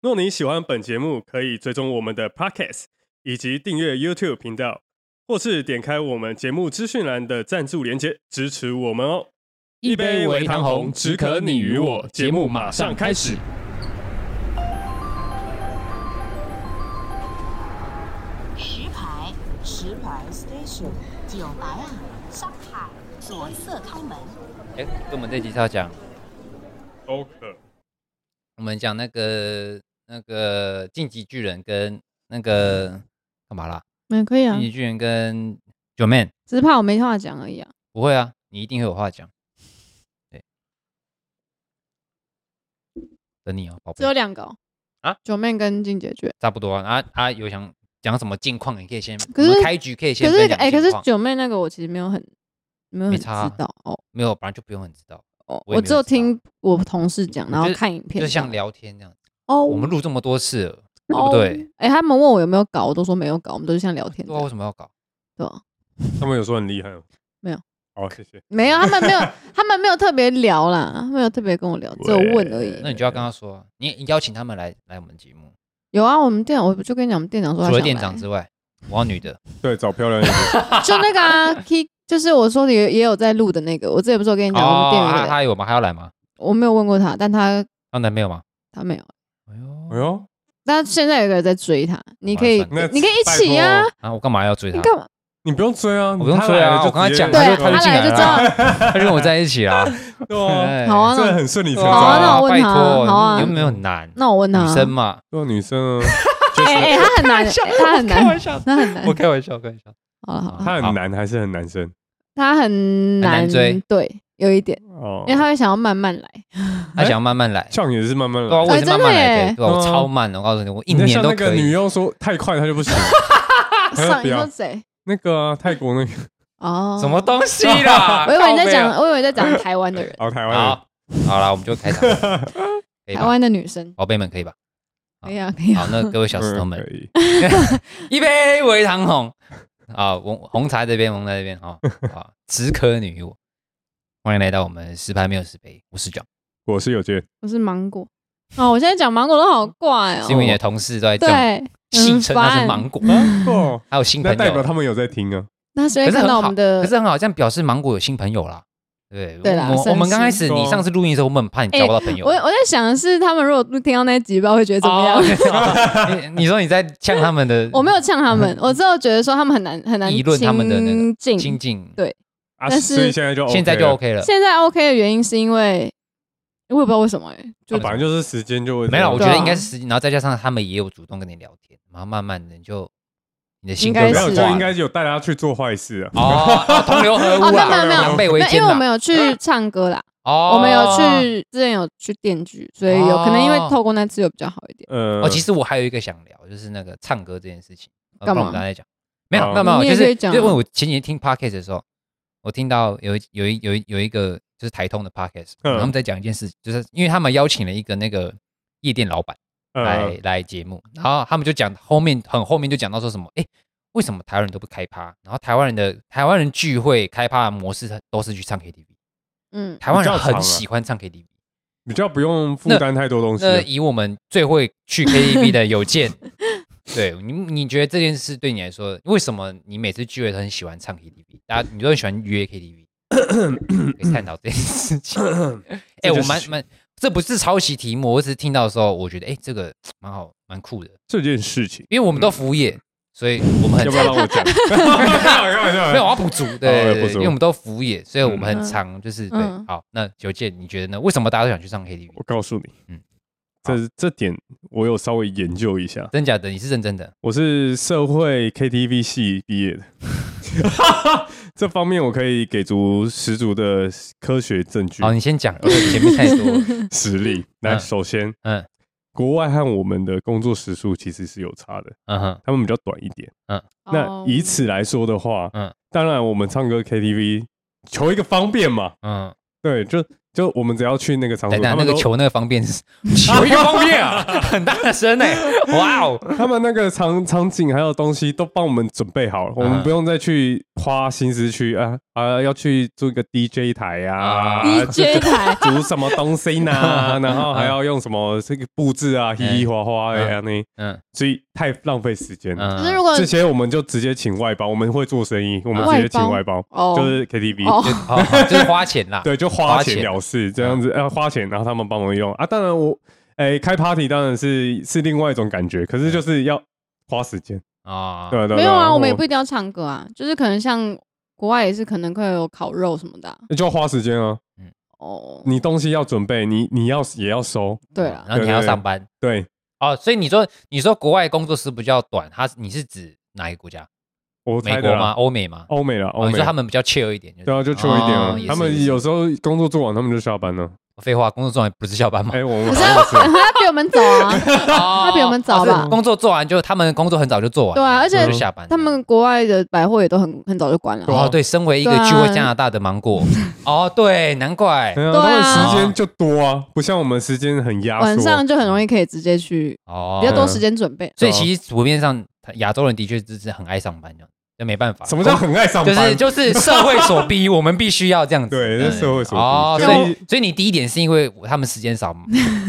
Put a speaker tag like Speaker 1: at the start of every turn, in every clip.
Speaker 1: 若你喜欢本节目，可以追踪我们的 Podcast 以及订阅 YouTube 频道，或是点开我们节目资讯栏的赞助连接支持我们哦。一杯微糖红只可你与我节目马上开始。
Speaker 2: 石牌，石牌 station，九白啊，上海，左侧开门。
Speaker 3: 哎，跟我们这集是要讲，
Speaker 1: 都可
Speaker 3: 我们讲那个那个晋级巨人跟那个干嘛啦？
Speaker 4: 嗯，可以嗯啊
Speaker 3: 晋，级巨人跟九 man
Speaker 4: 只是怕我没话讲而已啊。
Speaker 3: 不会啊，你一定会有话讲。对，等你哦，宝
Speaker 4: 只
Speaker 3: 贝
Speaker 4: 有，两个、哦、
Speaker 3: 啊，
Speaker 4: 九妹跟金姐决。
Speaker 3: 差不多啊啊啊！有想讲什么近况，你可以先，
Speaker 4: 可是
Speaker 3: 我们开局可以
Speaker 4: 可
Speaker 3: 先
Speaker 4: 是
Speaker 3: 分享近
Speaker 4: 哎、
Speaker 3: 况。
Speaker 4: 可是九妹那个我其实没有很没有
Speaker 3: 没
Speaker 4: 很知
Speaker 3: 差啊
Speaker 4: 道哦
Speaker 3: 没有，本来就不用很知道，
Speaker 4: 哦，
Speaker 3: 我也没有
Speaker 4: 我只有
Speaker 3: 知道
Speaker 4: 听我同事讲，然后
Speaker 3: 就是
Speaker 4: 看影片，
Speaker 3: 就像聊天这样子。
Speaker 4: 哦，
Speaker 3: 我们录这么多次了，对
Speaker 4: 哦
Speaker 3: 不对？啊
Speaker 4: 哎、他们问我有没有搞，我都说没有搞，我们都是像聊天
Speaker 3: 不知
Speaker 4: 这
Speaker 3: 道为
Speaker 4: 样，
Speaker 3: 什么要搞。
Speaker 4: 对吧？
Speaker 1: 他们有说很厉害吗？哦
Speaker 4: 没有。
Speaker 1: 好，谢谢。
Speaker 4: 没有，他们没 有，他们没有特别聊啦，他们没有特别跟我聊，只有问而已。
Speaker 3: 那你就要跟他说啊，你你邀请他们来来我们节目，
Speaker 4: 有啊，我们店长，我就跟你讲，我们店长说他
Speaker 3: 除了
Speaker 4: 想
Speaker 3: 店长
Speaker 4: 来
Speaker 3: 之外，我要女的。
Speaker 1: 对，找漂亮一点。
Speaker 4: 就那 个啊，K，就是我说的也也有在录的那个，我之前不是有跟你讲，我们店员有
Speaker 3: 哦啊他
Speaker 4: 来
Speaker 3: 他有吗？他要来吗？啊
Speaker 4: 我没有问过他，但他
Speaker 3: 他男朋友吗？
Speaker 4: 他没有，
Speaker 3: 哎呦
Speaker 1: 哎呦，
Speaker 4: 但现在有个人在追他，你可
Speaker 3: 我
Speaker 4: 以
Speaker 3: 还
Speaker 1: 那
Speaker 4: 你可以一起啊
Speaker 1: 拜托，
Speaker 3: 啊！我干嘛要追他
Speaker 4: 你？干嘛？
Speaker 1: 你不用追啊，
Speaker 3: 我不用追啊，我刚才讲
Speaker 4: 对
Speaker 3: 他
Speaker 4: 啊
Speaker 3: 就
Speaker 4: 他
Speaker 3: 就进
Speaker 4: 来
Speaker 3: 来
Speaker 4: 就
Speaker 3: 了啊，他就跟我在一起 啦。
Speaker 1: 对
Speaker 3: 哎
Speaker 4: 好啊，
Speaker 1: 啊，这
Speaker 4: 那
Speaker 1: 很顺理成
Speaker 3: 对
Speaker 1: 章
Speaker 3: 啊
Speaker 4: 好啊那
Speaker 1: 啊。
Speaker 4: 我问
Speaker 3: 拜
Speaker 4: 他
Speaker 3: 托
Speaker 4: 好啊
Speaker 3: 你又没有很难，
Speaker 4: 那我问他，
Speaker 3: 女生嘛，
Speaker 1: 做女 生啊，
Speaker 4: 哎哎，他很难，哎 他很
Speaker 3: 开玩
Speaker 4: 难，
Speaker 3: 笑，
Speaker 4: 他很难
Speaker 3: 我，开玩笑，开玩笑。
Speaker 4: 好了好了，
Speaker 1: 他很难还是很男生
Speaker 4: 他很
Speaker 3: 很
Speaker 4: 难
Speaker 3: 难追
Speaker 4: 对，有一点，
Speaker 1: 哦
Speaker 4: 因为他会想要慢慢 来，
Speaker 3: 他想要慢慢来，
Speaker 1: 像也是慢慢
Speaker 3: 对啊，
Speaker 1: 来。
Speaker 3: 我也是慢慢来
Speaker 4: 哎真的
Speaker 3: 的，
Speaker 4: 耶
Speaker 3: 对啊吧？我
Speaker 1: 哎嗯
Speaker 3: 超慢的，我告诉你，我一
Speaker 1: 你在
Speaker 3: 年
Speaker 1: 像
Speaker 3: 都
Speaker 1: 那个
Speaker 3: 可
Speaker 1: 女
Speaker 3: 以。
Speaker 1: 优说太快，她就不 行。
Speaker 4: 上
Speaker 1: 不
Speaker 4: 你
Speaker 1: 要
Speaker 4: 说谁？
Speaker 1: 那个啊泰国那个，，
Speaker 4: 哦，
Speaker 3: 什么？东西啦？
Speaker 4: 我以为你在讲
Speaker 3: 靠，啊
Speaker 4: 我以为你在讲台湾的人
Speaker 1: 哦，台
Speaker 3: 背
Speaker 1: 湾
Speaker 3: 啊。
Speaker 1: 人
Speaker 3: 好，好啦，我们就开场了， 可以
Speaker 4: 台
Speaker 3: 吧？
Speaker 4: 湾的女生，
Speaker 3: 宝贝们可以吧？
Speaker 4: 可以啊可以啊
Speaker 3: 好，，那各位小石头
Speaker 1: 嗯
Speaker 3: 们
Speaker 1: 可，以。
Speaker 3: 一杯微糖红啊，红红茶这边，红茶这边 啊啊，只可女与我，欢迎来到我们十排没有十杯，我是 John，
Speaker 1: 我是有健，
Speaker 4: 我是芒果，哦，我现在讲芒果都好怪哦
Speaker 3: 是，因为你的同事都在这样
Speaker 4: 对，嗯
Speaker 3: 戏称他是
Speaker 4: 很烦
Speaker 3: 芒果，
Speaker 4: 嗯
Speaker 1: 哦，
Speaker 3: 还有新
Speaker 1: 那
Speaker 3: 朋
Speaker 1: 代表
Speaker 3: 友，
Speaker 1: 他们有在听啊。
Speaker 4: 那所以
Speaker 3: 可是
Speaker 4: 看
Speaker 3: 很
Speaker 4: 到
Speaker 3: 好，
Speaker 4: 我们的
Speaker 3: 可是很好，这样表示芒果有新朋友啦。对，
Speaker 4: 呃对啦
Speaker 3: 我们我们刚开始
Speaker 1: 算是
Speaker 3: 你上次录音的时候，我们很怕你
Speaker 4: 哎
Speaker 3: 交不到朋友。
Speaker 4: 我我在想的是，他们如果听到那集，不知道会觉得怎么样。
Speaker 3: 哦 你你说你在呛他们的
Speaker 4: 我没有呛他 们，我只有觉得说他们很难很难
Speaker 3: 议论他们的那个
Speaker 4: 亲近
Speaker 3: 亲近，
Speaker 4: 对
Speaker 1: 啊，
Speaker 4: 但是
Speaker 1: 所以现在就
Speaker 3: 现在就 OK 了。
Speaker 4: 现在 OK 的原因是因为我也不知道为什么、欸，
Speaker 1: 就
Speaker 3: 哦
Speaker 4: 就
Speaker 1: 反正哦就是时间就会
Speaker 3: 没有，我觉
Speaker 4: 对啊
Speaker 3: 得应该是时机，然后再加上他们也有主动跟你聊天，然后慢慢的你就你的心
Speaker 4: 应
Speaker 3: 就
Speaker 4: 该
Speaker 1: 没
Speaker 3: 软
Speaker 1: 有
Speaker 4: 是
Speaker 1: 就
Speaker 4: 啊
Speaker 3: 化
Speaker 1: 应
Speaker 3: 了
Speaker 1: 该有带他去做坏事啊。
Speaker 3: 哦，哦同流合
Speaker 4: 哦
Speaker 3: 污啊，
Speaker 4: 没有没有没有
Speaker 3: 狼狈为
Speaker 4: 那因
Speaker 3: 奸
Speaker 4: 为我
Speaker 3: 啊
Speaker 4: 们。有去唱歌啦，
Speaker 3: 哦，
Speaker 4: 我们有去之前有去电锯，所以有
Speaker 3: 哦
Speaker 4: 可能因为透过那次有比较好一点。
Speaker 1: 呃
Speaker 3: 哦，其实我还有一个想聊，就是那个唱歌这件事情。呃
Speaker 4: 干
Speaker 3: 不然
Speaker 4: 嘛
Speaker 3: 我们刚才讲，没有
Speaker 1: 哦
Speaker 3: 没有没有，
Speaker 4: 你也
Speaker 3: 就
Speaker 4: 可
Speaker 3: 是
Speaker 4: 以讲
Speaker 3: 就
Speaker 4: 啊
Speaker 3: 是因为我前几天听 podcast 的时候，我听到有一有一有一有一个就是台通的 podcast，
Speaker 1: 嗯
Speaker 3: 然后他们在讲一件事，就是因为他们邀请了一个那个夜店老板。来
Speaker 1: 呃，
Speaker 3: 来节目，然后他们就讲后面很后面就讲到说什么，哎，为什么台湾人都不开趴？然后台湾人的台湾人聚会开趴的模式都是去唱 KTV，
Speaker 4: 嗯，
Speaker 3: 台湾人
Speaker 1: 比较常啊
Speaker 3: 很喜欢唱 KTV。
Speaker 1: 比较不用负担太多东西啊。
Speaker 3: 那以我们最会去 KTV 的有健，对你你觉得这件事对你来说，为什么你每次聚会都很喜欢唱 KTV？大家你都很喜欢约 KTV，可以探讨这件事情。 哎，
Speaker 1: 这就
Speaker 3: 我
Speaker 1: 是
Speaker 3: 蛮蛮，这不是抄袭题目，我只是听到的时候，我觉得哎，这个蛮好，蛮酷的。
Speaker 1: 这件事 情，
Speaker 3: 因为我们都服务
Speaker 4: 嗯
Speaker 3: 业，所以我们很
Speaker 1: 要不要让我讲？
Speaker 3: 没有我要补足，对
Speaker 1: 哦要
Speaker 3: 对
Speaker 1: 补
Speaker 3: 对，
Speaker 1: 足
Speaker 3: 因为我们都服务业，所以我们
Speaker 4: 嗯
Speaker 3: 很常就是对
Speaker 4: 嗯。
Speaker 3: 好，那九健你觉得呢？为什么大家都想去唱 KTV？
Speaker 1: 我告诉你，嗯
Speaker 3: 嗯，
Speaker 1: 这这点我有稍微研究一下。
Speaker 3: 真假的？你是认真的？
Speaker 1: 我是社会 KTV 系毕 业的，这方面我可以给足十足的科学证据
Speaker 3: 好，你先讲，因为前面太多了。
Speaker 1: 实例。来，
Speaker 3: 嗯
Speaker 1: 首先，
Speaker 3: 嗯，
Speaker 1: 国外和我们的工作时数其实是有差的，
Speaker 3: 嗯哼，
Speaker 1: 他们比较短一点。那
Speaker 4: 哦
Speaker 1: 以 此来说的话，
Speaker 3: 嗯
Speaker 1: 嗯，当然我们唱歌 KTV 求一个方便嘛，
Speaker 3: 嗯，
Speaker 1: 对，就就我们只要去那个场所，
Speaker 3: 等
Speaker 1: 哦他
Speaker 3: 等那
Speaker 1: 们
Speaker 3: 个
Speaker 1: 都
Speaker 3: 球那个方 便是球一个方便啊，很大的声哎，哇哦，
Speaker 1: 他们那个场场景还有东西都帮我们准备好了，我们不用再去花心思去啊啊要去租一个 DJ 台啊
Speaker 3: 啊
Speaker 4: DJ 台
Speaker 1: 租什么东西呢？然后还要用什么这个布置啊，稀稀哗哗的呀那，
Speaker 3: 嗯
Speaker 1: 所以太浪费时间了。
Speaker 4: 可是 如果
Speaker 1: 这些我们就直接请外包，我们会做生意，我们直接请外包，
Speaker 4: 哦
Speaker 1: 就是 KTV，、
Speaker 4: 哦，
Speaker 3: 好，好就是花钱啦，
Speaker 1: 对，就花钱了事这样子，要、花钱，然后他们帮我们用啊。当然我，哎、开 party 当然是是另外一种感觉，可是就是要花时间，
Speaker 3: 啊，
Speaker 1: 对对对哦
Speaker 4: 没有
Speaker 1: 然
Speaker 4: 啊，
Speaker 1: 后
Speaker 4: 我们也不一定要唱歌啊，就是可能像国外也是可能会有烤肉什么的啊、
Speaker 1: 那就要花时间啊。
Speaker 4: 哦。
Speaker 1: 你东西要准备，你你要也要收，
Speaker 4: 对 啊了，
Speaker 3: 然后你还要
Speaker 1: 对对对
Speaker 3: 上班
Speaker 1: 对
Speaker 3: 哦，所以你说你说国外工作时比较短，他你是指哪一个国家？
Speaker 1: 我
Speaker 3: 美
Speaker 1: 猜
Speaker 3: 国
Speaker 1: 的
Speaker 3: 吗？
Speaker 1: 啦。
Speaker 3: 欧美吗？
Speaker 1: 欧美啦，欧
Speaker 3: 哦，
Speaker 1: 美
Speaker 3: 你说他们比较 chill 一点，
Speaker 1: 对啊，就
Speaker 3: 是
Speaker 1: 久一点啊
Speaker 3: 哦也。是哦
Speaker 1: 他们有时候工作做完，他们就下班了。
Speaker 3: 废话，工作做完不是下班吗？
Speaker 1: 哎，我们
Speaker 4: 可是啊
Speaker 1: 好像
Speaker 4: 他他比我们早啊，
Speaker 3: 他
Speaker 4: 他比我们早吧
Speaker 3: 哦工作做完就他们工作很早就做完，
Speaker 4: 对啊而且
Speaker 3: 就下班。
Speaker 4: 他们国外的百货也都很很早就关了啊。
Speaker 3: 哦，对，身为一个
Speaker 4: 对啊
Speaker 3: 去过加拿大的芒 果，哦，对，难怪
Speaker 1: 哎呀
Speaker 4: 对
Speaker 1: 他
Speaker 4: 啊
Speaker 1: 们时间就多啊，不像我们时间很压缩。啊
Speaker 4: 晚上就很容易可以直接去，
Speaker 3: 啊哦
Speaker 4: 比，较多时间准备。
Speaker 3: 所
Speaker 1: 啊
Speaker 3: 以其实普遍上亚洲人的确就是很爱上班这样，那没办法。
Speaker 1: 什么叫很爱上
Speaker 3: 就
Speaker 1: 班？
Speaker 3: 是就是社会所逼，我们必须要这样子。
Speaker 1: 对这是社会所逼
Speaker 3: 哦，
Speaker 1: 所
Speaker 3: 所
Speaker 1: 以
Speaker 3: 以所以你第一点是因为他们时间 少，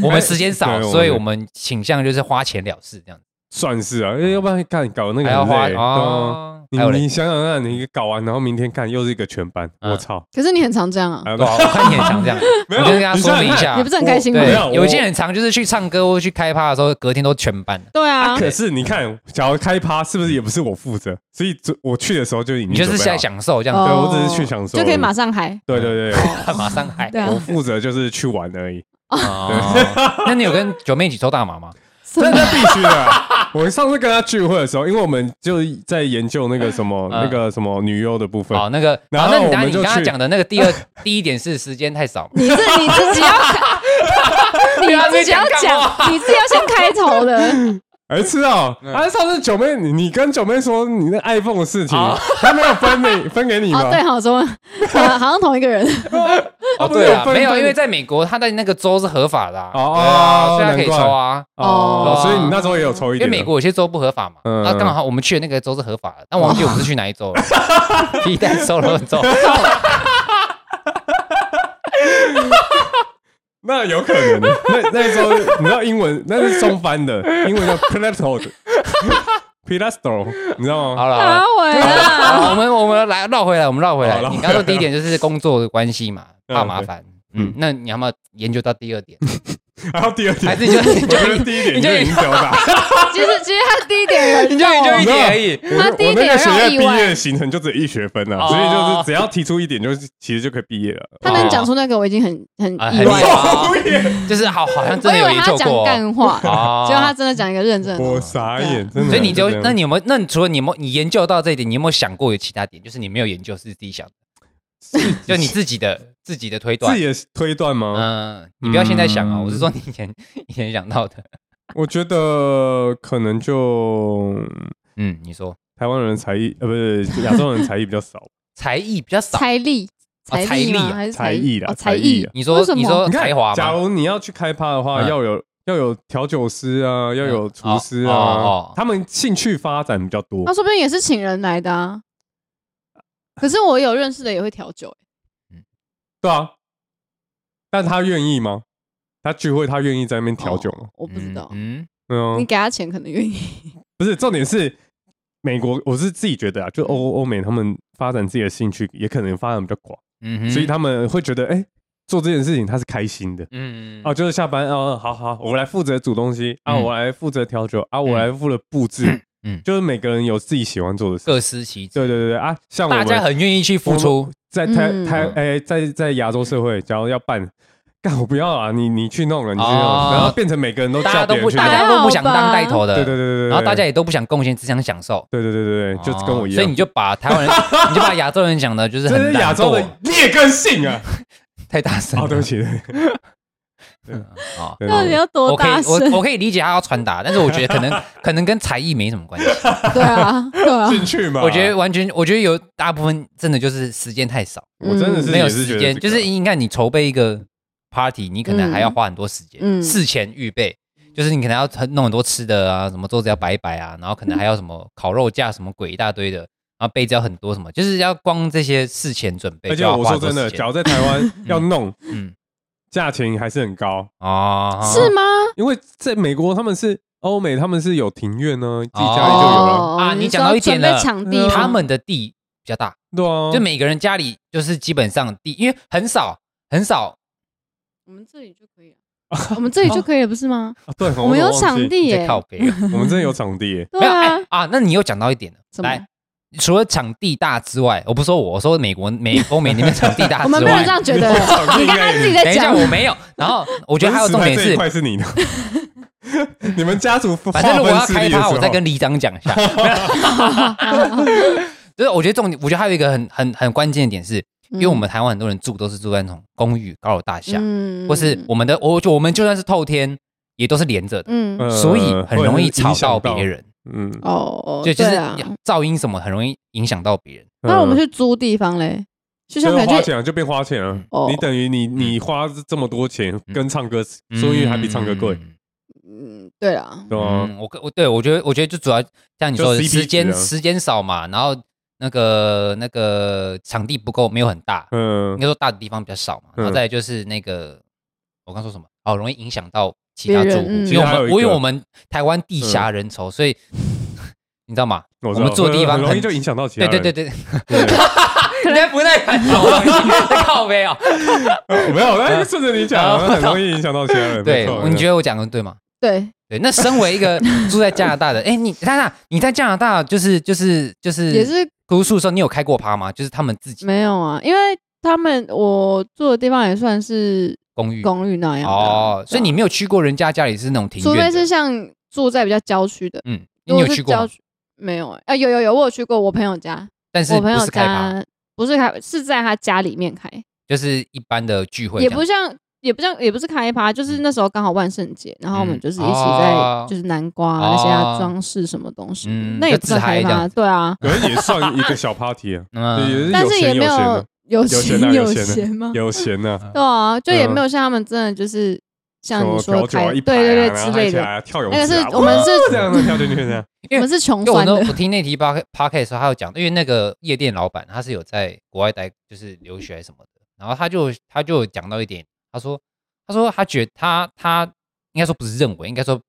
Speaker 3: 我们时间少，
Speaker 1: 对我们
Speaker 3: 所以我们倾向就是花钱了事这样子，
Speaker 1: 算是啊，因为要不然干搞那个
Speaker 3: 还要
Speaker 1: 很
Speaker 3: 花
Speaker 1: 累。对啊
Speaker 3: 哦，
Speaker 1: 你
Speaker 3: 还有嘞
Speaker 1: 你想想看，你搞完，然后明天看又是一个全班，
Speaker 3: 嗯
Speaker 1: 我操！
Speaker 4: 可是你很常这样啊，
Speaker 1: 哎
Speaker 3: 对啊，我看你很想这样，我
Speaker 1: 没有
Speaker 3: 就跟他说明一下
Speaker 4: 你不。是很开心吗？
Speaker 1: 没
Speaker 3: 对
Speaker 1: 有，我
Speaker 3: 有一些人常就是去唱歌或去开趴的时候，隔天都全班。
Speaker 4: 对啊，
Speaker 1: 可是你看，想要开趴是不是也不是我负责？所以这我去的时候就已经
Speaker 3: 你就是
Speaker 1: 准备
Speaker 3: 在
Speaker 1: 好
Speaker 3: 享受这样子，
Speaker 1: 对
Speaker 4: 哦
Speaker 1: 我只是去享受
Speaker 4: 就可以马上嗨。
Speaker 1: 对对对，
Speaker 4: 哦
Speaker 3: 马上嗨。
Speaker 4: 对啊
Speaker 1: 我负责就是去玩而已，
Speaker 3: 哦那你有跟九妹一起抽大麻吗？
Speaker 4: 什
Speaker 1: 那
Speaker 4: 么
Speaker 1: 那必须的啊。我上次跟他聚会的时候，因为我们就在研究那个什么
Speaker 3: 嗯
Speaker 1: 那个什么女优的部分，
Speaker 3: 好，那个，
Speaker 1: 然后
Speaker 3: 好那你
Speaker 1: 我
Speaker 3: 刚
Speaker 1: 们
Speaker 3: 你
Speaker 1: 就
Speaker 3: 刚刚
Speaker 1: 去
Speaker 3: 讲的那个第二第一点是时间太少嘛，
Speaker 4: 你是你自己要， 你自己要讲，你自己要先开 头的。
Speaker 1: 儿子哦，
Speaker 3: 嗯
Speaker 1: 啊，上次九妹，你你跟九妹说你那 iPhone 的事情
Speaker 3: 哦，
Speaker 1: 她没有分你分给你
Speaker 4: 哦，
Speaker 1: 吗？
Speaker 4: 对，好说，好好像同一个人。
Speaker 1: 她
Speaker 3: 哦，
Speaker 1: 不是
Speaker 3: 对啊，
Speaker 1: 分
Speaker 3: 没有，
Speaker 1: 分
Speaker 3: 因为在美国，他在那个州是合法的啊，
Speaker 1: 哦
Speaker 3: 对啊，所以他可以
Speaker 1: 难怪
Speaker 3: 抽啊，
Speaker 1: 哦
Speaker 3: 哦，
Speaker 1: 所以你那时候也有抽一
Speaker 3: 因为
Speaker 1: 点的，
Speaker 3: 美国有些州不合法嘛，
Speaker 1: 嗯
Speaker 3: 那刚好我们去的那个州是合法的，但我忘记我们是去哪 一州了， 皮带收了 州，
Speaker 1: 那有可能，那那时候你知道英文那是中翻的，英 文叫 plateau p l a s t o 你知道吗？
Speaker 3: 好了。好
Speaker 4: 阿
Speaker 3: 了
Speaker 4: 伟
Speaker 3: 好
Speaker 4: 啊，
Speaker 3: 了我们我们来绕回来，我们绕回来
Speaker 1: 好。绕回来
Speaker 3: 你刚刚说第一点就是工作的关系嘛，
Speaker 1: 嗯
Speaker 3: 怕麻烦。嗯
Speaker 1: 嗯，
Speaker 3: 那你要不要研究到第二点？
Speaker 1: 然后第二点，
Speaker 3: 还是你就你
Speaker 1: 我
Speaker 3: 就
Speaker 1: 觉得第一点
Speaker 3: 你
Speaker 1: 你
Speaker 3: 就
Speaker 1: 就已经表达，
Speaker 4: 其实其实他第一点
Speaker 3: 啊
Speaker 4: 人让我
Speaker 1: 你就
Speaker 3: 已。
Speaker 1: 我
Speaker 4: 他第一
Speaker 1: 我那
Speaker 4: 点
Speaker 1: 个
Speaker 4: 让
Speaker 1: 学
Speaker 4: 我
Speaker 1: 院
Speaker 4: 意
Speaker 1: 毕
Speaker 4: 外
Speaker 1: 业的行程就只有一学分
Speaker 3: 哦
Speaker 1: 啊，所以就是只要提出一点，就是其实就可以毕业了。
Speaker 4: 他能讲出那个，我已经很很
Speaker 3: 啊
Speaker 4: 意外
Speaker 3: 很意
Speaker 4: 了。
Speaker 3: 外就是好，好像
Speaker 4: 我
Speaker 3: 真的
Speaker 4: 以
Speaker 3: 有
Speaker 4: 为
Speaker 3: 研
Speaker 4: 他
Speaker 3: 究
Speaker 4: 讲
Speaker 3: 过哦。
Speaker 4: 干话，
Speaker 3: 哦
Speaker 4: 结果他真的讲一个认真的。
Speaker 1: 我傻眼，真的。
Speaker 3: 啊所以你就
Speaker 1: 这样
Speaker 3: 那你有没有？那你除了你有没有你研究到这一点，你有没有想过有其他点？就是你没有研究是自己想的，就你自己的自己的推
Speaker 1: 自
Speaker 3: 断
Speaker 1: 己。的推断吗？
Speaker 3: 嗯，你不要现在想啊，
Speaker 1: 嗯
Speaker 3: 我是说你以前以前想到的。
Speaker 1: 我觉得可能就呃
Speaker 3: 嗯，你说
Speaker 1: 台湾人才艺，呃，不是亚洲人才艺比较少，
Speaker 3: 才艺比较少，
Speaker 4: 财力，
Speaker 3: 哦财
Speaker 4: 力
Speaker 3: 力
Speaker 4: 吗
Speaker 3: 啊
Speaker 4: 还是
Speaker 1: 才艺啦
Speaker 4: 哦，才
Speaker 1: 才艺
Speaker 4: 艺
Speaker 1: 啊。
Speaker 3: 你说
Speaker 4: 为什么
Speaker 3: 你说
Speaker 1: 你看
Speaker 3: 才华
Speaker 1: 假
Speaker 3: 吗？
Speaker 1: 如你要去开趴的话，
Speaker 3: 嗯
Speaker 1: 要有要有调酒师啊，要有厨师
Speaker 3: 哦哦哦
Speaker 1: 啊，他们兴趣发展比较多
Speaker 4: 他。说不定也是请人来的啊。可是我有认识的也会调酒、欸
Speaker 1: 对啊，但他愿意吗？他聚会他愿意在那边调酒吗
Speaker 4: 哦？我不知道。
Speaker 3: 嗯，
Speaker 1: 嗯
Speaker 4: 你，给他钱可能愿意，
Speaker 1: 不是，重点是美国，我是自己觉得啊，就
Speaker 3: 嗯
Speaker 1: 欧欧美他们发展自己的兴趣，也可能发展比较广，
Speaker 3: 嗯哼
Speaker 1: 所以他们会觉得，哎，做这件事情他是开心的。
Speaker 3: 嗯
Speaker 1: 哦，就是下班哦，好好，我来负责煮东西啊，
Speaker 3: 嗯
Speaker 1: 我来负责调酒啊，我来负责布置，
Speaker 3: 嗯
Speaker 1: 嗯， 就是每个人有自己喜欢做的事。
Speaker 3: 各司其职，
Speaker 1: 对对对对啊，像我
Speaker 3: 大
Speaker 1: 们
Speaker 3: 家很愿意去付出。
Speaker 1: 在台
Speaker 4: 嗯
Speaker 1: 台
Speaker 3: 嗯
Speaker 1: 哎，在在亚洲社会，假如要办，干我不要啊，你你去弄了，你去弄
Speaker 3: 哦
Speaker 1: 了，然后变成每个人都
Speaker 3: 大
Speaker 1: 叫
Speaker 3: 家都
Speaker 1: 别人
Speaker 3: 不，
Speaker 1: 去
Speaker 3: 大
Speaker 1: 弄，
Speaker 3: 家都不想当带头的，
Speaker 1: 对对对对对，
Speaker 3: 然后大家也都不想贡献，只想享受，哦
Speaker 1: 对对对对对，就是跟我一样，
Speaker 3: 所以你就把 台湾人，你就把亚洲人讲的，就是
Speaker 1: 这
Speaker 3: 很
Speaker 1: 是亚洲的劣根性啊！
Speaker 3: 太大声
Speaker 1: 哦，对不
Speaker 3: 了，
Speaker 1: 起，
Speaker 3: 啊。
Speaker 1: 对
Speaker 4: 到底要多
Speaker 3: 我可
Speaker 4: 大
Speaker 3: 以，
Speaker 4: 声
Speaker 3: 我？我可以理解他要传达，但是我觉得可能可能跟才艺没什么关系。
Speaker 4: 对啊，对 啊，
Speaker 1: 进去嘛？
Speaker 3: 我觉得完全，我觉得有大部分真的就是时间太少，
Speaker 1: 我真的是
Speaker 4: 嗯
Speaker 3: 没有
Speaker 1: 也是觉
Speaker 3: 时
Speaker 1: 得
Speaker 3: 间。
Speaker 1: 这个
Speaker 3: 就是你看，你筹备一个 party，你可能还要花很多时间，
Speaker 4: 嗯嗯
Speaker 3: 事前预备，就是你可能要弄很多吃的啊，什么桌子要摆一摆啊，然后可能还要什么烤肉架什么鬼一大堆的，然后杯子要很多什么，就是要光这些事前准备
Speaker 1: 而且
Speaker 3: 就要
Speaker 1: 我说
Speaker 3: 花很多
Speaker 1: 真的，
Speaker 3: 时
Speaker 1: 假如
Speaker 3: 间。
Speaker 1: 在台 湾要弄，
Speaker 3: 嗯，
Speaker 1: 价钱还是很高，
Speaker 3: 哦，
Speaker 1: 啊
Speaker 4: 是吗？
Speaker 1: 因为在美国他们是欧美，他们是有庭院呢，自己家里就有了。
Speaker 4: 哦
Speaker 3: 啊你讲到
Speaker 4: 说
Speaker 3: 一点
Speaker 4: 准备
Speaker 3: 了
Speaker 4: 抢地吗，
Speaker 3: 他们的地比较大，
Speaker 1: 对啊，
Speaker 3: 就每个人家里就是基本上地，因为很少很少
Speaker 4: 我们这里就可以了，我们这里就可以了，不是吗？
Speaker 1: 啊对，
Speaker 4: 我们有
Speaker 1: 都忘记
Speaker 4: 场，地
Speaker 3: 在
Speaker 4: 耶，
Speaker 3: 靠北啊了。
Speaker 1: 我们真的有场地耶
Speaker 4: 对啊
Speaker 3: 哎，啊，那你又讲到一点了，
Speaker 4: 什么
Speaker 3: 来，除了场地大之外，我不说我，我说美国 美欧美那边场地大
Speaker 4: 我
Speaker 3: 之
Speaker 4: 们 没有这
Speaker 3: 外。
Speaker 4: 样觉 得。
Speaker 1: 场地
Speaker 4: 你
Speaker 1: 应
Speaker 4: 刚
Speaker 1: 该
Speaker 4: 刚
Speaker 1: 也
Speaker 4: 自己
Speaker 3: 等
Speaker 4: 在
Speaker 3: 一下，
Speaker 4: 讲，
Speaker 3: 我没有。然后我觉得还有重点
Speaker 1: 这一
Speaker 3: 是，
Speaker 1: 块是你的， 你们家族划
Speaker 3: 反正如果
Speaker 1: 分
Speaker 3: 要
Speaker 1: 势力
Speaker 3: 开
Speaker 1: 的时
Speaker 3: 趴，
Speaker 1: 候，
Speaker 3: 我再跟里长讲一 下。就是我觉得重点，我觉得还有一个很很很关键的点是，因为我们台湾很多人住都是住在那种公寓、高楼大厦，
Speaker 4: 嗯
Speaker 3: 或是我们的我我们就算是透天，也都是连着的，
Speaker 4: 嗯
Speaker 1: 呃
Speaker 3: 所以很容易吵到别。
Speaker 1: 会影响
Speaker 3: 人。
Speaker 1: 嗯，
Speaker 4: 哦，
Speaker 3: 就就是
Speaker 4: 对啊
Speaker 3: 噪音什么很容易影响到别人。
Speaker 4: 那我
Speaker 3: 嗯
Speaker 4: 们去租地方嘞，就像
Speaker 1: 就
Speaker 4: 感
Speaker 1: 花
Speaker 4: 觉
Speaker 1: 钱啊，就变花钱啊！
Speaker 4: 哦
Speaker 1: 你等于你
Speaker 3: 嗯
Speaker 1: 你花这么多钱跟唱歌，所以还比唱歌贵，
Speaker 3: 嗯
Speaker 4: 嗯，对啦，
Speaker 1: 对啊，
Speaker 3: 嗯，我我对我觉得我觉得就主要像你说的
Speaker 1: 就 CP
Speaker 3: 时间
Speaker 1: 值啊
Speaker 3: 时间少嘛，然后那个那个场地不够，没有很大，应
Speaker 1: 嗯，
Speaker 3: 该说大的地方比较少嘛。
Speaker 1: 嗯
Speaker 3: 然后再来就是那个我刚说什么哦，容易影响到其他
Speaker 4: 别
Speaker 3: 住
Speaker 4: 人
Speaker 3: 户，
Speaker 4: 嗯
Speaker 3: 因
Speaker 1: 其实
Speaker 3: 为我
Speaker 1: 还有一个
Speaker 3: 们
Speaker 1: 嗯
Speaker 3: 我因为我们台湾地狭人稠，所以你知道吗？
Speaker 1: 我
Speaker 3: 们住的地方
Speaker 1: 很容易
Speaker 3: 很
Speaker 1: 就影响到其他
Speaker 3: 对
Speaker 1: 人。
Speaker 3: 对对 对，
Speaker 1: 对，
Speaker 3: 人家不耐烦，在靠 背哦。
Speaker 1: 对没有，哎，顺着你讲，很容易影响到其他人。
Speaker 3: 对，你觉
Speaker 1: 得
Speaker 3: 得我讲的对吗？
Speaker 4: 对，
Speaker 3: 对，那身为一个住在加拿大的，哎、你娜娜，你在加拿大就是就是就是
Speaker 4: 也是
Speaker 3: 读书的时候，你有开过趴吗？就是他们自己
Speaker 4: 没有啊，因为他们我住的地方也算是
Speaker 3: 公寓
Speaker 4: 公寓那样的啊
Speaker 3: 嗯哦，所以你，没有去过人家家里是那种庭
Speaker 4: 对啊除
Speaker 3: 院的，
Speaker 4: 非是像住在比较郊区的，
Speaker 3: 嗯，你
Speaker 4: 如果
Speaker 3: 有去
Speaker 4: 是
Speaker 3: 过
Speaker 4: 郊
Speaker 3: 吗？
Speaker 4: 区没有哎，啊有有有，我有去过我朋友家，
Speaker 3: 但是
Speaker 4: 我朋
Speaker 3: 不
Speaker 4: 友
Speaker 3: 是开趴，
Speaker 4: 家不是开，是在他家里面开，
Speaker 3: 就是一般的聚会这
Speaker 4: 也
Speaker 3: 样，
Speaker 4: 不像。也不像，也不是开趴，就是那时候刚好万圣节，然后我们
Speaker 3: 嗯
Speaker 4: 就是一起在、
Speaker 3: 哦
Speaker 4: 就是南瓜、啊、那些啊
Speaker 3: 哦
Speaker 4: 装饰什么东西的，
Speaker 3: 嗯
Speaker 4: 那也不
Speaker 3: 就自
Speaker 4: 算
Speaker 3: 嗨
Speaker 4: 开
Speaker 3: 这
Speaker 4: 趴，
Speaker 3: 样
Speaker 4: 对啊，
Speaker 1: 可能也算一个小 party 啊，对也
Speaker 3: 嗯，
Speaker 4: 但是也
Speaker 1: 钱
Speaker 4: 没
Speaker 1: 有钱
Speaker 4: 有
Speaker 1: 的，
Speaker 4: 有
Speaker 1: 有
Speaker 4: 钱
Speaker 1: 钱啊，有
Speaker 4: 闲
Speaker 1: 钱
Speaker 4: 吗
Speaker 1: 的，？有钱呐，
Speaker 4: 对啊，就也
Speaker 1: 嗯
Speaker 4: 没有像他们真的就是像你
Speaker 1: 什么
Speaker 4: 说
Speaker 1: 调酒
Speaker 4: 开，
Speaker 1: 啊，一排
Speaker 4: 对
Speaker 1: 啊然
Speaker 4: 对对之
Speaker 1: 后
Speaker 4: 类
Speaker 1: 一起
Speaker 4: 的，
Speaker 1: 来跳泳池
Speaker 4: 那
Speaker 1: 啊，
Speaker 4: 个是我们是
Speaker 1: 这样的跳进去这样，
Speaker 3: 因为
Speaker 4: 我们是穷
Speaker 3: 因为我
Speaker 4: 酸
Speaker 3: 那
Speaker 4: 的，
Speaker 3: 我听那题 p o d c a s 他有讲，因为那个夜店老板他是有在国外待，就是留学什么的，然后他就他就有讲到一点，他说他说他觉得他他应该说不是认为，应该说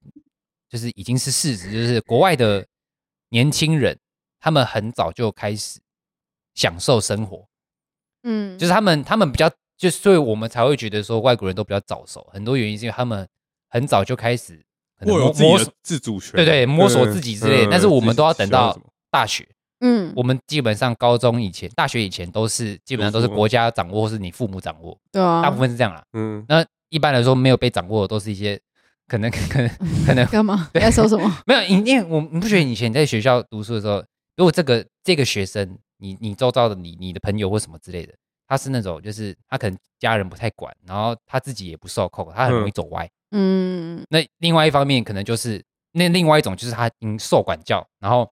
Speaker 3: 就是已经是事实，就是国外的年轻人他们很早就开始享受生活，
Speaker 4: 嗯，
Speaker 3: 就是他们他们比较，就所以我们才会觉得说外国人都比较早熟，很多原因是因为他们很早就开始 可能
Speaker 1: 握有
Speaker 3: 摸
Speaker 1: 自己
Speaker 3: 摸索
Speaker 1: 的自主权，嗯
Speaker 3: 对对摸索自己之类的但是我们都要等到大学。
Speaker 4: 嗯，
Speaker 3: 我们基本上高中以前、大学以前都是基本上都是国家掌握，或是你父母掌握，
Speaker 4: 对啊，
Speaker 3: 大部分是这样啦。
Speaker 1: 嗯，
Speaker 3: 那一般来说没有被掌握的都是一些可能可能可能
Speaker 4: 干嘛？你
Speaker 3: 对
Speaker 4: 在说什么？
Speaker 3: 没有，因因为我你不觉得以前在学校读书的时候，如果这个这个学生，你你周遭的你你的朋友或什么之类的，他是那种就是他可能家人不太管，然后他自己也不受控，他很容易走歪。
Speaker 4: 嗯，
Speaker 3: 那另外一方面可能就是那另外一种就是他已经受管教，然后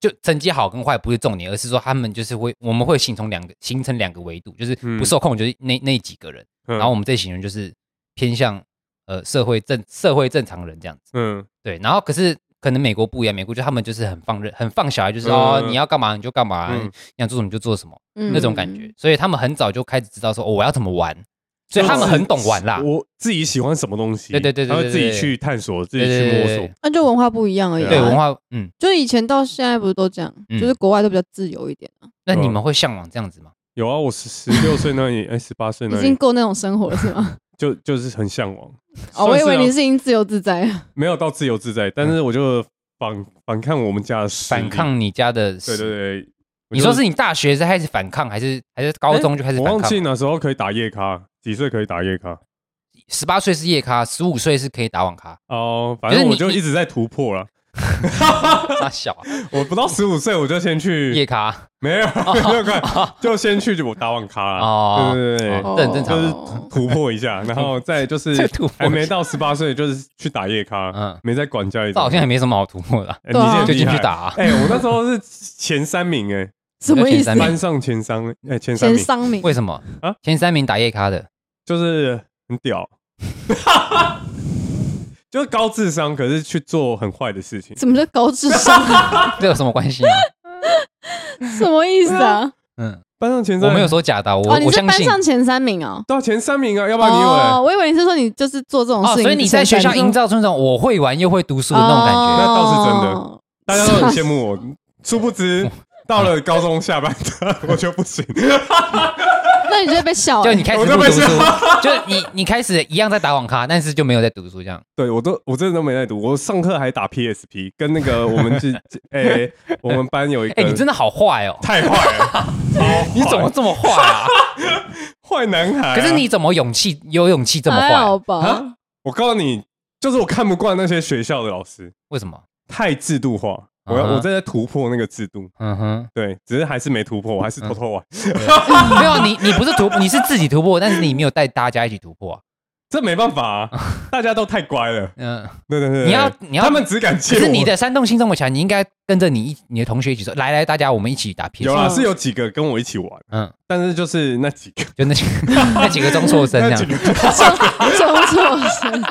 Speaker 3: 就成绩好跟坏不是重点，而是说他们就是会我们会形成两个形成两个维度，就是
Speaker 1: 嗯
Speaker 3: 不受控就是那那几个人，
Speaker 1: 然
Speaker 3: 然后我们这群人就是偏向呃社会正社会正常人这样子，
Speaker 1: 嗯
Speaker 3: 对，然后可是。可能美国不一样，美国就他们就是很放任、很放小孩，就是、
Speaker 1: 嗯
Speaker 3: 哦，你要干嘛你就干嘛，
Speaker 1: 嗯
Speaker 3: 你想做什么就做什么、
Speaker 4: 嗯
Speaker 3: 那种感觉，。所以他们很早就开始知道说、哦、我要怎么玩，所以他们很懂玩啦。
Speaker 1: 我自己喜欢什么东西，
Speaker 3: 对对对对
Speaker 1: 他会自己
Speaker 3: 对对
Speaker 1: 去探索，自己
Speaker 3: 对对
Speaker 1: 去
Speaker 3: 对
Speaker 1: 摸
Speaker 3: 对
Speaker 1: 索
Speaker 3: 对。
Speaker 4: 那就文化不一样而已啊，
Speaker 3: 对文化，嗯，
Speaker 4: 就是以前到现在不是都这样，
Speaker 3: 嗯
Speaker 4: 就是国外都比较自由一点啊，
Speaker 3: 那
Speaker 1: 对
Speaker 3: 你
Speaker 1: 啊
Speaker 3: 们会向往这样子吗？
Speaker 1: 有啊，我十十六岁那里，哎，十八岁那
Speaker 4: 已经
Speaker 1: 里，
Speaker 4: 够那种生活了 是吗？
Speaker 1: 就就是很向往。
Speaker 4: 哦，我
Speaker 1: 算
Speaker 4: 以为
Speaker 1: 啊
Speaker 4: 你是已经自由自在了，
Speaker 1: 没有到自由自在，但是我就反反抗我们家的势力
Speaker 3: 嗯反，抗你家的？
Speaker 1: 对对。对，我
Speaker 3: 你
Speaker 1: 就哎
Speaker 3: 说是你大学才开始反抗，还是还是高中就开始
Speaker 1: 我
Speaker 3: 反
Speaker 1: 忘记
Speaker 3: 抗？
Speaker 1: 那时候可以打夜咖，几岁可以打夜咖？
Speaker 3: 十八岁是夜咖，十五岁是可以打网咖。
Speaker 1: 哦，反
Speaker 3: 就是
Speaker 1: 正
Speaker 3: 你
Speaker 1: 我就一直在突破了。
Speaker 3: 傻小啊
Speaker 1: 我不到十五岁我就先
Speaker 3: 夜
Speaker 1: 去，
Speaker 3: 咖
Speaker 1: 没有 没有看，就先去我打网咖
Speaker 3: 哦
Speaker 1: 啦，对对对
Speaker 3: 哦，这很正常
Speaker 1: 就
Speaker 3: 啊。
Speaker 1: 是突破一下，然后再就
Speaker 3: 再
Speaker 1: 是
Speaker 3: 突破一下
Speaker 1: 还没到十八岁，就是去打夜咖，
Speaker 3: 嗯
Speaker 1: 没在管教育。
Speaker 3: 这好像也没什么好突破的啊，
Speaker 1: 哎
Speaker 4: 对啊
Speaker 1: 你
Speaker 3: 就
Speaker 1: 这很厉
Speaker 3: 进
Speaker 1: 害
Speaker 3: 去打啊。
Speaker 1: 哎，我那时候是前三名 哎，
Speaker 4: 什么意
Speaker 3: 前
Speaker 4: 思
Speaker 3: 三？名
Speaker 1: 班上前三，哎，前三
Speaker 4: 前
Speaker 1: 名
Speaker 4: 三名，
Speaker 3: 为什么
Speaker 1: 啊？
Speaker 3: 前三名打夜咖的，
Speaker 1: 就是很屌， 就是高智商，可是去做很坏的事情。
Speaker 4: 什么叫高智商？
Speaker 3: 这有什么关系吗？
Speaker 4: 什么意思啊？
Speaker 3: 嗯，
Speaker 1: 班上前
Speaker 3: 我
Speaker 1: 三，
Speaker 3: 没有说假的啊，我
Speaker 4: 哦，你
Speaker 3: 我
Speaker 4: 是
Speaker 3: 相
Speaker 4: 班
Speaker 3: 信。
Speaker 4: 上前三名哦。
Speaker 1: 到前三名啊，要不然你以
Speaker 4: 哦，
Speaker 1: 为？
Speaker 4: 我以为你是说你就是做这种
Speaker 3: 哦，
Speaker 4: 事情，
Speaker 3: 所以你在学校营
Speaker 4: 造
Speaker 3: 造出那种我会玩又会读书的那
Speaker 4: 哦
Speaker 3: 种感觉。
Speaker 1: 那倒是真的大家都很羡慕我， 殊不 知到了高中下半段 我就不行，
Speaker 4: 那你就会被笑欸。
Speaker 3: 就你开始
Speaker 1: 我
Speaker 3: 不
Speaker 1: 都
Speaker 3: 读
Speaker 1: 被
Speaker 3: 书
Speaker 1: 笑，
Speaker 3: 就你你开始一样在打网咖，但是就没有在读书这样。
Speaker 1: 对我都我真的都没在读，我上课还打 PSP，跟那个我们是 哎我们班有一个，
Speaker 3: 哎、你真的好坏哦，
Speaker 1: 太坏了，
Speaker 3: 你怎么这么坏啊？
Speaker 1: 坏男孩啊？
Speaker 3: 可是你怎么勇气有勇气这么
Speaker 4: 还好
Speaker 3: 坏？
Speaker 4: 吧？
Speaker 1: 啊，我告诉你，就是我看不惯那些学校的老师。
Speaker 3: 为什么？
Speaker 1: 太制度化，我要、
Speaker 3: 啊哈
Speaker 1: 我正在突破那个制度，
Speaker 3: 嗯哼，
Speaker 1: 对，只是还是没突破，我还是偷偷玩，
Speaker 3: 没有你，你不是突破，你是自己突破，但是你没有带大家一起突破啊、
Speaker 1: 这没办法、啊，大家都太乖了，
Speaker 3: 嗯，
Speaker 1: 对对对对
Speaker 3: 你要你要
Speaker 1: 他们只敢
Speaker 3: 可
Speaker 1: 借我，
Speaker 3: 是你的煽动性这么强，你应该跟着你一你的同学一起说，来来，大家我们一起打 PS。
Speaker 1: 有啦，
Speaker 4: 嗯
Speaker 1: 是有几个跟我一起玩，
Speaker 3: 嗯，
Speaker 1: 但是就是那几 个，
Speaker 3: 就那几那几个中辍生这
Speaker 1: 那几
Speaker 3: 样。
Speaker 1: 个，
Speaker 4: 中错生，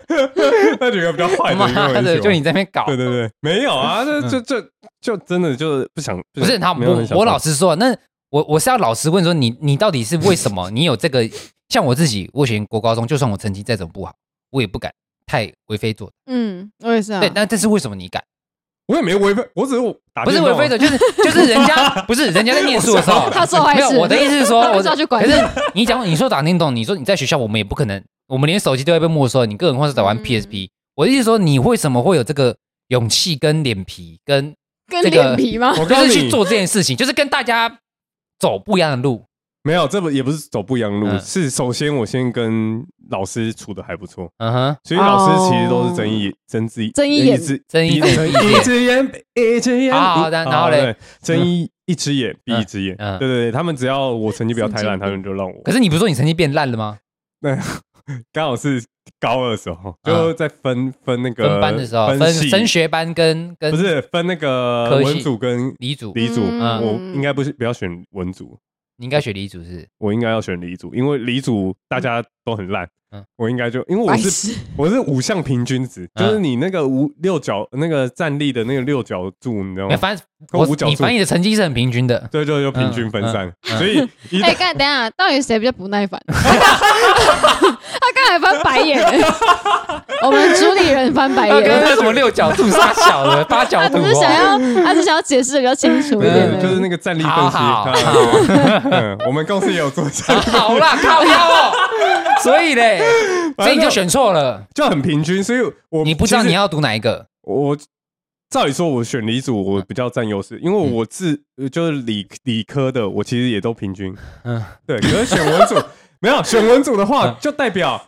Speaker 1: 那几个比较坏的跟我一
Speaker 3: 妈
Speaker 1: 起
Speaker 3: 的，
Speaker 1: 玩，
Speaker 3: 就你在那边搞
Speaker 1: 对。对对，没有啊，这这这就真的就是不想，
Speaker 3: 不是他，
Speaker 1: 没有很想
Speaker 3: 我我老实说，那我我是要老实问说你，你到底是为什么？你有这个？像我自己，我以前国高中，就算我成绩再怎么不好，我也不敢太为非作
Speaker 4: 嗯，我也是啊
Speaker 3: 对，。那这是为什么你敢？
Speaker 1: 我也没违背，我只是我打
Speaker 3: 不是
Speaker 1: 电动
Speaker 3: 为
Speaker 1: 啊
Speaker 3: 非作，就是就是人家不是人家在念书的时候，
Speaker 4: 他做坏
Speaker 3: 没有
Speaker 4: 事
Speaker 3: 我的意思是说，
Speaker 4: 他
Speaker 3: 我
Speaker 4: 不知道去管
Speaker 3: 可是你讲你说打电动，你说你在学校，我们也不可能，我们连手机都会被没收，你更何况是在玩
Speaker 4: 嗯
Speaker 3: PSP。我的意思是说，你为什么会有这个勇气跟脸皮跟
Speaker 4: 跟
Speaker 3: 这个
Speaker 4: 脸皮吗？
Speaker 1: 我
Speaker 3: 就
Speaker 1: 告诉
Speaker 3: 是去
Speaker 1: 你，
Speaker 3: 做这件事情，就是跟大家走不一样的路？
Speaker 1: 没有，这不也不是走不一样的路，
Speaker 3: 嗯
Speaker 1: 是首先我先跟老师处的还不错，
Speaker 3: 嗯哼，
Speaker 1: 所以老师其实都是睁一睁只
Speaker 4: 睁一眼
Speaker 1: 只
Speaker 3: 睁
Speaker 1: 闭
Speaker 3: 一眼闭一眼
Speaker 1: 一只眼一只眼。哦
Speaker 3: 好好的然后嘞，
Speaker 1: 对睁一一只眼闭一只眼。
Speaker 3: 嗯
Speaker 1: 对对对，他们只要我成绩不要太烂，
Speaker 4: 神经病
Speaker 1: 他们就让我
Speaker 3: 可。是你不是说你成绩变烂了吗？
Speaker 1: 刚好是高二的时候，
Speaker 3: 嗯
Speaker 1: 就在分分那个
Speaker 3: 分班的时候，分
Speaker 1: 分系
Speaker 3: 升学班跟跟
Speaker 1: 不是分那个
Speaker 3: 科系
Speaker 1: 文组跟
Speaker 3: 理组，
Speaker 1: 理组，
Speaker 4: 嗯
Speaker 1: 我应该不是不要选文组，
Speaker 3: 你应该选理组是
Speaker 1: 我应该要选理组，因为理组大家都很烂
Speaker 3: 嗯。
Speaker 1: 我应该就 因为我
Speaker 4: 白
Speaker 1: 是
Speaker 4: 痴，
Speaker 1: 我是五项平均值，
Speaker 3: 嗯
Speaker 1: 就是你那个五六角那个站立的那个六角柱，你知道
Speaker 3: 不
Speaker 1: 吗？
Speaker 3: 是，哎反正
Speaker 1: 哦跟
Speaker 3: 我
Speaker 1: 五角
Speaker 3: 你
Speaker 1: 柱
Speaker 3: 反正你的成绩是很平均的，
Speaker 1: 对对，就平
Speaker 3: 嗯
Speaker 1: 均分散，所以一
Speaker 4: 哎，刚才等一下，到底谁比较不耐烦？ 他刚才翻白眼，欸我们主理人翻白
Speaker 3: 刚刚
Speaker 4: 眼，
Speaker 3: 那什么六角度、三小的、八角
Speaker 4: 他
Speaker 3: 度
Speaker 4: 只是哎想
Speaker 3: 哦，
Speaker 4: 要，他只想要解释的比较清楚一
Speaker 1: 对
Speaker 4: 点
Speaker 1: 对，
Speaker 4: 而已。
Speaker 1: 就是那个站立分
Speaker 3: 好
Speaker 1: 析
Speaker 3: 好好，
Speaker 1: 它。嗯，我们公司也有做这个，
Speaker 3: 好啦，靠腰 哦，所以嘞，所以你就选错了，
Speaker 1: 就很平均，所以我
Speaker 3: 你不知道
Speaker 1: 其实
Speaker 3: 你要读哪一个，
Speaker 1: 我。照理说，我选理组
Speaker 3: 嗯
Speaker 1: 我比较占优势，因为我自呃就是理理科的，我其实也都平均。
Speaker 3: 嗯，
Speaker 1: 对，可是选文组没有选文组的话，就代表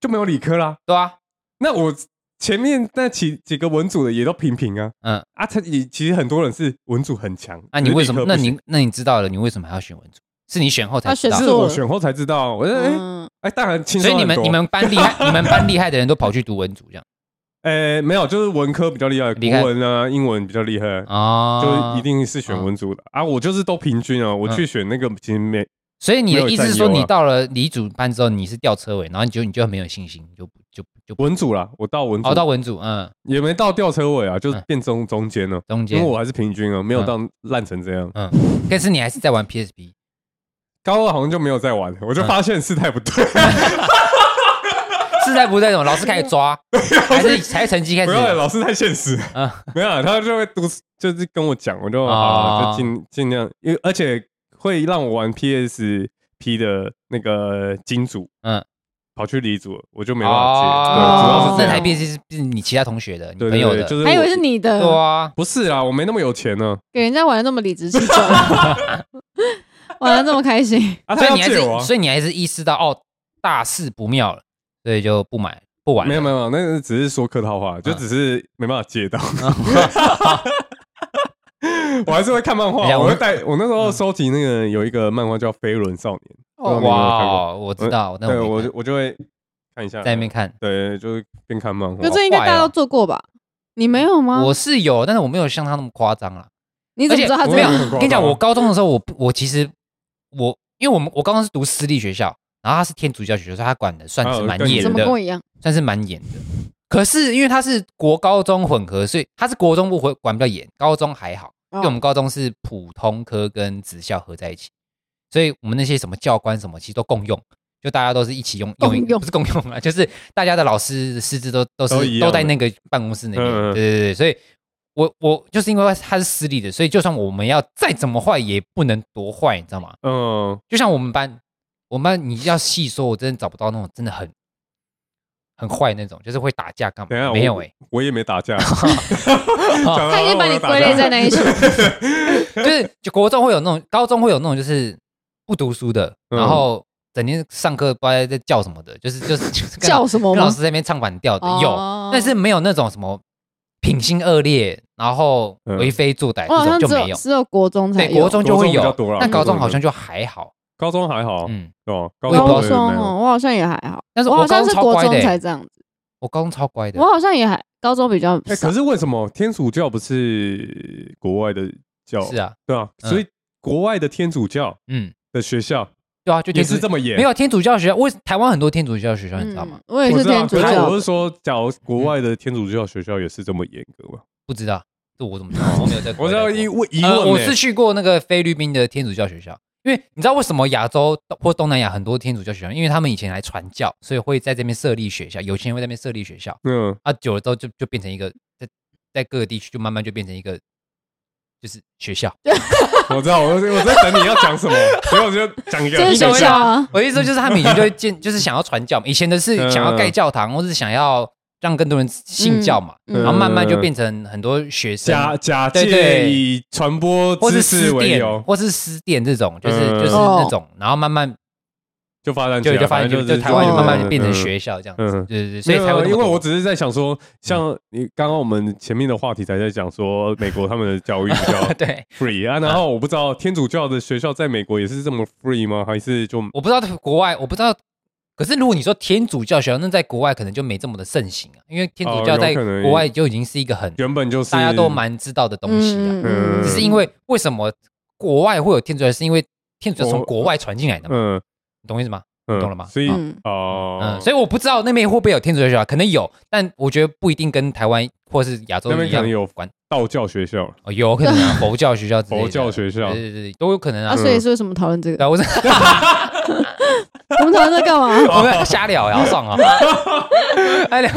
Speaker 1: 就没有理科啦。
Speaker 3: 对啊，
Speaker 1: 那我前面那几几个文组的也都平平啊
Speaker 3: 嗯，啊
Speaker 1: 啊，他也其实很多人是文组很强，
Speaker 3: 那
Speaker 1: 可
Speaker 3: 你
Speaker 1: 是
Speaker 3: 为什么
Speaker 1: 理？科
Speaker 3: 那
Speaker 1: 不行
Speaker 3: 你那你知道了，你为什么还要选文组？是你选后才
Speaker 4: 他
Speaker 3: 知
Speaker 4: 啊
Speaker 3: 道
Speaker 4: 选错。
Speaker 1: 是我选后才知道，我说哎
Speaker 4: 嗯，
Speaker 1: 哎，当然轻
Speaker 3: 所
Speaker 1: 松
Speaker 3: 以
Speaker 1: 很
Speaker 3: 你
Speaker 1: 多。
Speaker 3: 们你们班厉害，你们班厉害的人都跑去读文组 这样
Speaker 1: 呃没有，就是文科比较厉害，
Speaker 3: 厉
Speaker 1: 国
Speaker 3: 害
Speaker 1: 文啊、英文比较厉害，
Speaker 3: 哦，
Speaker 1: 就一。定是选文组的啊。我就是都平均哦，我
Speaker 3: 嗯
Speaker 1: 去选那个其实没
Speaker 3: 所以你的意思是说，
Speaker 1: 没有占优啊
Speaker 3: 你到了理组班之后，你是吊车尾，然后你就你就很没有信心，就不就就不
Speaker 1: 文组啦，我到文组
Speaker 3: 熬到文组，嗯，
Speaker 1: 也没到吊车尾啊，就是变中中间了，
Speaker 3: 中
Speaker 1: 因为
Speaker 3: 间，
Speaker 1: 我还是平均啊，没有到烂成这样。
Speaker 3: 嗯，但是你还是在玩 PSP，
Speaker 1: 高二好像就没有再玩了，
Speaker 3: 嗯
Speaker 1: 我就发现事态不 对，
Speaker 3: 是在不是在什么老师开始抓，还是才成绩开
Speaker 1: 不
Speaker 3: 始，
Speaker 1: 要老师太现实。
Speaker 3: 嗯
Speaker 1: 没有啊，他就会读，就是跟我讲，我就
Speaker 3: 啊
Speaker 1: 好了，就尽尽量，因为而且会让我玩 PSP 的那个金主，
Speaker 3: 嗯
Speaker 1: 嗯，跑去离组，我就没办法
Speaker 4: 哦
Speaker 1: 接，对，主要是
Speaker 3: 那
Speaker 1: 这
Speaker 3: 台
Speaker 1: 样，
Speaker 3: 币是是你其他同学的，你
Speaker 1: 对
Speaker 3: 朋友
Speaker 1: 对对，
Speaker 3: 的，
Speaker 1: 就是
Speaker 4: 还以为
Speaker 1: 我
Speaker 4: 是你的，
Speaker 3: 对啊，
Speaker 1: 不是啦，我没那么有钱呢，
Speaker 4: 给人家玩的那么理直气 壮，玩的这么开心，
Speaker 1: 啊，
Speaker 3: 所
Speaker 1: 他
Speaker 3: 以
Speaker 1: 要
Speaker 3: 你还
Speaker 1: 借我
Speaker 3: 是
Speaker 1: 啊，
Speaker 3: 所以你还是意识到哦大事不妙了，所以就不买，不玩了
Speaker 1: 没有没有没有，那个只是说客套
Speaker 3: 啊
Speaker 1: 话，就只是没办法接到。 我还是会看漫画
Speaker 3: 等一，下
Speaker 1: 我
Speaker 3: 我嗯
Speaker 1: 会带。我那时候收集那个有一个漫画叫《飞轮少年》，
Speaker 4: 哦
Speaker 1: 不知道你有没有看过
Speaker 3: 哇，我知道，那
Speaker 1: 对
Speaker 3: 我
Speaker 1: 我
Speaker 3: 没
Speaker 1: 就
Speaker 3: 看
Speaker 1: 我就会看一下，
Speaker 3: 在那边看，
Speaker 1: 对，就是边看漫画
Speaker 4: 可。这应该大家都做过吧？你没有吗？
Speaker 3: 我是有，但是我没有像他那么夸张啦。
Speaker 4: 你
Speaker 3: 而
Speaker 4: 怎么
Speaker 3: 且
Speaker 4: 知道他
Speaker 1: 我
Speaker 4: 这
Speaker 3: 没有
Speaker 4: 样？
Speaker 1: 样
Speaker 3: 跟你讲，我高中的时候，我不我其实我因为我们我高中是读私立学校，然后他是天主教学校，所以他管的算是
Speaker 1: 哦
Speaker 3: 蛮
Speaker 1: 更
Speaker 3: 严
Speaker 1: 严
Speaker 4: 怎么
Speaker 3: 的
Speaker 4: 跟我，一样？
Speaker 3: 算是蛮严的。可是因为他是国高中混合，所以他是国中不会管比较严，高中还
Speaker 4: 哦
Speaker 3: 好，因为我们高中是普通科跟职校合在一起，所以我们那些什么教官什么其实都共用，就大家都是一起用，
Speaker 4: 共
Speaker 3: 一
Speaker 4: 用
Speaker 3: 不是共用啊， 就是大家的老师师资都都
Speaker 1: 都
Speaker 3: 是
Speaker 1: 一样
Speaker 3: 都
Speaker 1: 的
Speaker 3: 在那个办公室那边，
Speaker 1: 嗯嗯
Speaker 3: 对对对，所以我我就是因为他是私立的，所以就算我们要再怎么坏也不能多坏，你知道吗？
Speaker 1: 嗯，
Speaker 3: 就像我们班，我们班你要细说，我真的找不到那种真的很很坏那种，就是会打架干
Speaker 1: 等一下
Speaker 3: 嘛？没有
Speaker 1: 我
Speaker 3: 哎、
Speaker 1: 我也没打 架，他
Speaker 4: 他已经把你归类在那一群。
Speaker 3: 就是就国中会有那种，高中会有那种就是不读书的，
Speaker 1: 嗯
Speaker 3: 然后整天上课不知道在叫什么的，就是就是就是跟
Speaker 4: 叫什么
Speaker 3: 跟老
Speaker 4: 吗？
Speaker 3: 师在那边唱反调的
Speaker 4: 哦
Speaker 3: 有，但是没有那种什么品性恶劣，然后
Speaker 1: 嗯
Speaker 3: 为非作歹
Speaker 4: 我好
Speaker 3: 这
Speaker 4: 像
Speaker 3: 种就
Speaker 4: 只
Speaker 3: 没
Speaker 4: 有
Speaker 3: 有。
Speaker 4: 只有国中才
Speaker 3: 对，
Speaker 4: 有。
Speaker 3: 国中就
Speaker 1: 国
Speaker 3: 会
Speaker 1: 中比较
Speaker 3: 有
Speaker 1: 多啦，
Speaker 3: 但高中
Speaker 1: 国中哦
Speaker 3: 好像就还好。
Speaker 1: 高中还好，
Speaker 3: 嗯，
Speaker 1: 对吧？高
Speaker 4: 我
Speaker 1: 中
Speaker 4: 高
Speaker 1: 我也
Speaker 4: 中
Speaker 1: 没有
Speaker 4: 哦，我好像也还好。
Speaker 3: 但是
Speaker 4: 我
Speaker 3: 我高
Speaker 4: 好像
Speaker 3: 中
Speaker 4: 是
Speaker 3: 超
Speaker 4: 国
Speaker 3: 乖
Speaker 4: 中
Speaker 3: 的
Speaker 4: 才
Speaker 3: 欸，
Speaker 4: 这样子，
Speaker 3: 我高中超乖的
Speaker 4: 我。好像也还高中比较
Speaker 1: 哎、
Speaker 4: 少
Speaker 1: 可。是为什么天主教不是国外的教？
Speaker 3: 是啊，
Speaker 1: 对啊，
Speaker 3: 嗯
Speaker 1: 所以国外的天主教
Speaker 3: 嗯，
Speaker 1: 的学校
Speaker 3: 对啊，就
Speaker 1: 也
Speaker 3: 天
Speaker 1: 是
Speaker 3: 主
Speaker 1: 这么严，
Speaker 3: 没有天主教学校，为台湾很多天主教学校，你知道吗
Speaker 4: 嗯？，我也
Speaker 1: 哎我
Speaker 4: 是
Speaker 1: 知道
Speaker 4: 天主
Speaker 1: 可是
Speaker 4: 教
Speaker 1: 我是。说，假如国外的天主教学校也是这么严格吗？
Speaker 3: 不知道，这我怎么知道？我没有在 国
Speaker 1: 我
Speaker 3: 外
Speaker 1: 知
Speaker 3: 待
Speaker 1: 道
Speaker 3: 过。
Speaker 1: 疑问疑
Speaker 3: 呃，
Speaker 1: 问、欸
Speaker 3: 我是去过那个菲律宾的天主教学校，因为你知道为什么亚洲或东南亚很多天主教学校，因为他们以前还传教，所以会在这边设立学校，有钱人会在这边设立学校
Speaker 1: 嗯
Speaker 3: 啊，久了之后就就变成一个在在各个地区就慢慢就变成一个就是学校。
Speaker 1: 我知道，我我在等你要讲什么，结果就讲一个
Speaker 4: 这是学
Speaker 3: 学校
Speaker 4: 校啊，
Speaker 3: 我意思说就是他们以前就会建， 就是想要传教嘛，以前的是
Speaker 1: 嗯
Speaker 3: 想要盖教堂，或是想要让更多人信教嘛，
Speaker 4: 嗯嗯
Speaker 3: 然后慢慢就变成很多学生
Speaker 1: 假假
Speaker 3: 对
Speaker 1: 借
Speaker 3: 对
Speaker 1: 以传播
Speaker 3: 或
Speaker 1: 知
Speaker 3: 是
Speaker 1: 识
Speaker 3: 私
Speaker 1: 为由
Speaker 3: 店，或是私店这种，就是
Speaker 1: 嗯
Speaker 3: 就是那种，然后慢慢
Speaker 1: 就发展起
Speaker 3: 就
Speaker 1: 来，
Speaker 3: 就发现
Speaker 1: 反
Speaker 3: 就
Speaker 1: 正
Speaker 3: 就是台湾就慢慢
Speaker 1: 嗯
Speaker 3: 就变成
Speaker 1: 嗯
Speaker 3: 学校这样
Speaker 1: 嗯
Speaker 3: 子，对对对，所以
Speaker 1: 没有
Speaker 3: 才会那么
Speaker 1: 因为
Speaker 3: 多
Speaker 1: 我只是在想说，像你刚刚我们前面的话题才在讲说，美国他们的教育比较
Speaker 3: 对，
Speaker 1: free 啊，然后我不知道天主教的学校在美国也是这么 free 吗？还是就
Speaker 3: 我不知道国外，我不知道。可是如果你说天主教学校，那在国外可能就没这么的盛行啊，因为天主
Speaker 1: 哦
Speaker 3: 教
Speaker 1: 有
Speaker 3: 在
Speaker 1: 可能
Speaker 3: 国外就已经是一个很
Speaker 1: 原本就是
Speaker 3: 大家都蛮知道的东西啊。
Speaker 1: 嗯
Speaker 3: 只是因为为什么国外会有天主教，是因为天主教从
Speaker 1: 国
Speaker 3: 国外传进来的嘛，
Speaker 1: 嗯
Speaker 3: 你懂我意思吗？
Speaker 1: 嗯，
Speaker 3: 懂了吗啊
Speaker 1: 所以
Speaker 4: 嗯
Speaker 1: 哦，
Speaker 3: 嗯，所以我不知道那边会不会有天主教学校，可能有，但我觉得不一定跟台湾或是亚洲
Speaker 1: 那边
Speaker 3: 一
Speaker 1: 可
Speaker 3: 样
Speaker 1: 能有
Speaker 3: 管
Speaker 1: 道教学校，
Speaker 3: 哦，有可能啊，佛教学校之类的
Speaker 1: 佛教学校
Speaker 3: 对对对，都有可能啊
Speaker 4: 啊，。所以是为什么讨论这
Speaker 3: 对
Speaker 4: 个？
Speaker 3: 啊，我是
Speaker 4: 我们讨论这 干嘛？
Speaker 3: 我们瞎聊，然后上啊，哎聊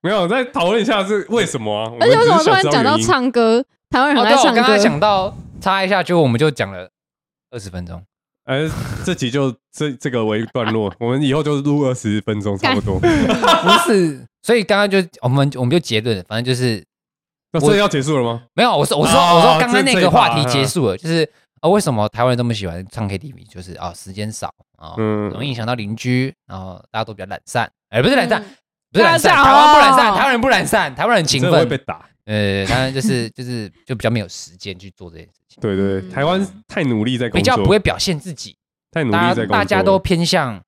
Speaker 1: 没有再讨论一下是为什么啊？
Speaker 4: 而且哎为什么突然
Speaker 1: 我们只是想
Speaker 4: 讲到
Speaker 1: 知道原因？
Speaker 4: 唱歌？台湾人
Speaker 3: 哦，
Speaker 4: 很
Speaker 3: 对，
Speaker 4: 爱
Speaker 3: 我
Speaker 4: 唱
Speaker 3: 刚刚
Speaker 4: 歌，
Speaker 3: 想到插一下，就我们就讲了二十分钟，
Speaker 1: 哎，这集就这这个为段 落，我们以后就录二十分钟差不多。
Speaker 3: 不是，所以刚刚就我们我们就结论，反正就是
Speaker 1: 那这要结束了吗？
Speaker 3: 没有，我说我说、
Speaker 1: 哦
Speaker 3: 我说刚刚那
Speaker 1: 这这一嗯
Speaker 3: 个
Speaker 1: 趴
Speaker 3: 话题结束了，就是啊、为什么台湾人这么喜欢唱 KTV？就是啊、时间少啊，
Speaker 1: 嗯
Speaker 3: 容易影响到邻居，然后大家都比较懒散，哎、不是懒散。
Speaker 4: 嗯
Speaker 3: 不是懒散，
Speaker 4: 大家
Speaker 3: 台湾不懒
Speaker 4: 哦
Speaker 3: 散，台湾人不懒散，台湾人勤
Speaker 1: 真的会
Speaker 3: 奋
Speaker 1: 被。打。
Speaker 3: 呃，当然就是就是就比较没有时间去做这件事情，
Speaker 1: 对对，对
Speaker 4: 嗯
Speaker 1: 台湾太努力在工
Speaker 3: 比较
Speaker 1: 作，
Speaker 3: 不会表现自己。
Speaker 1: 太努
Speaker 3: 大
Speaker 1: 力
Speaker 3: 家
Speaker 1: 在工作，
Speaker 3: 大家都偏向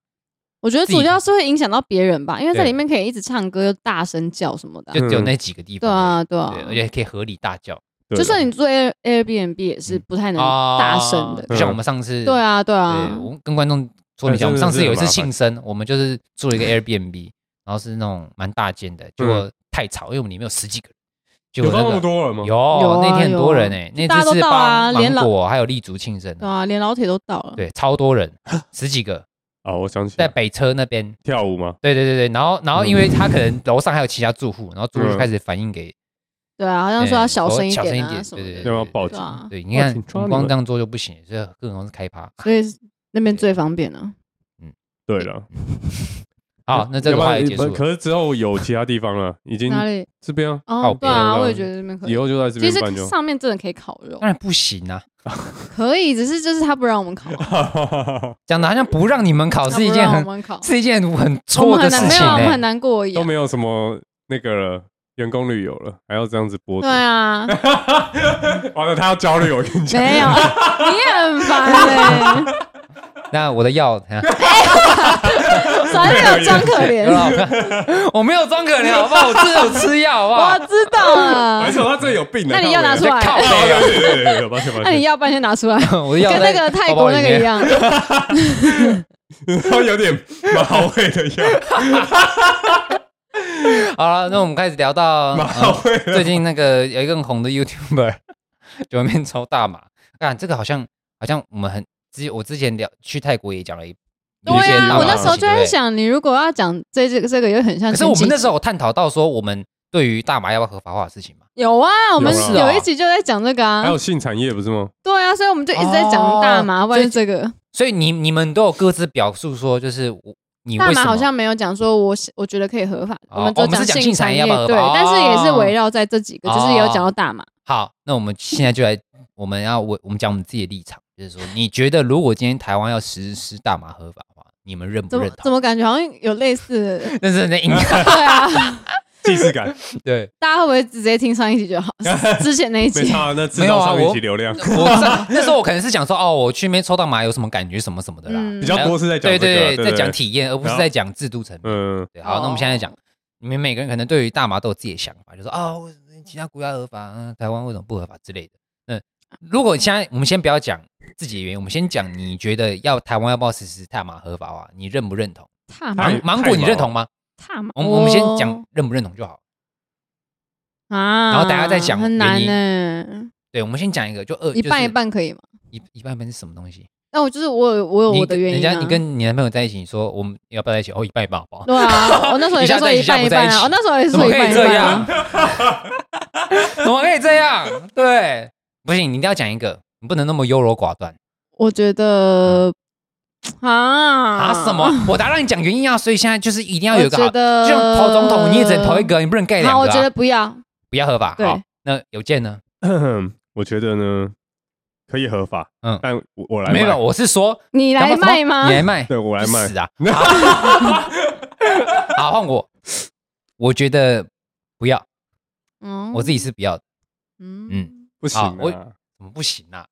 Speaker 4: 我觉得
Speaker 3: 自己
Speaker 4: 主要是会影响到别人吧，因为在
Speaker 3: 对
Speaker 4: 里面可以一直唱歌、又大声叫什么的啊。
Speaker 3: 就
Speaker 1: 嗯
Speaker 3: 只有那几个地
Speaker 4: 对
Speaker 3: 方而
Speaker 4: 啊，
Speaker 3: 已，
Speaker 4: 对啊，
Speaker 3: 对，而且可以合理大叫
Speaker 1: 对
Speaker 4: 就算你住 Air Airbnb 也是不太能嗯大声的
Speaker 3: 嗯啊。就像我们上次
Speaker 4: 对，啊，对
Speaker 3: 对
Speaker 4: 啊，
Speaker 3: 我跟观众说明一下，
Speaker 1: 嗯哎
Speaker 3: 我们
Speaker 1: 真的
Speaker 3: 上次有一
Speaker 1: 是很
Speaker 3: 次
Speaker 1: 麻
Speaker 3: 庆生，我们就是住 了一个 Airbnb，然后是那种蛮大间的，结果太吵，因为我们里面有十几个人，结
Speaker 1: 嗯有
Speaker 3: 果
Speaker 1: 到那
Speaker 3: 那
Speaker 1: 么
Speaker 3: 个
Speaker 1: 多了吗？
Speaker 4: 有
Speaker 3: 有
Speaker 4: 啊
Speaker 3: 那天很多人
Speaker 4: 有啊
Speaker 3: 哎，那
Speaker 4: 大家
Speaker 3: 次
Speaker 4: 都
Speaker 3: 是
Speaker 4: 到啊
Speaker 3: 帮
Speaker 4: 连老
Speaker 3: 芒果还有立足庆生
Speaker 4: 对，啊，连老铁都到了。
Speaker 3: 对，超多 人，十几个
Speaker 1: 啊，我想起
Speaker 3: 在
Speaker 1: 来
Speaker 3: 北车那边。
Speaker 1: 跳舞吗？
Speaker 3: 对对对对，然后然后因为他可能楼上还有其他住户，然后住户就
Speaker 1: 嗯
Speaker 3: 开始反映给，
Speaker 4: 对啊，好像说要
Speaker 3: 哎
Speaker 4: 小声一
Speaker 3: 小声一
Speaker 4: 点啊
Speaker 3: 点，
Speaker 4: 什么
Speaker 3: 对对
Speaker 4: 的。
Speaker 1: 要不要报
Speaker 4: 对
Speaker 1: 警？
Speaker 4: 啊，
Speaker 3: 对，你看
Speaker 1: 请抓
Speaker 3: 我
Speaker 1: 你
Speaker 3: 们光
Speaker 1: 们
Speaker 3: 这样做就不行，所以更何况是开趴。
Speaker 4: 所以那边最方便了。
Speaker 1: 对了，
Speaker 3: 好，那这
Speaker 1: 要
Speaker 3: 个
Speaker 1: 不然
Speaker 3: 话题结束了。
Speaker 1: 可是之后有其他地方了，已经
Speaker 4: 哪里？
Speaker 1: 这边啊
Speaker 4: 哦
Speaker 3: 告，别
Speaker 4: 对啊，
Speaker 1: 了
Speaker 4: 我也觉得那边可
Speaker 1: 以
Speaker 4: 以。
Speaker 1: 后就在这
Speaker 4: 其
Speaker 1: 边办
Speaker 4: 实
Speaker 1: 就。
Speaker 4: 上面真的可以烤肉
Speaker 3: 当，然不行啊，
Speaker 4: 可以，只是就是他不让我们 考啊，
Speaker 3: 讲的好像不让你们考
Speaker 4: 他
Speaker 3: 哦是一
Speaker 4: 不
Speaker 3: 件
Speaker 4: 让
Speaker 3: 很
Speaker 4: 我们考，
Speaker 3: 是一件很
Speaker 4: 我
Speaker 3: 错的
Speaker 4: 们很
Speaker 3: 事
Speaker 4: 难没
Speaker 3: 情
Speaker 4: 有啊，我们
Speaker 3: 欸
Speaker 4: 很难过一
Speaker 1: 都
Speaker 4: 样。
Speaker 1: 没有什么那个了，员工旅游了，还要这样子剥夺。
Speaker 4: 对啊，
Speaker 1: 完了，他要焦虑，我跟你讲。
Speaker 4: 没有， 你很烦 哎、
Speaker 3: 那我的药， 啊
Speaker 4: 反正有装可怜，
Speaker 3: 我没有装可怜，好不好？我真的有吃药，好不
Speaker 4: 我
Speaker 3: 好？
Speaker 4: 知道了
Speaker 1: 没。错，他这有病的。
Speaker 4: 啊那你要拿出
Speaker 1: 来。
Speaker 4: 来，
Speaker 3: 靠
Speaker 1: 哦对对对对对，抱歉抱
Speaker 4: 那你
Speaker 1: 歉，
Speaker 4: 要半先拿出来，
Speaker 3: 我的药
Speaker 4: 跟
Speaker 3: 在
Speaker 4: 那个泰
Speaker 3: 包包
Speaker 4: 国
Speaker 3: 里
Speaker 4: 那个
Speaker 3: 面
Speaker 4: 一，样。
Speaker 1: 他有点马尾的 药，
Speaker 3: 好了，那我们开始聊到
Speaker 1: 马
Speaker 3: 呃
Speaker 1: 尾 的
Speaker 3: 最近那个有一个很红的 YouTuber 九面抽大麻，看这个好像好像我们很之我之前聊去泰国也讲了一，有一
Speaker 4: 对
Speaker 3: 些
Speaker 4: 啊，
Speaker 3: 大
Speaker 4: 我
Speaker 3: 麻
Speaker 4: 那
Speaker 3: 的
Speaker 4: 时候
Speaker 3: 事情
Speaker 4: 就在，
Speaker 3: 对
Speaker 4: 想，你如果要讲这这这个，又很像
Speaker 3: 不对可
Speaker 4: 前几集。
Speaker 3: 是我们那时候有探讨到说我们对于大麻要不要合法化的事情嘛，
Speaker 4: 有啊，我们
Speaker 1: 有啊
Speaker 4: 有一集就在讲这个
Speaker 1: 还
Speaker 4: 啊
Speaker 1: 有，性产业不是吗？
Speaker 4: 对啊，所以我们就一直在讲大麻，
Speaker 3: 哦
Speaker 4: 关于这个
Speaker 3: 所以你你们都有各自表述说就是我你为
Speaker 4: 大
Speaker 3: 什
Speaker 4: 麻
Speaker 3: 么
Speaker 4: 好像没有讲说我我觉得可以合法，
Speaker 3: 哦
Speaker 4: 们
Speaker 3: 我
Speaker 4: 都
Speaker 3: 们是讲
Speaker 4: 性
Speaker 3: 性产
Speaker 4: 产
Speaker 3: 业要不要合
Speaker 4: 对，
Speaker 3: 法
Speaker 4: 但是也是
Speaker 3: 哦
Speaker 4: 围绕在这几个，就是有讲到大麻，
Speaker 3: 好，那我们现在就来，我们要我我们讲我们自己的立场，就是说，你觉得如果今天台湾要实施大麻合法化，你们认不
Speaker 4: 怎么
Speaker 3: 认
Speaker 4: 怎
Speaker 3: 同？
Speaker 4: 么感觉好像有类似的，
Speaker 3: 那是那应该
Speaker 4: 对啊，
Speaker 1: 既视 感
Speaker 3: 对，
Speaker 4: 大家会不会直接听上一 集就好？之前那一
Speaker 1: 没
Speaker 4: 集
Speaker 1: 差，那制
Speaker 3: 没有
Speaker 1: 造
Speaker 3: 啊
Speaker 1: 上一
Speaker 3: 我
Speaker 1: 集流量
Speaker 3: 我是那时候我可能是讲说，哦，我去没抽到麻有什么感觉什么什么的啦，
Speaker 4: 嗯
Speaker 1: 比较多是在讲
Speaker 3: 对
Speaker 1: 这个啊
Speaker 3: 对
Speaker 1: 对
Speaker 3: 在讲体验，而不是在讲制度层面。
Speaker 1: 嗯，
Speaker 3: 对，好，那我们现在讲，你们每个人可能对于大麻都有自己的想法，就说啊，为什么其他国家合法，嗯台湾为什么不合法之类的。那如果现在我们先不要讲自己的原因，我们先讲你觉得要台湾要不要实施大麻合法化，你认不认同？
Speaker 4: 大麻
Speaker 1: 太
Speaker 3: 芒芒果你认同吗？
Speaker 4: 大麻，
Speaker 3: 我们我们先讲认不认同就好。
Speaker 4: 哦啊，
Speaker 3: 然后大家再讲
Speaker 4: 很难
Speaker 3: 原因
Speaker 4: 呢，
Speaker 3: 对，我们先讲一个，就二
Speaker 4: 一半
Speaker 3: 就是
Speaker 4: 一半可以吗？
Speaker 3: 一一半一半是什么东西？
Speaker 4: 那我就是我有我有
Speaker 3: 你
Speaker 4: 我的
Speaker 3: 跟
Speaker 4: 原因
Speaker 3: 人
Speaker 4: 啊，
Speaker 3: 家你跟你男朋友在一起，你说我们要不要在一起？哦，一半一半好不好？
Speaker 4: 对啊，我那时候也
Speaker 3: 一下
Speaker 4: 就
Speaker 3: 在
Speaker 4: 说
Speaker 3: 一
Speaker 4: 一
Speaker 3: 起
Speaker 4: 半一
Speaker 3: 一下不在一
Speaker 4: 半
Speaker 3: 起
Speaker 4: 啊，我那时候也是
Speaker 3: 怎么
Speaker 4: 说一
Speaker 3: 可
Speaker 4: 半
Speaker 3: 以
Speaker 4: 一
Speaker 3: 这
Speaker 4: 半啊
Speaker 3: 样。？ 怎么可以这样？对，不行，你一定要讲一个，你不能那么优柔寡断。
Speaker 4: 我觉 得啊
Speaker 3: 啊
Speaker 4: 啊
Speaker 3: 什么？我答让你讲原因啊，所以现在就是一定要有一个
Speaker 4: 我
Speaker 3: 好，
Speaker 4: 觉得嗯
Speaker 3: 就像投总统，你也只能投一个，你不能盖两个、啊。
Speaker 4: 好，我觉得不要，
Speaker 3: 不要合法。
Speaker 4: 对
Speaker 3: 好，那有见呢？
Speaker 1: 嗯我觉得呢，可以合法，
Speaker 3: 嗯
Speaker 1: 但我我来
Speaker 3: 没
Speaker 1: 卖
Speaker 3: 有，我是说
Speaker 4: 你来卖吗
Speaker 3: 你？来卖，
Speaker 1: 对我来卖
Speaker 3: 死啊！ 好，换我。我觉得不要，
Speaker 4: 嗯
Speaker 3: 我自己是不要的。
Speaker 4: 嗯，
Speaker 1: 不行
Speaker 3: 好我
Speaker 1: 啊，
Speaker 3: 怎么不行啊？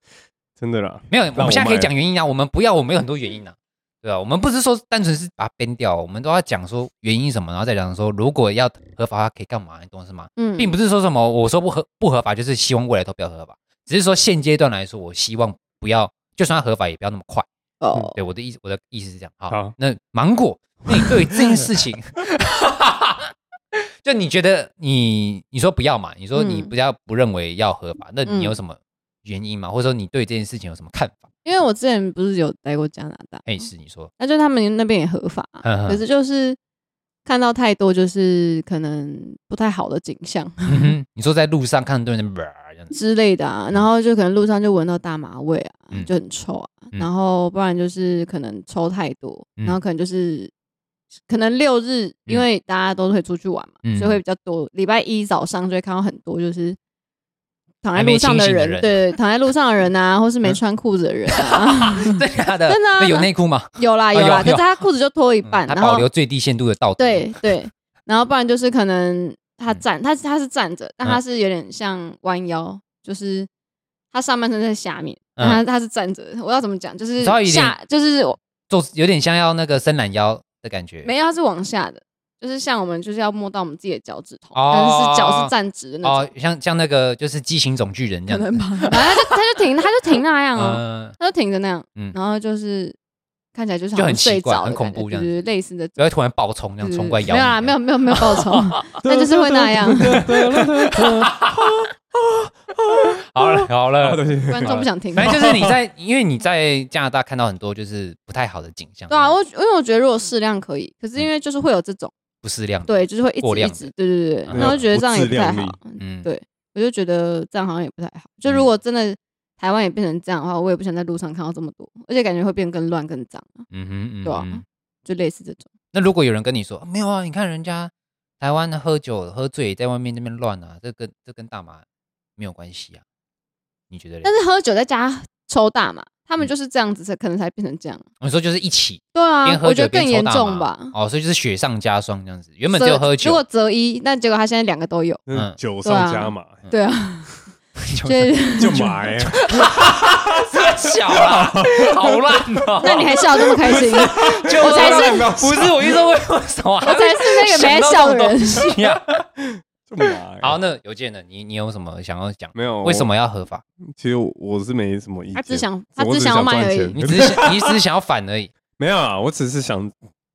Speaker 1: 真的啦，
Speaker 3: 没有，我
Speaker 1: 我
Speaker 3: 们现在可以
Speaker 1: 卖
Speaker 3: 讲原因啊。我们不要，我们有很多原因啊。对啊，我们不是说单纯是把它编掉，我们都要讲说原因什么，然后再讲说如果要合法化可以干嘛，你懂我意思吗？
Speaker 4: 嗯
Speaker 3: 并不是说什么我说不合不合法，就是希望未来都不要合法，只是说现阶段来说，我希望不要，就算它合法也不要那么快。
Speaker 4: 哦，
Speaker 3: 对我的意思，我的意思是这样。好，
Speaker 1: 好
Speaker 3: 那芒果，那你对于这件事 情，就你觉得你你说不要嘛，你说你
Speaker 4: 嗯
Speaker 3: 不要不认为要合法，那你
Speaker 4: 嗯
Speaker 3: 有什么原因吗？或者说你对这件事情有什么看法？
Speaker 4: 因为我之前不是有待过加拿大，
Speaker 3: 哎，是你说，
Speaker 4: 那就他们那边也合法啊，
Speaker 3: 嗯嗯
Speaker 4: 可是就是看到太多就是可能不太好的景 象
Speaker 3: 嗯哼你说在路上看到人家这样 子，
Speaker 4: 之类的啊，然后就可能路上就闻到大麻味啊，
Speaker 3: 嗯
Speaker 4: 就很臭啊，
Speaker 3: 嗯
Speaker 4: 然后不然就是可能抽太多，
Speaker 3: 嗯
Speaker 4: 然后可能就是。可能六日，因为大家都会出去玩嘛，
Speaker 3: 嗯
Speaker 4: 所以会比较多。礼拜一早上就会看到很多，就是躺在
Speaker 3: 还没
Speaker 4: 路上的
Speaker 3: 清醒的
Speaker 4: 人，
Speaker 3: 人嗯
Speaker 4: 对，躺在路上的人啊，或是没穿裤子的人 啊，
Speaker 3: 对啊的，
Speaker 4: 真的啊
Speaker 3: 那有内裤吗？
Speaker 4: 有啦有
Speaker 3: 哦有
Speaker 4: 啦，可
Speaker 3: 有
Speaker 4: 是他裤子就脱一
Speaker 3: 嗯
Speaker 4: 半，
Speaker 3: 它
Speaker 4: 然后
Speaker 3: 保留最低限度的道德。
Speaker 4: 对对，然后不然就是可能他
Speaker 3: 嗯
Speaker 4: 站，他他是站着，
Speaker 3: 嗯
Speaker 4: 但他是有点像弯腰，就是他上半身在下面，
Speaker 3: 嗯
Speaker 4: 但他他是站着。我要怎么讲？就是
Speaker 3: 稍微有点
Speaker 4: 下，就是我
Speaker 3: 做有点像要那个伸懒腰的感觉，
Speaker 4: 没有，他是往下的，就是像我们就是要摸到我们自己的脚趾头，
Speaker 3: 哦
Speaker 4: 但是是脚是站直的那
Speaker 3: 哦
Speaker 4: 种，，
Speaker 3: 像像那个就是畸形种巨人这
Speaker 4: 可
Speaker 3: 样子
Speaker 4: 能，吧。 然后他就他就停，他就停那样哦，
Speaker 3: 嗯，
Speaker 4: 他就停着那样
Speaker 3: 嗯，
Speaker 4: 然后就是看起来就是
Speaker 3: 就
Speaker 4: 好
Speaker 3: 很
Speaker 4: 像
Speaker 3: 奇
Speaker 4: 睡
Speaker 3: 怪
Speaker 4: 着
Speaker 3: 很
Speaker 4: 的感
Speaker 3: 恐怖这
Speaker 4: 觉，
Speaker 3: 样
Speaker 4: 就是类似的。
Speaker 3: 然后突然爆冲，这样
Speaker 4: 就是
Speaker 3: 冲过来咬
Speaker 4: 嗯没
Speaker 3: 你
Speaker 4: 有啦，没有没有没有爆冲， 那就是会 那样。
Speaker 3: 好了好
Speaker 1: 啊，
Speaker 3: 了，
Speaker 1: 对不起
Speaker 4: 观众不想听。
Speaker 3: 反正就是你在，因为你在加拿大看到很多就是不太好的景象，
Speaker 4: 对啊，我因为我觉得如
Speaker 3: 嗯
Speaker 4: 果适量可以，可是因为就是会有这种，
Speaker 3: 不适量，，
Speaker 4: 对，就是会一
Speaker 3: 嗯过
Speaker 4: 直
Speaker 3: 量
Speaker 4: 一
Speaker 3: 的
Speaker 4: 直，对对对，
Speaker 3: 嗯
Speaker 4: 然后觉得这样也不太
Speaker 1: 不自
Speaker 4: 好
Speaker 1: 量，
Speaker 3: 嗯
Speaker 4: 对我就觉得这样好像也不太好。就如果真的台湾也变成这样的话，我也不想在路上看到这么多，而且感觉会变更乱更脏，
Speaker 3: 嗯哼，嗯
Speaker 4: 对啊
Speaker 3: 哼，
Speaker 4: 就类似这种。
Speaker 3: 那如果有人跟你说没有啊，你看人家台湾喝酒喝醉在外面那边乱啊，这跟这跟大麻没有关系啊，你觉得嘞？
Speaker 4: 但是喝酒在家抽大麻，他
Speaker 3: 嗯
Speaker 4: 们就是这样子才可能才变成这样。
Speaker 3: 我说就是一起
Speaker 4: 对
Speaker 3: 边
Speaker 4: 啊，
Speaker 3: 喝
Speaker 4: 我觉
Speaker 3: 酒
Speaker 4: 得更
Speaker 3: 边抽
Speaker 4: 严
Speaker 3: 大
Speaker 4: 重
Speaker 3: 麻
Speaker 4: 吧。
Speaker 3: 哦，所以就是雪上加霜这样子。原本只有喝
Speaker 4: 如
Speaker 3: 酒
Speaker 4: 果，择一，那结果他现在两个都有。
Speaker 1: 嗯
Speaker 3: 嗯，
Speaker 1: 酒上加码，
Speaker 4: 对 啊，
Speaker 3: 就
Speaker 4: 就 是
Speaker 1: 就麻欸，
Speaker 3: 小 啦，好烂哦！
Speaker 4: 那你还笑得这么开 心，我
Speaker 3: 就
Speaker 4: 我才是
Speaker 3: 不是我一说为什么还会
Speaker 4: 才是那个
Speaker 3: 想
Speaker 4: 没在
Speaker 3: 到
Speaker 4: 笑的
Speaker 3: 这种
Speaker 4: 人
Speaker 3: 东。 西呀？
Speaker 1: 就麻欸。
Speaker 3: 好，那邮件呢？你你有什么想要讲？
Speaker 1: 没有
Speaker 3: 为什？么要合法？
Speaker 1: 我其实我我是没什么意见，
Speaker 4: 他只想
Speaker 1: 我
Speaker 4: 他
Speaker 1: 只
Speaker 4: 只
Speaker 1: 是
Speaker 4: 想要卖
Speaker 1: 赚
Speaker 4: 而
Speaker 1: 钱
Speaker 4: 已。
Speaker 3: 你只是想你只是想要反而已，
Speaker 1: 没有啊，我只是想，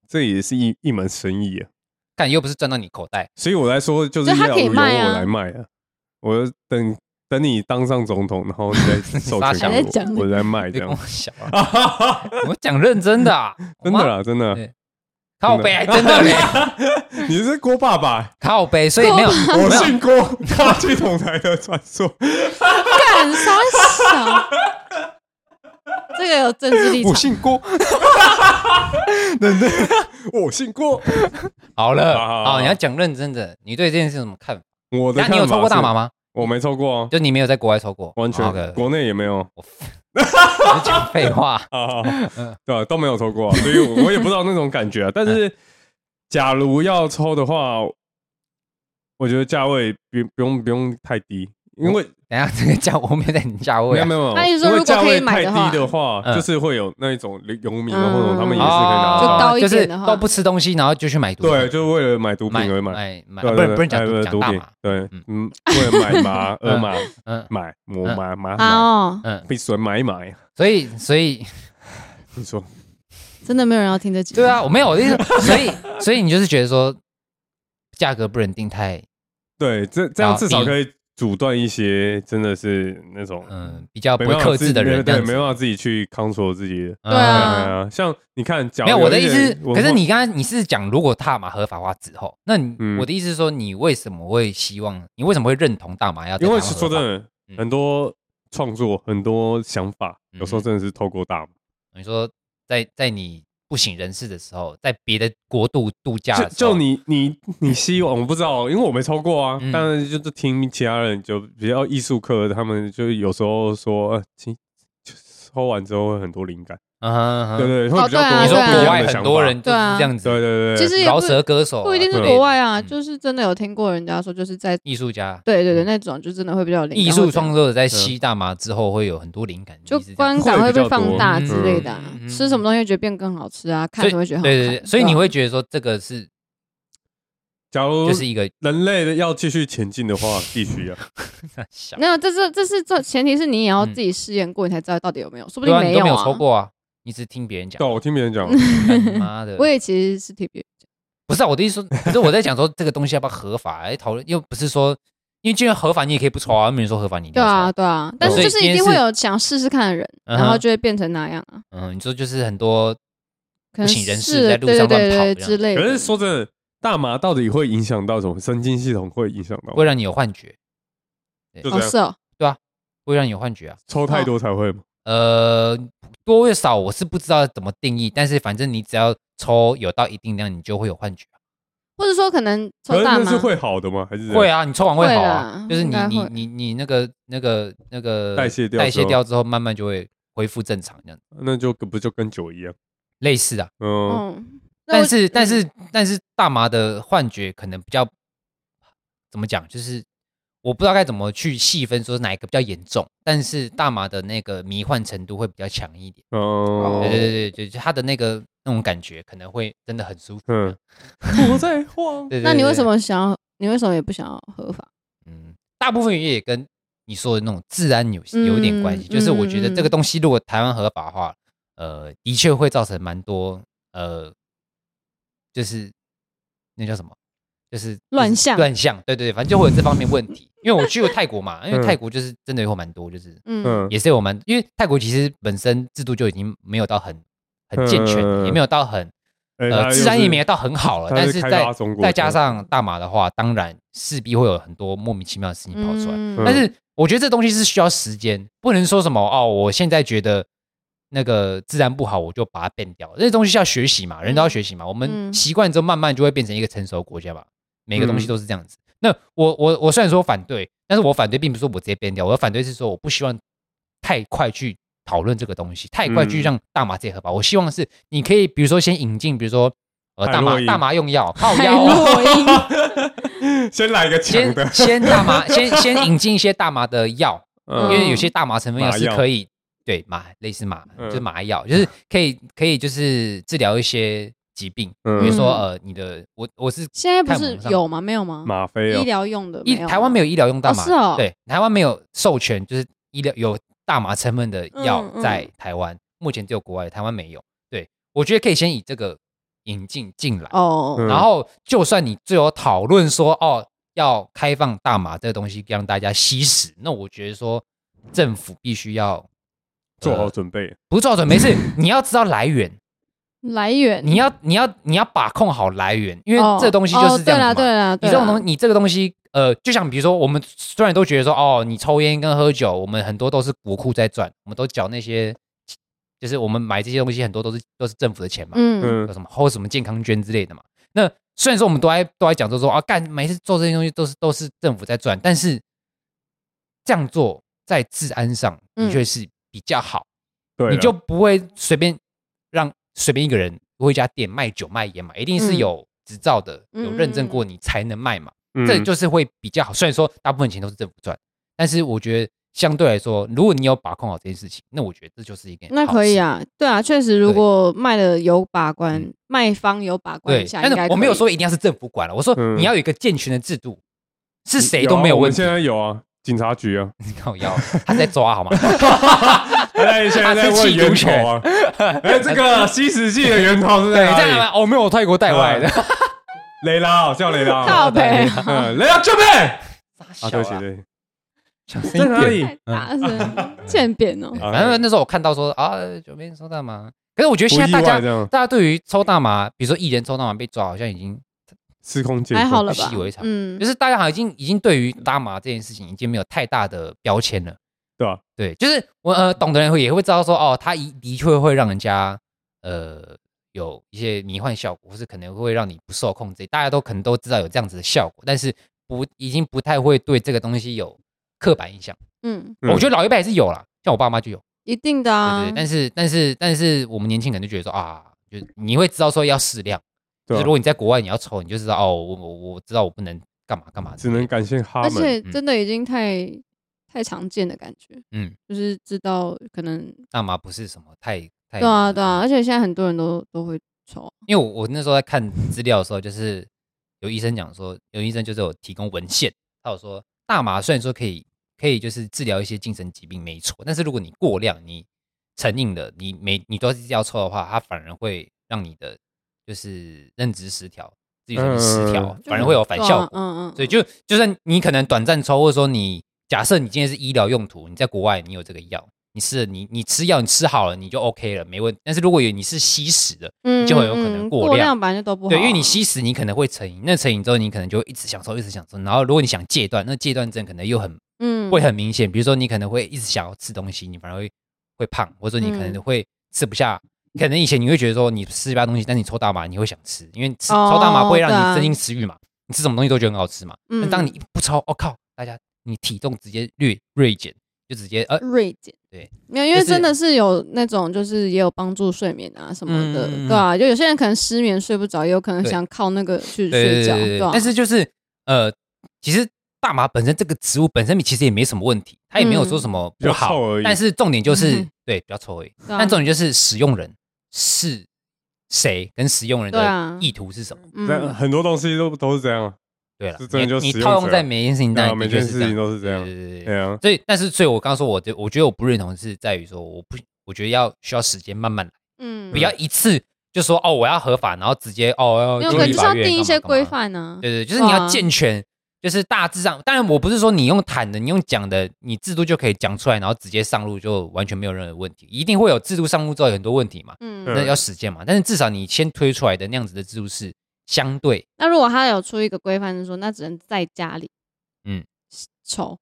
Speaker 1: 这也是一一门生意啊，
Speaker 3: 但又不是赚到你口袋。
Speaker 1: 所以我来说就是
Speaker 4: 所以他
Speaker 1: 要
Speaker 4: 可以
Speaker 1: 由我
Speaker 4: 卖啊
Speaker 1: 来卖啊，我等等你当上总统，然后你 再授
Speaker 3: 发
Speaker 1: 权
Speaker 3: 想
Speaker 1: 给
Speaker 4: 还在讲
Speaker 1: 我，我再卖这
Speaker 3: 别跟我
Speaker 1: 样，
Speaker 3: 想啊， 我讲认真的啊，
Speaker 1: 真的啦，真 的
Speaker 3: 对，靠背还
Speaker 1: 啊
Speaker 3: 真 的嘞，
Speaker 1: 你是郭爸爸，
Speaker 3: 靠背，所以没有
Speaker 1: 我
Speaker 3: 没有
Speaker 1: 姓郭，大巨统裁的传说，
Speaker 4: 干啥小？这个有政治立
Speaker 1: 我
Speaker 4: 场。
Speaker 1: 姓 郭，对对，我姓郭，好
Speaker 3: 好
Speaker 1: 好
Speaker 3: 了，
Speaker 1: 好
Speaker 3: 好，你要讲认真的，你对这件事有什么看法？
Speaker 1: 我的
Speaker 3: 那
Speaker 1: 看法
Speaker 3: 你有抽过大麻
Speaker 1: 吗？
Speaker 3: 吗？
Speaker 1: 我没抽过啊，
Speaker 3: 就你没有在国外抽过，
Speaker 1: 完
Speaker 3: 好
Speaker 1: 全
Speaker 3: 的，
Speaker 1: 国内也没 有。，
Speaker 3: 你讲废话
Speaker 1: 啊，
Speaker 3: 嗯
Speaker 1: 对啊，都没有抽过、啊，所以我我也不知道那种感觉啊。但是，假如要抽的话，我觉得价位不不用不用太低，因为
Speaker 3: 等一下这个价我没有在你价
Speaker 1: 没
Speaker 3: 位
Speaker 1: 有
Speaker 3: 啊，
Speaker 1: 没有，
Speaker 4: 那
Speaker 1: 没有
Speaker 4: 你说
Speaker 1: 因为
Speaker 4: 如果
Speaker 1: 价
Speaker 4: 可以
Speaker 1: 位
Speaker 4: 买
Speaker 1: 太
Speaker 4: 的
Speaker 1: 低的
Speaker 4: 话
Speaker 1: 话，
Speaker 3: 嗯
Speaker 1: 就是会有那一种游民啊
Speaker 4: 嗯
Speaker 1: 或者他们也是可以
Speaker 3: 哦
Speaker 1: 拿
Speaker 4: 就
Speaker 1: 到，
Speaker 4: 高一
Speaker 3: 就
Speaker 4: 点
Speaker 3: 是
Speaker 4: 的话
Speaker 3: 都不吃东西，然后就去买毒品，
Speaker 1: 对，就是为了买毒品
Speaker 3: 买
Speaker 1: 而买，
Speaker 3: 买买，
Speaker 1: 对
Speaker 3: 不
Speaker 1: 对
Speaker 3: 是不是讲毒
Speaker 1: 对
Speaker 3: 讲
Speaker 1: 毒
Speaker 3: 大
Speaker 1: 品
Speaker 3: 麻，，
Speaker 1: 对
Speaker 3: 嗯，
Speaker 1: 嗯，为了买麻、
Speaker 3: 嗯
Speaker 1: 二麻、
Speaker 3: 嗯
Speaker 1: 买磨
Speaker 3: 嗯
Speaker 1: 麻麻
Speaker 4: 啊
Speaker 1: 麻，
Speaker 4: 哦，
Speaker 3: 嗯，
Speaker 1: 被损买买，
Speaker 3: 所以所以
Speaker 1: 你说
Speaker 4: 真的没有人要听这集。
Speaker 3: 对啊，，我没有，我的意思，所以所以你就是觉得说价格不能定太，
Speaker 1: 对？这这样
Speaker 3: 好
Speaker 1: 至少
Speaker 3: 啊你
Speaker 1: 可以阻断一些真的是那种
Speaker 3: 嗯，比较不
Speaker 1: 没
Speaker 3: 会
Speaker 1: 办法
Speaker 3: 克
Speaker 1: 自
Speaker 3: 制的
Speaker 1: 己
Speaker 3: 人，这
Speaker 1: 对，
Speaker 3: 样
Speaker 1: 没
Speaker 3: 子
Speaker 1: 办法自己去 control 自己的。
Speaker 3: 嗯
Speaker 4: 对
Speaker 1: 对
Speaker 4: 啊
Speaker 1: 啊，像你看，假如
Speaker 3: 没有，我的
Speaker 1: 一
Speaker 3: 意
Speaker 1: 点
Speaker 3: 思，
Speaker 1: 文
Speaker 3: 可是
Speaker 1: 化
Speaker 3: 你刚刚你是讲，如果大麻合法化之后，那你、
Speaker 1: 嗯
Speaker 3: 我的意思是说，你为什么会希望，你为什么会认同大麻要在
Speaker 1: 因为
Speaker 3: 台湾合
Speaker 1: 说
Speaker 3: 法
Speaker 1: 真的，
Speaker 3: 嗯
Speaker 1: 很多创作、很多想法，有时候
Speaker 3: 嗯
Speaker 1: 真的是透过大麻。
Speaker 3: 你说在在你不省人事的时候，在别的国度度假
Speaker 1: 就
Speaker 3: 的时候
Speaker 1: 就你你你希望，我不知道，因为我没抽过啊。
Speaker 3: 嗯
Speaker 1: 但是就是听其他人，就比较艺术课，他们就有时候说，呃，其就抽完之后会很多灵感，
Speaker 3: 嗯哼哼
Speaker 1: 对对，会比较
Speaker 4: 对啊
Speaker 1: 多
Speaker 3: 你说
Speaker 1: 不一
Speaker 3: 国
Speaker 1: 样
Speaker 3: 外
Speaker 1: 的想法
Speaker 3: 很多人，就
Speaker 4: 对
Speaker 3: 是
Speaker 4: 啊
Speaker 3: 这样子，
Speaker 1: 对对对，
Speaker 4: 其实也
Speaker 3: 饶
Speaker 4: 不
Speaker 3: 舌歌手啊
Speaker 4: 不一定是
Speaker 3: 之类的
Speaker 4: 国外啊，
Speaker 3: 嗯
Speaker 4: 就是真的有听过人家说，就是在
Speaker 3: 艺术家、
Speaker 4: 对对对那种，就真的会比较有灵感
Speaker 3: 嗯艺
Speaker 4: 或
Speaker 3: 术
Speaker 4: 者
Speaker 3: 创作者
Speaker 1: 嗯
Speaker 3: 在吸大麻之后会有很多灵感，
Speaker 4: 就
Speaker 3: 你是这样
Speaker 4: 观
Speaker 3: 子
Speaker 4: 感
Speaker 1: 会
Speaker 4: 会
Speaker 1: 比较
Speaker 4: 被放
Speaker 1: 多
Speaker 4: 大之类的啊
Speaker 3: 嗯嗯嗯嗯，
Speaker 4: 吃什么东西会觉得变更好吃啊，看什么会觉得好看。
Speaker 3: 对对对，所以你
Speaker 4: 啊
Speaker 3: 会觉得说这个是
Speaker 1: 假如
Speaker 3: 就是一个
Speaker 1: 人类的要继续前进的话，必须要
Speaker 3: 小
Speaker 4: 啊没有，这是这是这前提是你也要
Speaker 3: 嗯
Speaker 4: 自己试验过，你才知道到底有没有，说不
Speaker 3: 对
Speaker 4: 定
Speaker 3: 啊，你都没
Speaker 4: 有
Speaker 3: 有
Speaker 4: 啊
Speaker 3: 抽。过啊，你只听别人讲
Speaker 1: 对，，我听别人 讲，
Speaker 3: 干妈的，
Speaker 4: 我也其实是挺
Speaker 3: 不是、啊、我的意思说，可是我在讲说这个东西要不要合法，哎，讨论又不是说，因为既然合法，你也可以不抽啊，没人说合法你一定要
Speaker 4: 对
Speaker 3: 抽
Speaker 4: 啊，，对啊，但是
Speaker 3: 所以
Speaker 4: 就是
Speaker 3: 今
Speaker 4: 一
Speaker 3: 天
Speaker 4: 定会
Speaker 3: 是
Speaker 4: 有想试试看的人，
Speaker 3: 嗯哼
Speaker 4: 然后就会变成那样啊，
Speaker 3: 嗯，你说就是很多
Speaker 4: 可能
Speaker 3: 不省人事
Speaker 4: 是
Speaker 3: 在路上
Speaker 4: 对对
Speaker 3: 乱跑
Speaker 4: 对对
Speaker 3: 这样
Speaker 4: 之类的。
Speaker 1: 可是说真的，大麻到底会影响到什么？神经系统会影响到，
Speaker 3: 会让你有幻觉，
Speaker 1: 就这样，
Speaker 4: 哦
Speaker 3: 啊
Speaker 4: 是哦，
Speaker 3: 会让你有幻觉啊，
Speaker 1: 抽太多才会嘛。
Speaker 3: 呃，多越少我是不知道怎么定义，但是反正你只要抽有到一定量，你就会有幻觉啊、
Speaker 4: 或者说可能
Speaker 1: 可
Speaker 3: 哦
Speaker 4: 抽
Speaker 1: 是
Speaker 4: 大
Speaker 1: 那
Speaker 4: 麻
Speaker 1: 是会好的吗？还是怎样
Speaker 3: 会？啊，你抽完会好啊
Speaker 4: 会啦，
Speaker 3: 就是你
Speaker 4: 应该
Speaker 3: 你
Speaker 4: 会
Speaker 3: 你你那个那个那个
Speaker 1: 代谢掉
Speaker 3: 代谢
Speaker 1: 之后
Speaker 3: 掉之后，慢慢就会恢复正常这样，
Speaker 1: 那就不就跟酒一样？
Speaker 3: 类似啊。
Speaker 1: 嗯，
Speaker 4: 嗯，那
Speaker 3: 但
Speaker 4: 我
Speaker 3: 是但
Speaker 4: 嗯
Speaker 3: 是但是大麻的幻觉可能比较怎么讲，就是我不知道该怎么去细分说哪一个比较严重，但是大麻的那个迷幻程度会比较强一点。
Speaker 1: 哦
Speaker 3: 对对对对，就它的那个那种感觉可能会真的很舒服。
Speaker 1: 嗯， 我在晃。
Speaker 3: 对对对
Speaker 4: 那你为
Speaker 3: 对
Speaker 4: 什么想要？你为什么也不想要合法？
Speaker 3: 嗯，大部分也跟你说的那种治安有有一点关系，
Speaker 4: 嗯
Speaker 3: 就是我觉得这
Speaker 4: 嗯
Speaker 3: 个
Speaker 4: 嗯
Speaker 3: 东西如果台湾合法化，呃，的确会造成蛮多呃，就是那叫什么，就是
Speaker 4: 乱象
Speaker 3: 乱象，对对对，反正就会有这方面问题。因为我去过泰国嘛，因
Speaker 1: 嗯
Speaker 3: 为泰国就是真的有蛮多，就是
Speaker 4: 嗯
Speaker 1: 嗯，
Speaker 3: 也是有蛮，因为泰国其实本身制度就已经没有到很很健全，
Speaker 1: 嗯
Speaker 3: 也没有到很
Speaker 1: 哎
Speaker 3: 呃，治安也没有到很好了，
Speaker 1: 它
Speaker 3: 但
Speaker 1: 是
Speaker 3: 是
Speaker 1: 开
Speaker 3: 在
Speaker 1: 发中国
Speaker 3: 再
Speaker 1: 家
Speaker 3: 加上大麻的话，当然势必会有很多莫名其妙的事情跑出来。
Speaker 1: 嗯
Speaker 3: 但是我觉得这东西是需要时间，不能说什么哦，我现在觉得那个治安不好，我就把它变掉。这东西是要学习嘛，人都要学习嘛，我们
Speaker 4: 嗯
Speaker 3: 习惯之后慢慢就会变成一个成熟的国家吧。每个东西
Speaker 1: 嗯
Speaker 3: 都是这样子。那我我我虽然说反对，但是我反对并不是说我直接编掉，我的反对是说我不希望太快去讨论这个东西，太快去
Speaker 1: 嗯
Speaker 3: 让大麻这合法。我希望是你可以，比如说先引进，比如说呃
Speaker 1: 海
Speaker 3: 大
Speaker 1: 洛
Speaker 3: 麻
Speaker 1: 因
Speaker 3: 大麻用 药，靠
Speaker 4: 海
Speaker 3: 药。
Speaker 4: 洛因，
Speaker 1: 先来一个强的
Speaker 3: 先，先大麻，先先引进一些大麻的药，
Speaker 1: 嗯
Speaker 3: 因为
Speaker 4: 嗯
Speaker 3: 有些大麻成分药
Speaker 1: 麻
Speaker 3: 是
Speaker 1: 药
Speaker 3: 可以对麻类似麻，
Speaker 1: 嗯
Speaker 3: 就是麻药，就是可以可以就是治疗一些疾病，
Speaker 1: 嗯
Speaker 3: 比如说呃你的我我是
Speaker 4: 现在不
Speaker 3: 看
Speaker 4: 是
Speaker 3: 网上
Speaker 4: 有吗？没有吗？
Speaker 1: 吗啡
Speaker 4: 医
Speaker 1: 哦，
Speaker 4: 疗用的
Speaker 3: 医台湾没有医疗用大麻，
Speaker 4: 哦是哦
Speaker 3: 对，台湾没有授权就是医疗有大麻成分的药
Speaker 4: 嗯嗯
Speaker 3: 在台湾，目前只有国外，台湾没有。对我觉得可以先以这个引进进来，
Speaker 4: 哦，
Speaker 1: 嗯
Speaker 3: 然后就算你最后讨论说哦要开放大麻这个东西让大家吸食，那我觉得说政府必须要
Speaker 1: 做好
Speaker 3: 呃
Speaker 1: 准备。
Speaker 3: 不是做好准备，是你要知道来源，
Speaker 1: 嗯
Speaker 4: 来源
Speaker 3: 你要你要你要把控好来源，因
Speaker 4: 哦
Speaker 3: 为这东西就是这样子嘛。
Speaker 4: 哦对啦对啦，
Speaker 3: 你
Speaker 4: 对
Speaker 3: 这种
Speaker 4: 啦
Speaker 3: 东你这个东西，呃，就像比如说，我们虽然都觉得说，哦，你抽烟跟喝酒，我们很多都是国库在赚，我们都缴那些，就是我们买这些东西很多都是都是政府的钱嘛。
Speaker 4: 嗯，
Speaker 1: 嗯
Speaker 3: 有，什么或什么健康捐之类的嘛。那虽然说我们都在都在讲说说啊，干每次做这些东西都是都是政府在赚，但是这样做在治安上的
Speaker 4: 嗯
Speaker 3: 确是比较好，
Speaker 1: 对了，
Speaker 3: 你就不会随便让随便一个人或一家店卖酒卖烟嘛，一定是
Speaker 4: 嗯
Speaker 3: 有执照的，
Speaker 4: 嗯
Speaker 3: 有
Speaker 4: 嗯
Speaker 3: 认证
Speaker 4: 嗯
Speaker 3: 过你才能卖嘛。
Speaker 1: 嗯
Speaker 3: 这就是会比较好。虽然说大部分钱都是政府赚，但是我觉得相对来说，如果你有把控好这件事情，那我觉得这就是一个
Speaker 4: 那
Speaker 3: 好
Speaker 4: 可以
Speaker 3: 事。
Speaker 4: 啊，对啊，确实，如果卖的有把关，卖方有把关
Speaker 3: 对，
Speaker 4: 一下，
Speaker 3: 但
Speaker 4: 应该
Speaker 3: 是我没有
Speaker 4: 可以
Speaker 3: 说一定要是政府管了，我说
Speaker 1: 嗯
Speaker 3: 你要有一个健全的制度，是谁都没有问题
Speaker 1: 有啊我们现。在有啊，警察局啊，
Speaker 3: 你看我腰，他在抓 好吗？
Speaker 1: 哎，现在在
Speaker 3: 他是
Speaker 1: 问
Speaker 3: 缉毒
Speaker 1: 源头啊，哎，这个吸食剂的源头是
Speaker 3: 对，
Speaker 1: 在
Speaker 3: 这样
Speaker 1: 哪里？
Speaker 3: 吗？哦，没有，我泰国带回来的。
Speaker 1: 雷拉哦，叫雷拉哦，
Speaker 4: 靠北
Speaker 3: 啊
Speaker 1: 嗯，雷拉这边啊，对
Speaker 3: 小
Speaker 1: 不起，对不起，
Speaker 3: 小声
Speaker 1: 在哪
Speaker 3: 一点。
Speaker 1: 里？
Speaker 4: 太大 声，欠扁哦，
Speaker 1: 啊
Speaker 3: 嗯反正那时候我看到说啊，九边抽大麻，可是我觉得
Speaker 4: 啊
Speaker 3: 现在大
Speaker 1: 不意外
Speaker 3: 家
Speaker 1: 这样
Speaker 3: 大家对于抽大麻，比如说艺人抽大麻被抓，好像已经
Speaker 1: 司空见惯
Speaker 4: 还好了吧
Speaker 3: 习以为？常
Speaker 4: 嗯
Speaker 3: 就，是大家好像已经已经对于大麻这件事情已经没有太大的标签了，
Speaker 1: 对啊
Speaker 3: 对，就是我呃懂的人会也会知道说，哦，它一的确会让人家呃有一些迷幻效果，或是可能会让你不受控制，大家都可能都知道有这样子的效果，但是不已经不太会对这个东西有刻板印象。
Speaker 4: 嗯，
Speaker 1: 嗯
Speaker 3: 我觉得老一辈还是有啦，像我爸妈就有，
Speaker 4: 一定的
Speaker 3: 对
Speaker 4: 啊
Speaker 3: 对，，但是但是但是我们年轻人就觉得说啊，就是你会知道说要适量，就
Speaker 1: 对
Speaker 3: 是
Speaker 1: 啊
Speaker 3: 如果你在国外你要抽，你就知道哦，我我我知道我不能干嘛干嘛之
Speaker 1: 只
Speaker 3: 类的，
Speaker 1: 能感谢他
Speaker 4: 而
Speaker 1: 们。
Speaker 4: 且真的已经太太常见的感觉，
Speaker 3: 嗯。
Speaker 4: 就是知道可能
Speaker 3: 大麻不是什么太太嗯
Speaker 4: 对啊对啊，，而且现在很多人都都会抽，
Speaker 3: 因为我我那时候在看资料的时候，就是有医生讲说，有医生就是有提供文献，他有说大麻虽然说可以可以就是治疗一些精神疾病没错，但是如果你过量，你成瘾了，你每你都是要抽的话，它反而会让你的就是认知失调、自己神经失调
Speaker 1: 嗯，
Speaker 3: 反而会有反效果。
Speaker 4: 对啊嗯嗯，
Speaker 3: 所以就就算你可能短暂抽，或者说你假设你今天是医疗用途，你在国外你有这个药，你吃了你你吃药你吃好了你就 OK 了，没问题。但是如果有你是吸食的，
Speaker 4: 嗯
Speaker 3: 就会有可能
Speaker 4: 嗯嗯
Speaker 3: 过
Speaker 4: 过
Speaker 3: 量
Speaker 4: 量本来就都不好，
Speaker 3: 对，因为你吸食你可能会成瘾，那成瘾之后你可能就会一直想抽一直想抽，然后如果你想戒断，那戒断症可能又很
Speaker 4: 嗯
Speaker 3: 会很明显，比如说你可能会一直想要吃东西，你反而会会胖，或者说你可能
Speaker 4: 嗯
Speaker 3: 会吃不下。可能以前你会觉得说你吃一般东西，但你抽大麻你会想吃，因为吃抽大麻
Speaker 4: 哦
Speaker 3: 会让
Speaker 4: 对啊
Speaker 3: 你增进食欲嘛，你吃什么东西都觉得很好吃嘛。那
Speaker 4: 嗯
Speaker 3: 当你一不抽，我、哦靠，大家你体重直接略锐减，就直接呃，
Speaker 4: 锐减。
Speaker 3: 对，
Speaker 4: 没有，因
Speaker 3: 就
Speaker 4: 为
Speaker 3: 是
Speaker 4: 真的是有那种，就是也有帮助睡眠啊什么的，
Speaker 3: 嗯
Speaker 4: 对啊，就有些人可能失眠睡不着，也有可能
Speaker 3: 对
Speaker 4: 想靠那个去
Speaker 3: 对对
Speaker 4: 睡觉，
Speaker 3: 对对
Speaker 4: 啊
Speaker 3: 对。。但是就是呃，其实大麻本身这个植物本身其实也没什么问题，它也没有说什么
Speaker 1: 比较
Speaker 3: 不好，
Speaker 1: 臭而已
Speaker 3: 但是重点就是、
Speaker 4: 嗯
Speaker 3: 对比较臭而已。
Speaker 4: 对啊
Speaker 3: 但重点就是使用人是谁跟使用人
Speaker 4: 对
Speaker 3: 的
Speaker 4: 啊
Speaker 3: 意图是什么？
Speaker 1: 但
Speaker 4: 嗯，
Speaker 1: 很多东西都都是这样啊，
Speaker 3: 对了
Speaker 1: 是，真的就是
Speaker 3: 你
Speaker 1: 使
Speaker 3: 你
Speaker 1: 用者
Speaker 3: 套用在每件事情，
Speaker 1: 对啊
Speaker 3: 嗯当然的确
Speaker 1: 每件事情
Speaker 3: 这样
Speaker 1: 都是这样
Speaker 3: 对对对对
Speaker 1: 对啊，
Speaker 3: 所以，但是，所以我刚刚说，我对我觉得我不认同是在于说，我不，我觉得要需要时间慢慢来，
Speaker 4: 嗯
Speaker 3: 不要一次就说哦，我要合法，然后直接哦
Speaker 4: 没
Speaker 3: 要
Speaker 4: 有，
Speaker 1: 就
Speaker 4: 可
Speaker 1: 是
Speaker 3: 立
Speaker 4: 能就是
Speaker 3: 法
Speaker 4: 要
Speaker 3: 院
Speaker 4: 定一
Speaker 3: 干嘛
Speaker 4: 些
Speaker 3: 干嘛
Speaker 4: 规范啊呢。
Speaker 3: 对对，就是你要
Speaker 4: 哇
Speaker 3: 健全，就是大致上，当然我不是说你用谈的，你用讲的，你制度就可以讲出来，然后直接上路就完全没有任何问题，一定会有制度上路之后有很多问题嘛，
Speaker 4: 嗯，
Speaker 3: 那要实践嘛，但是至少你先推出来的那样子的制度是相对，
Speaker 4: 那如果他有出一个规范，是说那只能在家里，
Speaker 3: 嗯，
Speaker 4: 抽，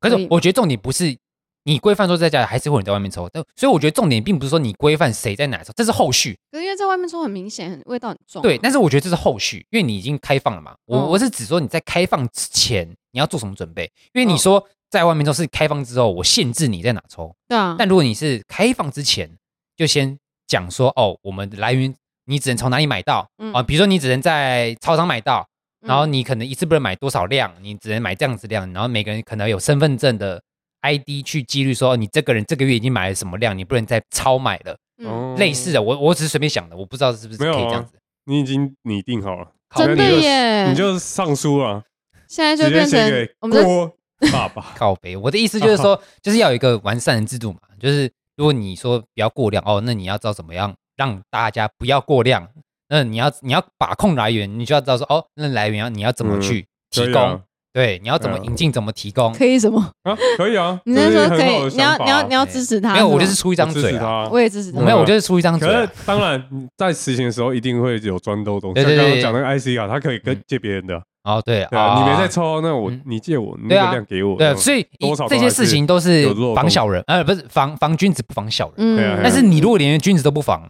Speaker 3: 可
Speaker 4: 可以
Speaker 3: 是
Speaker 4: 吗
Speaker 3: 我觉得重点不是你规范说在家里，还是会有人在外面抽。但所以我觉得重点并不是说你规范谁在哪抽，这是后续。
Speaker 4: 可是因为在外面抽很明显，很味道很重啊、
Speaker 3: 对，但是我觉得这是后续，因为你已经开放了嘛。我、
Speaker 4: 嗯
Speaker 3: 我是指说你在开放之前你要做什么准备，因为
Speaker 4: 嗯
Speaker 3: 你说在外面抽是开放之后，我限制你在哪抽。
Speaker 4: 对啊，
Speaker 3: 但如果你是开放之前就先讲说，哦，我们的来源你只能从哪里买到啊、
Speaker 4: 嗯
Speaker 3: 比如说你只能在超商买到，然后
Speaker 4: 嗯
Speaker 3: 你可能一次不能买多少量，你只能买这样子量，然后每个人可能有身份证的 ID 去记录说，哦你这个人这个月已经买了什么量，你不能再超买了。
Speaker 1: 哦
Speaker 4: 嗯
Speaker 3: 类似啊的，我我只是随便想的，我不知道是不是可
Speaker 1: 没有
Speaker 3: 以
Speaker 1: 啊
Speaker 3: 这样子。
Speaker 1: 你已经拟定好了，
Speaker 3: 靠。
Speaker 1: 那
Speaker 4: 真的
Speaker 1: 你就
Speaker 4: 耶
Speaker 1: 你，就上书啊，
Speaker 4: 现在就
Speaker 1: 直接
Speaker 4: 变
Speaker 1: 写
Speaker 4: 成
Speaker 1: 给
Speaker 4: 我们的
Speaker 1: 郭爸爸
Speaker 3: 靠北，我的意思就是 说，就是要有一个完善的制度嘛。就是如果你说不要过量哦，那你要知道怎么样让大家不要过量。那你要你要把控来源，你就要知道说哦，那来源要你要怎么去
Speaker 1: 可
Speaker 3: 提
Speaker 1: 以
Speaker 3: 供，
Speaker 1: 啊
Speaker 3: 对，你要怎么
Speaker 1: 嗯
Speaker 3: 引进，怎么提供。
Speaker 4: 可以什么？
Speaker 1: 啊，可以啊，
Speaker 4: 你
Speaker 1: 这
Speaker 4: 是
Speaker 1: 是
Speaker 4: 说
Speaker 1: 很
Speaker 4: 可
Speaker 1: 好的
Speaker 4: 以？你要
Speaker 1: 想法啊
Speaker 4: 你要你要支持他？
Speaker 3: 没有，
Speaker 4: 是吗
Speaker 3: 我就是出一张
Speaker 1: 我支
Speaker 3: 嘴
Speaker 1: 持他
Speaker 3: 啊，
Speaker 1: 啊。
Speaker 4: 我也支持他
Speaker 3: 我。没有，我就是出一张嘴
Speaker 1: 可是
Speaker 3: 啊。
Speaker 1: 当然，你在实行的时候一定会有钻漏洞。
Speaker 3: 对
Speaker 1: 像
Speaker 3: 对
Speaker 1: 刚
Speaker 3: 对嗯
Speaker 1: 刚讲那个 IC 卡，它可以跟借别人的，
Speaker 3: 哦，对
Speaker 1: 对啊，
Speaker 3: 哦
Speaker 1: 你没在抽，那我
Speaker 3: 嗯
Speaker 1: 你借我，你
Speaker 3: 对
Speaker 1: 那
Speaker 3: 啊
Speaker 1: 个量给我。
Speaker 3: 对啊，
Speaker 1: 嗯
Speaker 3: 所以
Speaker 1: 多少都
Speaker 3: 这些事情都
Speaker 1: 还是
Speaker 3: 是
Speaker 1: 有漏洞
Speaker 3: 防小人，呃，不是防防君子不防小人。
Speaker 1: 对啊
Speaker 4: 嗯，
Speaker 3: 但是你如果连君子都不防，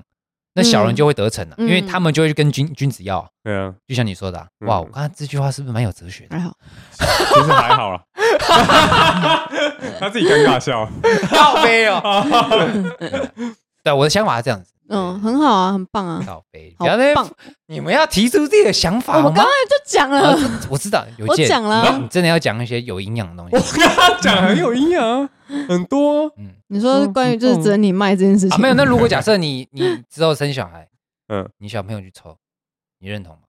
Speaker 3: 那小人
Speaker 4: 嗯
Speaker 3: 就会得逞了、因为他们就会去跟君君子要啊。
Speaker 1: 对啊，
Speaker 3: 就像你说的啊、
Speaker 1: 嗯
Speaker 3: 哇，我刚才这句话是不是蛮有哲 学的？
Speaker 4: 还好，
Speaker 1: 其实还好啦。 他自己尴尬笑，
Speaker 3: 靠背哦。 对，我的想法是这样子，
Speaker 4: 嗯，很好啊，很棒啊，
Speaker 3: 靠背，
Speaker 4: 好
Speaker 3: 不要在
Speaker 4: 棒！哦
Speaker 3: 你们要提出自己的想法好
Speaker 4: 我们
Speaker 3: 吗
Speaker 4: 刚才？就讲
Speaker 3: 啊
Speaker 4: 了，
Speaker 3: 这我知道，有
Speaker 4: 我
Speaker 3: 见
Speaker 4: 讲了啊
Speaker 3: 你，你真的要讲一些有营养的东
Speaker 1: 我
Speaker 3: 西
Speaker 1: 跟他讲很有营养啊，很多啊。
Speaker 4: 你说关于就是
Speaker 1: 嗯
Speaker 4: 只能你卖这件事
Speaker 3: 啊？
Speaker 4: 情，
Speaker 3: 没有，那如果假设你 你之后生小孩，嗯
Speaker 1: 嗯，
Speaker 3: 你小朋友去抽，你认同吗？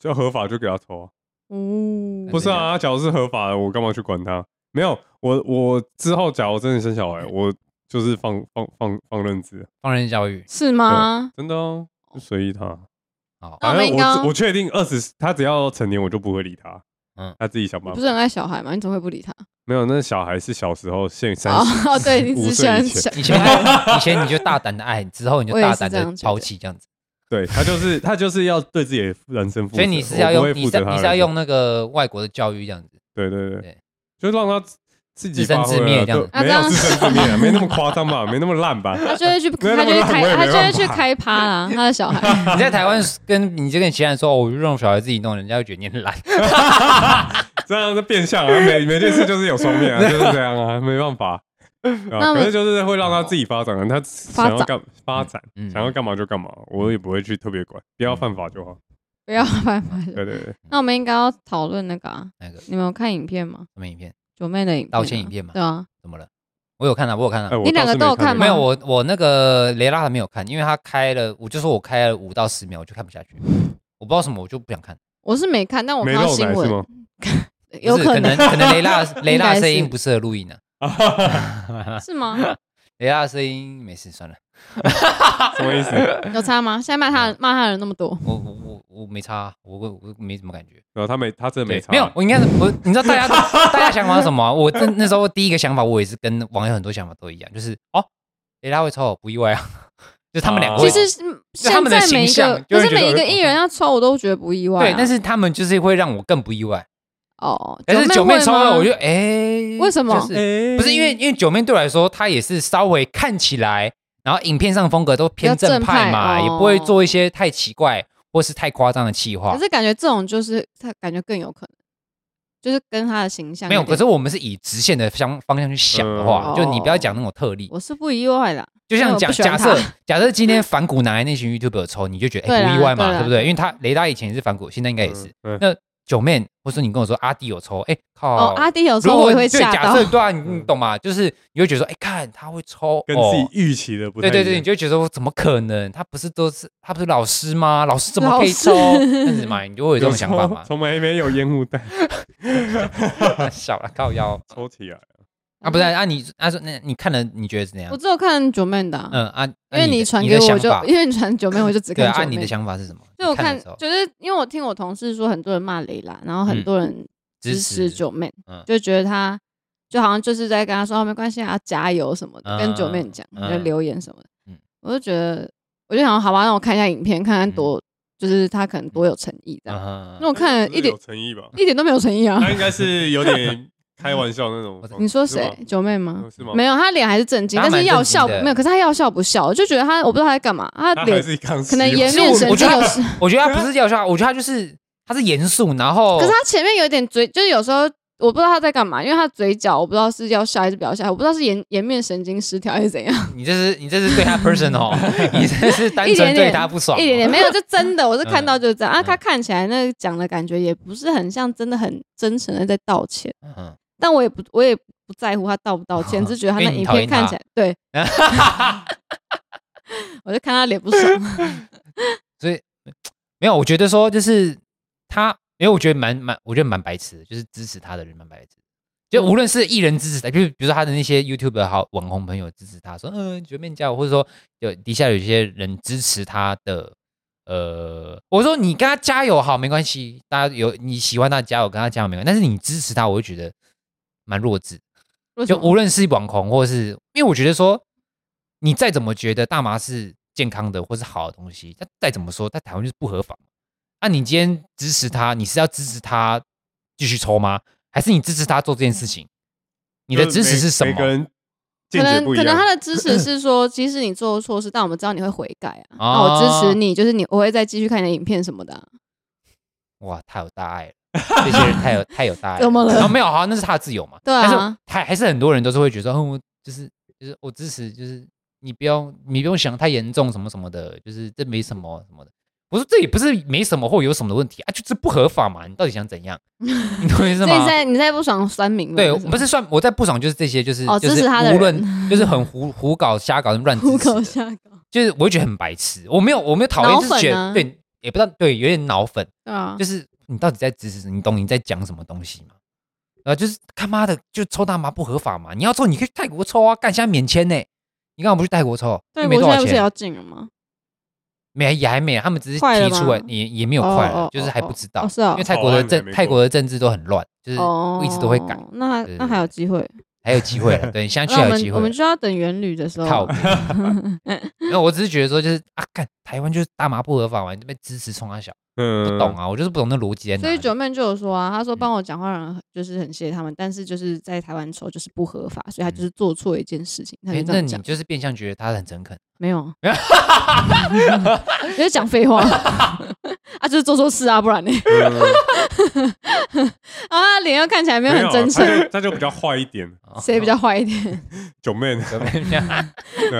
Speaker 1: 就合法就给他抽啊，
Speaker 4: 哦，
Speaker 1: 不是啊，假如是合法的，我干嘛去管他？没有，我我之后假如真的生小孩，我就是放放放放认知，
Speaker 3: 放任教育，
Speaker 4: 是吗？
Speaker 1: 真的哦，就随意他。
Speaker 3: 好，
Speaker 4: 那
Speaker 1: 反
Speaker 4: 我们
Speaker 1: 正
Speaker 4: 应该
Speaker 1: 我我确定二十，他只要成年，我就不会理他。
Speaker 3: 嗯
Speaker 1: 嗯，他自己想
Speaker 4: 你
Speaker 1: 办
Speaker 4: 不
Speaker 1: 法。
Speaker 4: 是很爱小孩吗？你怎么会不理他？
Speaker 1: 没有，那小孩是小时候现三
Speaker 4: 哦
Speaker 1: 十，
Speaker 4: 哦， 对你只喜欢小，
Speaker 3: 以前以前你就大胆的爱，之后你就
Speaker 4: 我也
Speaker 3: 大
Speaker 4: 是
Speaker 3: 胆
Speaker 4: 这
Speaker 3: 的
Speaker 4: 样觉得
Speaker 3: 抛弃这样子，
Speaker 1: 对他就是他就是要对自己的人生负责。
Speaker 3: 所以你是要
Speaker 1: 我
Speaker 3: 用
Speaker 1: 不会
Speaker 3: 你
Speaker 1: 负责
Speaker 3: 是
Speaker 1: 他
Speaker 3: 你
Speaker 1: 的
Speaker 3: 是要
Speaker 1: 人生
Speaker 3: 用那个外国的教育这样子，
Speaker 1: 对对对
Speaker 3: 对，
Speaker 1: 就让他自己
Speaker 3: 自生
Speaker 1: 发挥啊
Speaker 3: 自灭这样
Speaker 1: 对
Speaker 3: 子
Speaker 4: 啊
Speaker 1: 没
Speaker 4: 这
Speaker 1: 有
Speaker 4: 样
Speaker 1: 自生自灭啊，没那么夸张吧，没那么烂吧。
Speaker 4: 他就会去，
Speaker 1: 没有
Speaker 4: 他
Speaker 1: 那
Speaker 4: 就
Speaker 1: 么烂
Speaker 4: 会开
Speaker 1: 我也，没
Speaker 4: 他就会
Speaker 1: 办法
Speaker 4: 去开趴啦， 他的小孩。
Speaker 3: 你在台湾跟你就跟其他人说，哦我就让小孩自己弄，人家会觉得你很懒。
Speaker 1: 这样是变相啊，每每件事就是有双面啊，就是这样啊，没办 法。
Speaker 4: 那
Speaker 1: 啊，
Speaker 4: 我
Speaker 1: 可是就是会让他自己发展啊，他想要干发展
Speaker 3: 嗯嗯，
Speaker 1: 想要干嘛就干嘛，我也不会去特别管，不要犯法就好。
Speaker 4: 不要办法。
Speaker 1: 对对
Speaker 3: 嗯
Speaker 1: 对，
Speaker 4: 那我们应该要讨论那个啊，
Speaker 3: 那个什
Speaker 4: 你们有看影片吗？
Speaker 3: 么影片？
Speaker 4: 九妹的影片啊
Speaker 3: 道歉影片嘛
Speaker 4: 对啊，
Speaker 3: 怎么了？我有看啊，我有看
Speaker 1: 哎
Speaker 3: 啊。
Speaker 1: 我
Speaker 4: 你两个
Speaker 1: 倒是没
Speaker 4: 都有看吗
Speaker 3: 没有，我我那个雷拉还没有看，因为他开了，我就说我开了五到十秒，我就看不下去。我不知道什么，我就不想看。
Speaker 4: 我是没看，但我
Speaker 1: 没
Speaker 4: 看
Speaker 1: 肉奶
Speaker 4: 到新
Speaker 1: 是
Speaker 4: 闻
Speaker 1: 吗，？
Speaker 4: 有
Speaker 3: 不是可
Speaker 4: 能
Speaker 3: 可能雷 拉雷拉声
Speaker 4: 应该
Speaker 3: 音
Speaker 4: 是
Speaker 3: 不适合录音呢。啊
Speaker 4: 是吗？
Speaker 3: 雷拉声音没事，算了，
Speaker 1: 什么意 思？
Speaker 4: 有差吗？现在骂他骂他的人那么多，
Speaker 3: 我我我我没差啊，我我我没什么感觉。
Speaker 1: 然后他没，他真的没
Speaker 3: 对
Speaker 1: 差，
Speaker 3: 没有，我应该是我，你知道 大家大家想法是什么啊？我那那时候第一个想法，我也是跟网友很多想法都一样，就是哦，雷拉会抽不意外啊， 就是他们两个
Speaker 1: 哦
Speaker 3: 会
Speaker 4: 其
Speaker 3: 抽
Speaker 4: 实是
Speaker 3: 就他
Speaker 4: 现
Speaker 3: 们的
Speaker 4: 在每一
Speaker 3: 形象
Speaker 4: 个，
Speaker 3: 就
Speaker 4: 可
Speaker 3: 会
Speaker 4: 是
Speaker 3: 觉得哦
Speaker 4: 每一个艺人要抽，我都觉得不意外啊。
Speaker 3: 对，但是他们就是会让我更不意外。
Speaker 4: 哦，
Speaker 3: 但是九妹
Speaker 4: 会
Speaker 3: 抽
Speaker 4: 吗
Speaker 3: 了，我就哎，
Speaker 4: 为什么
Speaker 3: 就是
Speaker 1: 哎
Speaker 3: 不是因为因为九妹对我来说，她也是稍微看起来，然后影片上风格都偏
Speaker 4: 比较
Speaker 3: 正
Speaker 4: 正
Speaker 3: 派
Speaker 4: 派
Speaker 3: 嘛，
Speaker 4: 哦
Speaker 3: 也不会做一些太奇怪或是太夸张的气话
Speaker 4: 可。是感觉这种就是他感觉更有可能，就是跟他的形象
Speaker 3: 没有，
Speaker 4: 点
Speaker 3: 可是我们是以直线的方方向去想的话，
Speaker 4: 嗯
Speaker 3: 就你不要讲那种特例。
Speaker 4: 我是不意外啦。
Speaker 3: 就
Speaker 4: 因为
Speaker 3: 像
Speaker 4: 嗯我
Speaker 3: 假
Speaker 4: 不喜欢
Speaker 3: 假
Speaker 4: 他
Speaker 3: 设假设今天反骨拿来那群 YouTuber 抽，你就觉得哎、
Speaker 4: 对啦
Speaker 3: 不意外嘛，
Speaker 4: 对
Speaker 3: 对
Speaker 4: 啦
Speaker 3: 不对？因为他雷达以前也是反骨，现在应该也是。
Speaker 1: 嗯嗯
Speaker 3: 那九妹，或者你跟我说阿弟有抽，哎、靠！
Speaker 4: 哦，阿迪有时
Speaker 3: 如
Speaker 4: 候
Speaker 3: 果
Speaker 4: 我也会
Speaker 3: 对
Speaker 4: 吓
Speaker 3: 假
Speaker 4: 到
Speaker 3: 设，对 啊，你你懂吗？就是你会觉得说，哎、看他会抽，
Speaker 1: 嗯跟
Speaker 3: 哦
Speaker 1: 自己预期的不太
Speaker 3: 对
Speaker 1: 一样
Speaker 3: 对对，你就会觉得说怎么可能？他不是都是他不是老师吗？老师怎么可以
Speaker 4: 老师
Speaker 3: 抽？这样子嘛，你就会有这种想法嘛？
Speaker 1: 从来没有烟雾弹
Speaker 3: 小了靠 腰
Speaker 1: 抽起来，
Speaker 3: 啊，不是啊你啊说那你看了你觉得是怎样
Speaker 4: 我？只有看九妹的啊，
Speaker 3: 嗯啊，
Speaker 4: 因为
Speaker 3: 啊
Speaker 4: 你
Speaker 3: 的
Speaker 4: 传
Speaker 3: 你
Speaker 4: 给
Speaker 3: 的
Speaker 4: 我
Speaker 3: 想
Speaker 4: 就
Speaker 3: 法
Speaker 4: 因为你传九妹我就只
Speaker 3: 对
Speaker 4: 看
Speaker 3: 啊，啊
Speaker 4: 九
Speaker 3: 你的
Speaker 4: 妹。
Speaker 3: 想法是什么？
Speaker 4: 所以我
Speaker 3: 你看
Speaker 4: 看
Speaker 3: 的时候
Speaker 4: 就是因为我听我同事说，很多人骂雷拉，然后
Speaker 3: 嗯
Speaker 4: 很多人支持
Speaker 3: 支持
Speaker 4: 九妹
Speaker 3: 嗯，
Speaker 4: 就觉得他就好像就是在跟他说哦没关系啊，加油什么
Speaker 3: 嗯
Speaker 4: 的，跟九妹讲
Speaker 3: 嗯
Speaker 4: 就留言什么的
Speaker 3: 嗯。
Speaker 4: 我就觉得，我就想好吧，让我看一下影片，看看多就是他可能多有诚意这样。
Speaker 3: 嗯
Speaker 4: 那我看了
Speaker 1: 不是
Speaker 4: 一点
Speaker 1: 有诚意吧？
Speaker 3: 哎
Speaker 4: 一点都没有诚意啊
Speaker 1: 他，应该是有点开玩笑那种
Speaker 3: 我知。
Speaker 4: 你说谁
Speaker 1: 是吗？
Speaker 4: 九妹吗
Speaker 1: 嗯？是吗？
Speaker 4: 没有，他脸还是震惊，
Speaker 3: 他
Speaker 4: 但
Speaker 3: 蛮
Speaker 4: 是要笑
Speaker 3: 震惊的
Speaker 4: 没有，可是他要笑不笑，我就觉得他我不知道他在干嘛，他
Speaker 1: 他还
Speaker 4: 脸
Speaker 1: 是康熙
Speaker 4: 可能
Speaker 1: 吧
Speaker 4: 颜面神
Speaker 3: 我觉
Speaker 4: 经
Speaker 3: 得
Speaker 4: 有
Speaker 3: 他哦
Speaker 4: 时，
Speaker 3: 我觉得他不是要笑，我觉得他就是他是严肃，然后
Speaker 4: 可是他前面有点嘴，就是有时候我不知道他在干嘛，因为他嘴角我不知道是要笑还是不要笑，我不知道是颜颜面神经失调还是怎样，
Speaker 3: 你这是你这是对他 personal，你这是单
Speaker 4: 一点
Speaker 3: 纯对
Speaker 4: 点
Speaker 3: 他不爽，哦
Speaker 4: 一点点没有，就 真的我是看
Speaker 3: 嗯
Speaker 4: 到就是这样啊，
Speaker 3: 嗯
Speaker 4: 他看起来那讲的感觉也不是很像真的很真诚的在道歉，
Speaker 3: 嗯，
Speaker 4: 但我也不我也不在乎他道不道歉，只是觉得他
Speaker 3: 哦因
Speaker 4: 那
Speaker 3: 为你
Speaker 4: 影
Speaker 3: 讨厌
Speaker 4: 片看
Speaker 3: 他
Speaker 4: 起来 对， 我就看他脸 不爽，
Speaker 3: 没有，我觉得说就是他，因为我觉得蛮蛮，我觉得蛮白痴的，就是支持他的人蛮白痴的。就无论是艺人支持他，就是比如说他的那些 YouTube 好网红朋友支持他，说嗯绝面加我，或者说有底下有一些人支持他的，呃，我说你跟他加油好没关系，大家有你喜欢他加油跟他加油没关系，但是你支持他，我就觉得蛮弱智。
Speaker 4: 为什
Speaker 3: 就
Speaker 4: 么
Speaker 3: 无论是网红或是，因为我觉得说，你再怎么觉得大麻是健康的或是好的东西，那再怎么说，在台湾就是不合法。那、你今天支持他，你是要支持他继续抽吗？还是你支持他做这件事情？你的支持是什么
Speaker 1: 每？个人
Speaker 4: 可
Speaker 1: 见解
Speaker 4: 能
Speaker 1: 不一
Speaker 4: 可
Speaker 1: 样。
Speaker 4: 能他的支持 是说，即使你做错事，但我们知道你会悔改啊，那、我支
Speaker 3: 哦
Speaker 4: 持你，就是你我会再继续看你的影片什么的啊、
Speaker 3: 哇，太有大爱了，这些人太 有太有大爱了。哦
Speaker 4: 怎么了
Speaker 3: 然后没有，好，那是他的自由嘛。
Speaker 4: 对啊
Speaker 3: 但是还还是很多人都是会觉得说，嗯，我就是就是我支持，就是你不要你不用想太严重什么什么的，就是这没什么什么的。我说这也不是没什么或有什么的问题啊，就是不合法嘛。你到底想怎 样？你懂我意思
Speaker 4: 所
Speaker 3: 吗
Speaker 4: 以？在你在不爽酸民吗
Speaker 3: 对，
Speaker 4: 吗
Speaker 3: 不是算我在不爽，就是这些，就是、
Speaker 4: 哦
Speaker 3: 就是
Speaker 4: 支持他的
Speaker 3: 无
Speaker 4: 人
Speaker 3: 论就是 很胡胡搞瞎搞乱支
Speaker 4: 虎
Speaker 3: 持啊的
Speaker 4: 口下狗，
Speaker 3: 就是我会觉得很白痴。我没有我没有讨厌，
Speaker 4: 脑
Speaker 3: 就是觉得、
Speaker 4: 粉啊
Speaker 3: 对，也不知道对，有点脑粉。
Speaker 4: 对啊
Speaker 3: 就，是你到底在支持什么？你懂你在讲什么东西吗？啊，就是他妈的，就抽大麻不合法嘛！你要抽，你可以去泰国抽啊，干现在免签呢、你干嘛不去泰国抽？
Speaker 4: 对，
Speaker 3: 又
Speaker 4: 我
Speaker 3: 没
Speaker 4: 现
Speaker 3: 多
Speaker 4: 在
Speaker 3: 少
Speaker 4: 不是也
Speaker 3: 钱，
Speaker 4: 要禁了吗？
Speaker 3: 没也还没，他们只是
Speaker 4: 快了
Speaker 3: 提出来，
Speaker 4: 吗
Speaker 3: 也也没有快
Speaker 4: 哦
Speaker 3: 了
Speaker 4: 哦，
Speaker 3: 就是还不知道
Speaker 4: 哦，是哦
Speaker 3: 因为泰国的
Speaker 1: 哦还
Speaker 3: 政
Speaker 1: 没
Speaker 3: 泰国的政治都很乱，就是
Speaker 4: 哦，
Speaker 3: 一直都会改，，
Speaker 4: 那
Speaker 3: 对对
Speaker 4: 那还有机会，
Speaker 3: 还有机会 了，对，相信
Speaker 4: 那
Speaker 3: 还
Speaker 4: 我
Speaker 3: 有机
Speaker 4: 们
Speaker 3: 会
Speaker 4: 我
Speaker 3: 了
Speaker 4: 们。就要等元旅的时候，
Speaker 3: 靠 北，那我只是觉得说，就是啊，干台湾就是大麻不合法嘛，你这边支持冲他小，不
Speaker 1: 嗯
Speaker 3: 懂啊，我就是不懂那逻辑在哪
Speaker 4: 所以
Speaker 3: 里。
Speaker 4: 九妹就有说啊，她说
Speaker 3: 嗯
Speaker 4: 帮我讲话的人就是很谢谢他们，但是就是在台湾抽就是不合法，所以她就是做错一件事情，她
Speaker 3: 哎
Speaker 4: 就这
Speaker 3: 嗯那
Speaker 4: 样
Speaker 3: 你
Speaker 4: 讲，
Speaker 3: 就是变相觉得他很诚恳。
Speaker 4: 没有，啊 就是讲废话，啊，就是做错事啊，不然呢？
Speaker 1: 嗯
Speaker 4: 啊，她脸又看起来没有
Speaker 1: 没有啊
Speaker 4: 很真
Speaker 1: 他就
Speaker 4: 诚，
Speaker 1: 他就比较坏一点，
Speaker 3: 哦
Speaker 4: 谁比较坏一点？
Speaker 1: 九妹呢对啊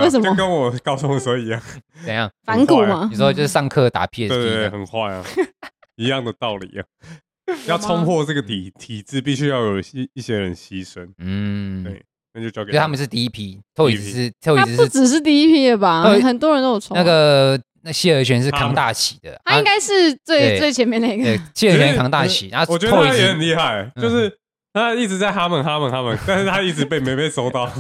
Speaker 4: 为什么
Speaker 1: 就跟我高中的时候一 样，
Speaker 3: 怎样？
Speaker 4: 反骨
Speaker 1: 很坏啊
Speaker 4: 吗？
Speaker 3: 你说就是上课打
Speaker 1: 对对
Speaker 3: PSP
Speaker 1: 对，
Speaker 3: 的，
Speaker 1: 很坏啊， 一样的道 理啊。要冲破这个体体制，必须要有一一些人牺牲，
Speaker 3: 嗯，
Speaker 1: 对那就交给
Speaker 3: 因为他们是第一批，透椅子是透椅
Speaker 4: 他
Speaker 3: 子
Speaker 4: 不
Speaker 3: 是
Speaker 4: 只是第一批的吧
Speaker 3: 呃，
Speaker 4: 很多人都有抽啊。
Speaker 3: 那个那谢尔泉是扛大旗的，
Speaker 4: 他应该是最
Speaker 3: 啊对
Speaker 4: 最前面那
Speaker 3: 对
Speaker 4: 个，
Speaker 3: 谢尔泉扛大旗，然后
Speaker 1: 我觉得
Speaker 3: 透椅嗯
Speaker 1: 他也很
Speaker 3: 子
Speaker 1: 厉害，就是他一直在哈们哈们哈们，但是他一直被没被收 到。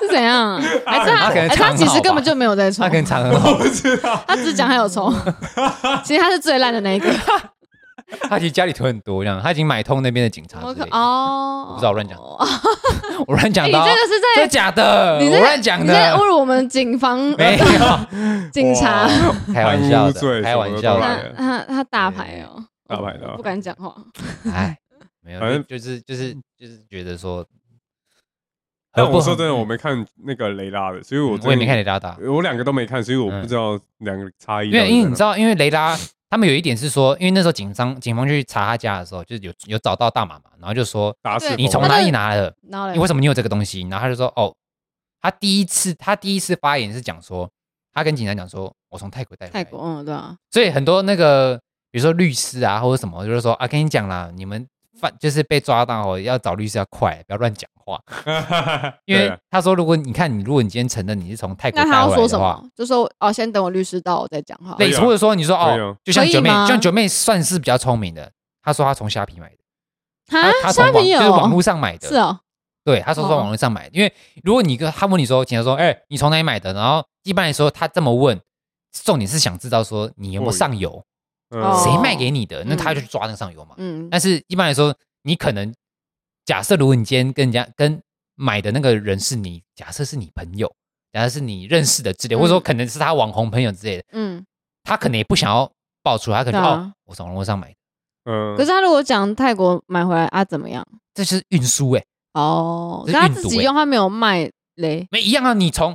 Speaker 4: 是怎样？啊还是
Speaker 3: 他
Speaker 4: 他
Speaker 3: 可能
Speaker 4: 还是他
Speaker 3: 藏
Speaker 4: 其
Speaker 3: 好
Speaker 4: 实
Speaker 3: 吧
Speaker 4: 根本就没有在抽
Speaker 3: 他，可能藏很好，
Speaker 1: 不知道，
Speaker 4: 他只讲他有抽， 其实他是最烂的那一个。
Speaker 3: 啊他其实家里囤很多这样，他已经买通那边的警察
Speaker 4: 我
Speaker 3: 之
Speaker 4: 可
Speaker 3: 类的。
Speaker 4: 哦，
Speaker 3: 我不知道我乱讲
Speaker 4: 哦
Speaker 3: 我乱
Speaker 4: 哎
Speaker 3: 讲
Speaker 4: 你
Speaker 3: 的
Speaker 4: 这
Speaker 3: 哦，
Speaker 4: 个是
Speaker 3: 真的
Speaker 4: 在
Speaker 3: 假的？
Speaker 4: 你
Speaker 3: 我
Speaker 4: 这
Speaker 3: 乱讲
Speaker 4: 你在
Speaker 3: 的，
Speaker 4: 侮辱我们警方呃
Speaker 3: 没有，
Speaker 4: 警察
Speaker 1: 哇，
Speaker 3: 开玩笑
Speaker 1: 贪污罪
Speaker 3: 的，开玩
Speaker 1: 什
Speaker 3: 笑
Speaker 1: 么
Speaker 4: 他
Speaker 1: 的
Speaker 3: 的，
Speaker 1: 对
Speaker 4: 他他大牌哦，
Speaker 1: 大牌 的啊
Speaker 4: 不敢讲话。
Speaker 3: 哎，没有，
Speaker 1: 反正
Speaker 3: 就是就是就是觉得说，
Speaker 1: 但
Speaker 3: 合不
Speaker 1: 我
Speaker 3: 合嗯
Speaker 1: 说真的，我没看那个雷拉的，所以我
Speaker 3: 我也没看雷达打。
Speaker 1: 我两个都没看，所以我不知道两个差异
Speaker 3: 因
Speaker 1: 到底在哪。
Speaker 3: 为因为你知道，因为雷拉他们有一点是说，因为那时候警方警方去查他家的时候，就是有有找到大麻嘛，然后就说
Speaker 1: 打死
Speaker 4: 对
Speaker 3: 你从
Speaker 4: 他
Speaker 3: 哪
Speaker 4: 就
Speaker 3: 里拿的？
Speaker 4: 然后嘞
Speaker 3: 你为什么你有这个东西？然后他就说哦，他第一次他第一次发言是讲说，他跟警察讲说，我从泰国带回来
Speaker 4: 泰
Speaker 3: 的
Speaker 4: 国，嗯，对啊，
Speaker 3: 所以很多那个比如说律师啊或者什么，就是说啊，跟你讲啦，你们犯就是被抓到哦，要找律师要快，不要乱讲话， 因
Speaker 1: 啊
Speaker 3: 为他说如果你看你如果你今天承认你是从泰国
Speaker 4: 那
Speaker 3: 带回
Speaker 4: 他
Speaker 3: 来
Speaker 4: 要说什
Speaker 3: 的话，
Speaker 4: 么？就说哦，先等我律师到，我再讲话。
Speaker 3: 类似，
Speaker 1: 可以啊
Speaker 3: 或者说你说
Speaker 1: 可以啊
Speaker 3: 哦，就像
Speaker 4: 可以
Speaker 3: 九妹，
Speaker 4: 吗
Speaker 3: 就像九妹算是比较聪明的，她说她从虾皮买的，她
Speaker 4: 啊，
Speaker 3: 她
Speaker 4: 虾
Speaker 3: 从网
Speaker 4: 皮
Speaker 3: 就
Speaker 4: 有
Speaker 3: 是网络上买的，
Speaker 4: 是哦，
Speaker 3: 对，她说从
Speaker 4: 哦
Speaker 3: 网络上买的，因为如果你跟她问你说，警察说，哎、你从哪里买的？然后一般来说她这么问，重点是想知道说你有没有
Speaker 1: 货源
Speaker 3: 上游，
Speaker 1: 嗯
Speaker 4: 哦
Speaker 3: 谁卖给你的，那
Speaker 4: 嗯
Speaker 3: 她就去抓那个上游嘛。
Speaker 4: 嗯，
Speaker 3: 但是一般来说，你可能假设如果你今天跟人家跟买的那个人是你，假设是你朋友，假设是你认识的之类，或者说
Speaker 4: 嗯
Speaker 3: 可能是他网红朋友之类的。
Speaker 4: 嗯，
Speaker 3: 他可能也不想要爆出来，他可能、
Speaker 4: 对啊
Speaker 3: 哦，我从网络上买的，
Speaker 1: 嗯，
Speaker 4: 可是他如果讲泰国买回来啊怎么样？
Speaker 3: 这是运输哎，
Speaker 4: 哦，
Speaker 3: 这
Speaker 4: 可
Speaker 3: 是
Speaker 4: 他
Speaker 3: 运毒
Speaker 4: 自己
Speaker 3: 欸
Speaker 4: 用，他没有卖嘞。
Speaker 3: 没一样啊，你从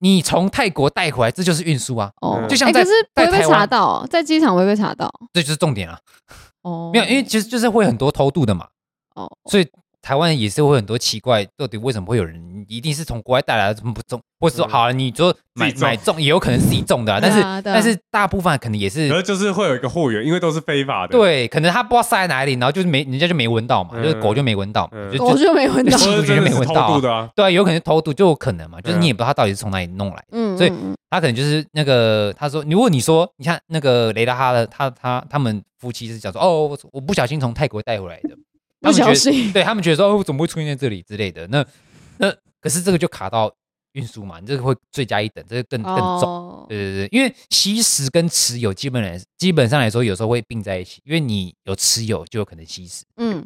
Speaker 3: 你从泰国带回来，这就是运输啊，
Speaker 4: 哦
Speaker 1: 嗯，
Speaker 3: 就像
Speaker 4: 欸
Speaker 3: 在
Speaker 4: 可是不会
Speaker 3: 在
Speaker 4: 被
Speaker 3: 台湾
Speaker 4: 查到哦，在机场不会被查到
Speaker 3: 这就是重点啊。
Speaker 4: 哦。
Speaker 3: 没有，因为其实就是会很多偷渡的嘛，
Speaker 4: 哦，
Speaker 3: 所以台湾也是会很多奇怪，到底为什么会有人一定是从国外带来的，怎么不种，或者说
Speaker 1: 嗯
Speaker 3: 好啊，你说买
Speaker 1: 自己种
Speaker 3: 买种也有可能是自己种的啊，但
Speaker 4: 对啊
Speaker 3: 是
Speaker 4: 对啊
Speaker 3: 但是大部分可能也是
Speaker 1: 可是就是会有一个货源，因为都是非法的，，
Speaker 3: 对，可能他不知道塞在哪里，然后就是没人家就没闻到嘛，
Speaker 1: 嗯
Speaker 3: 就是狗就没闻到嘛，
Speaker 1: 嗯
Speaker 3: 就
Speaker 4: 我
Speaker 3: 就
Speaker 4: 就没闻 到
Speaker 3: 就。
Speaker 1: 或者真的是偷渡的啊，
Speaker 3: 对啊，有可能是偷渡就有可能嘛，就是
Speaker 1: 嗯
Speaker 3: 你也不知道他到底是从哪里弄来的，
Speaker 4: 嗯，
Speaker 3: 所以
Speaker 4: 嗯嗯
Speaker 3: 他可能就是那个他说，如果你说你看那个雷拉哈的他他他们夫妻是讲说哦，我我不小心从泰国带回来的，他 们
Speaker 4: 不
Speaker 3: 觉
Speaker 4: 小
Speaker 3: 得
Speaker 4: 心，
Speaker 3: 对他们觉得说，哦，怎么会出现在这里之类的？那那可是这个就卡到运输嘛，你这个会罪加一等，这个更更嗯重。
Speaker 4: 哦，
Speaker 3: 对对对，因为吸食跟持有基本来基本上来说，有时候会并在一起，因为你有持有就有可能吸食，
Speaker 4: 嗯，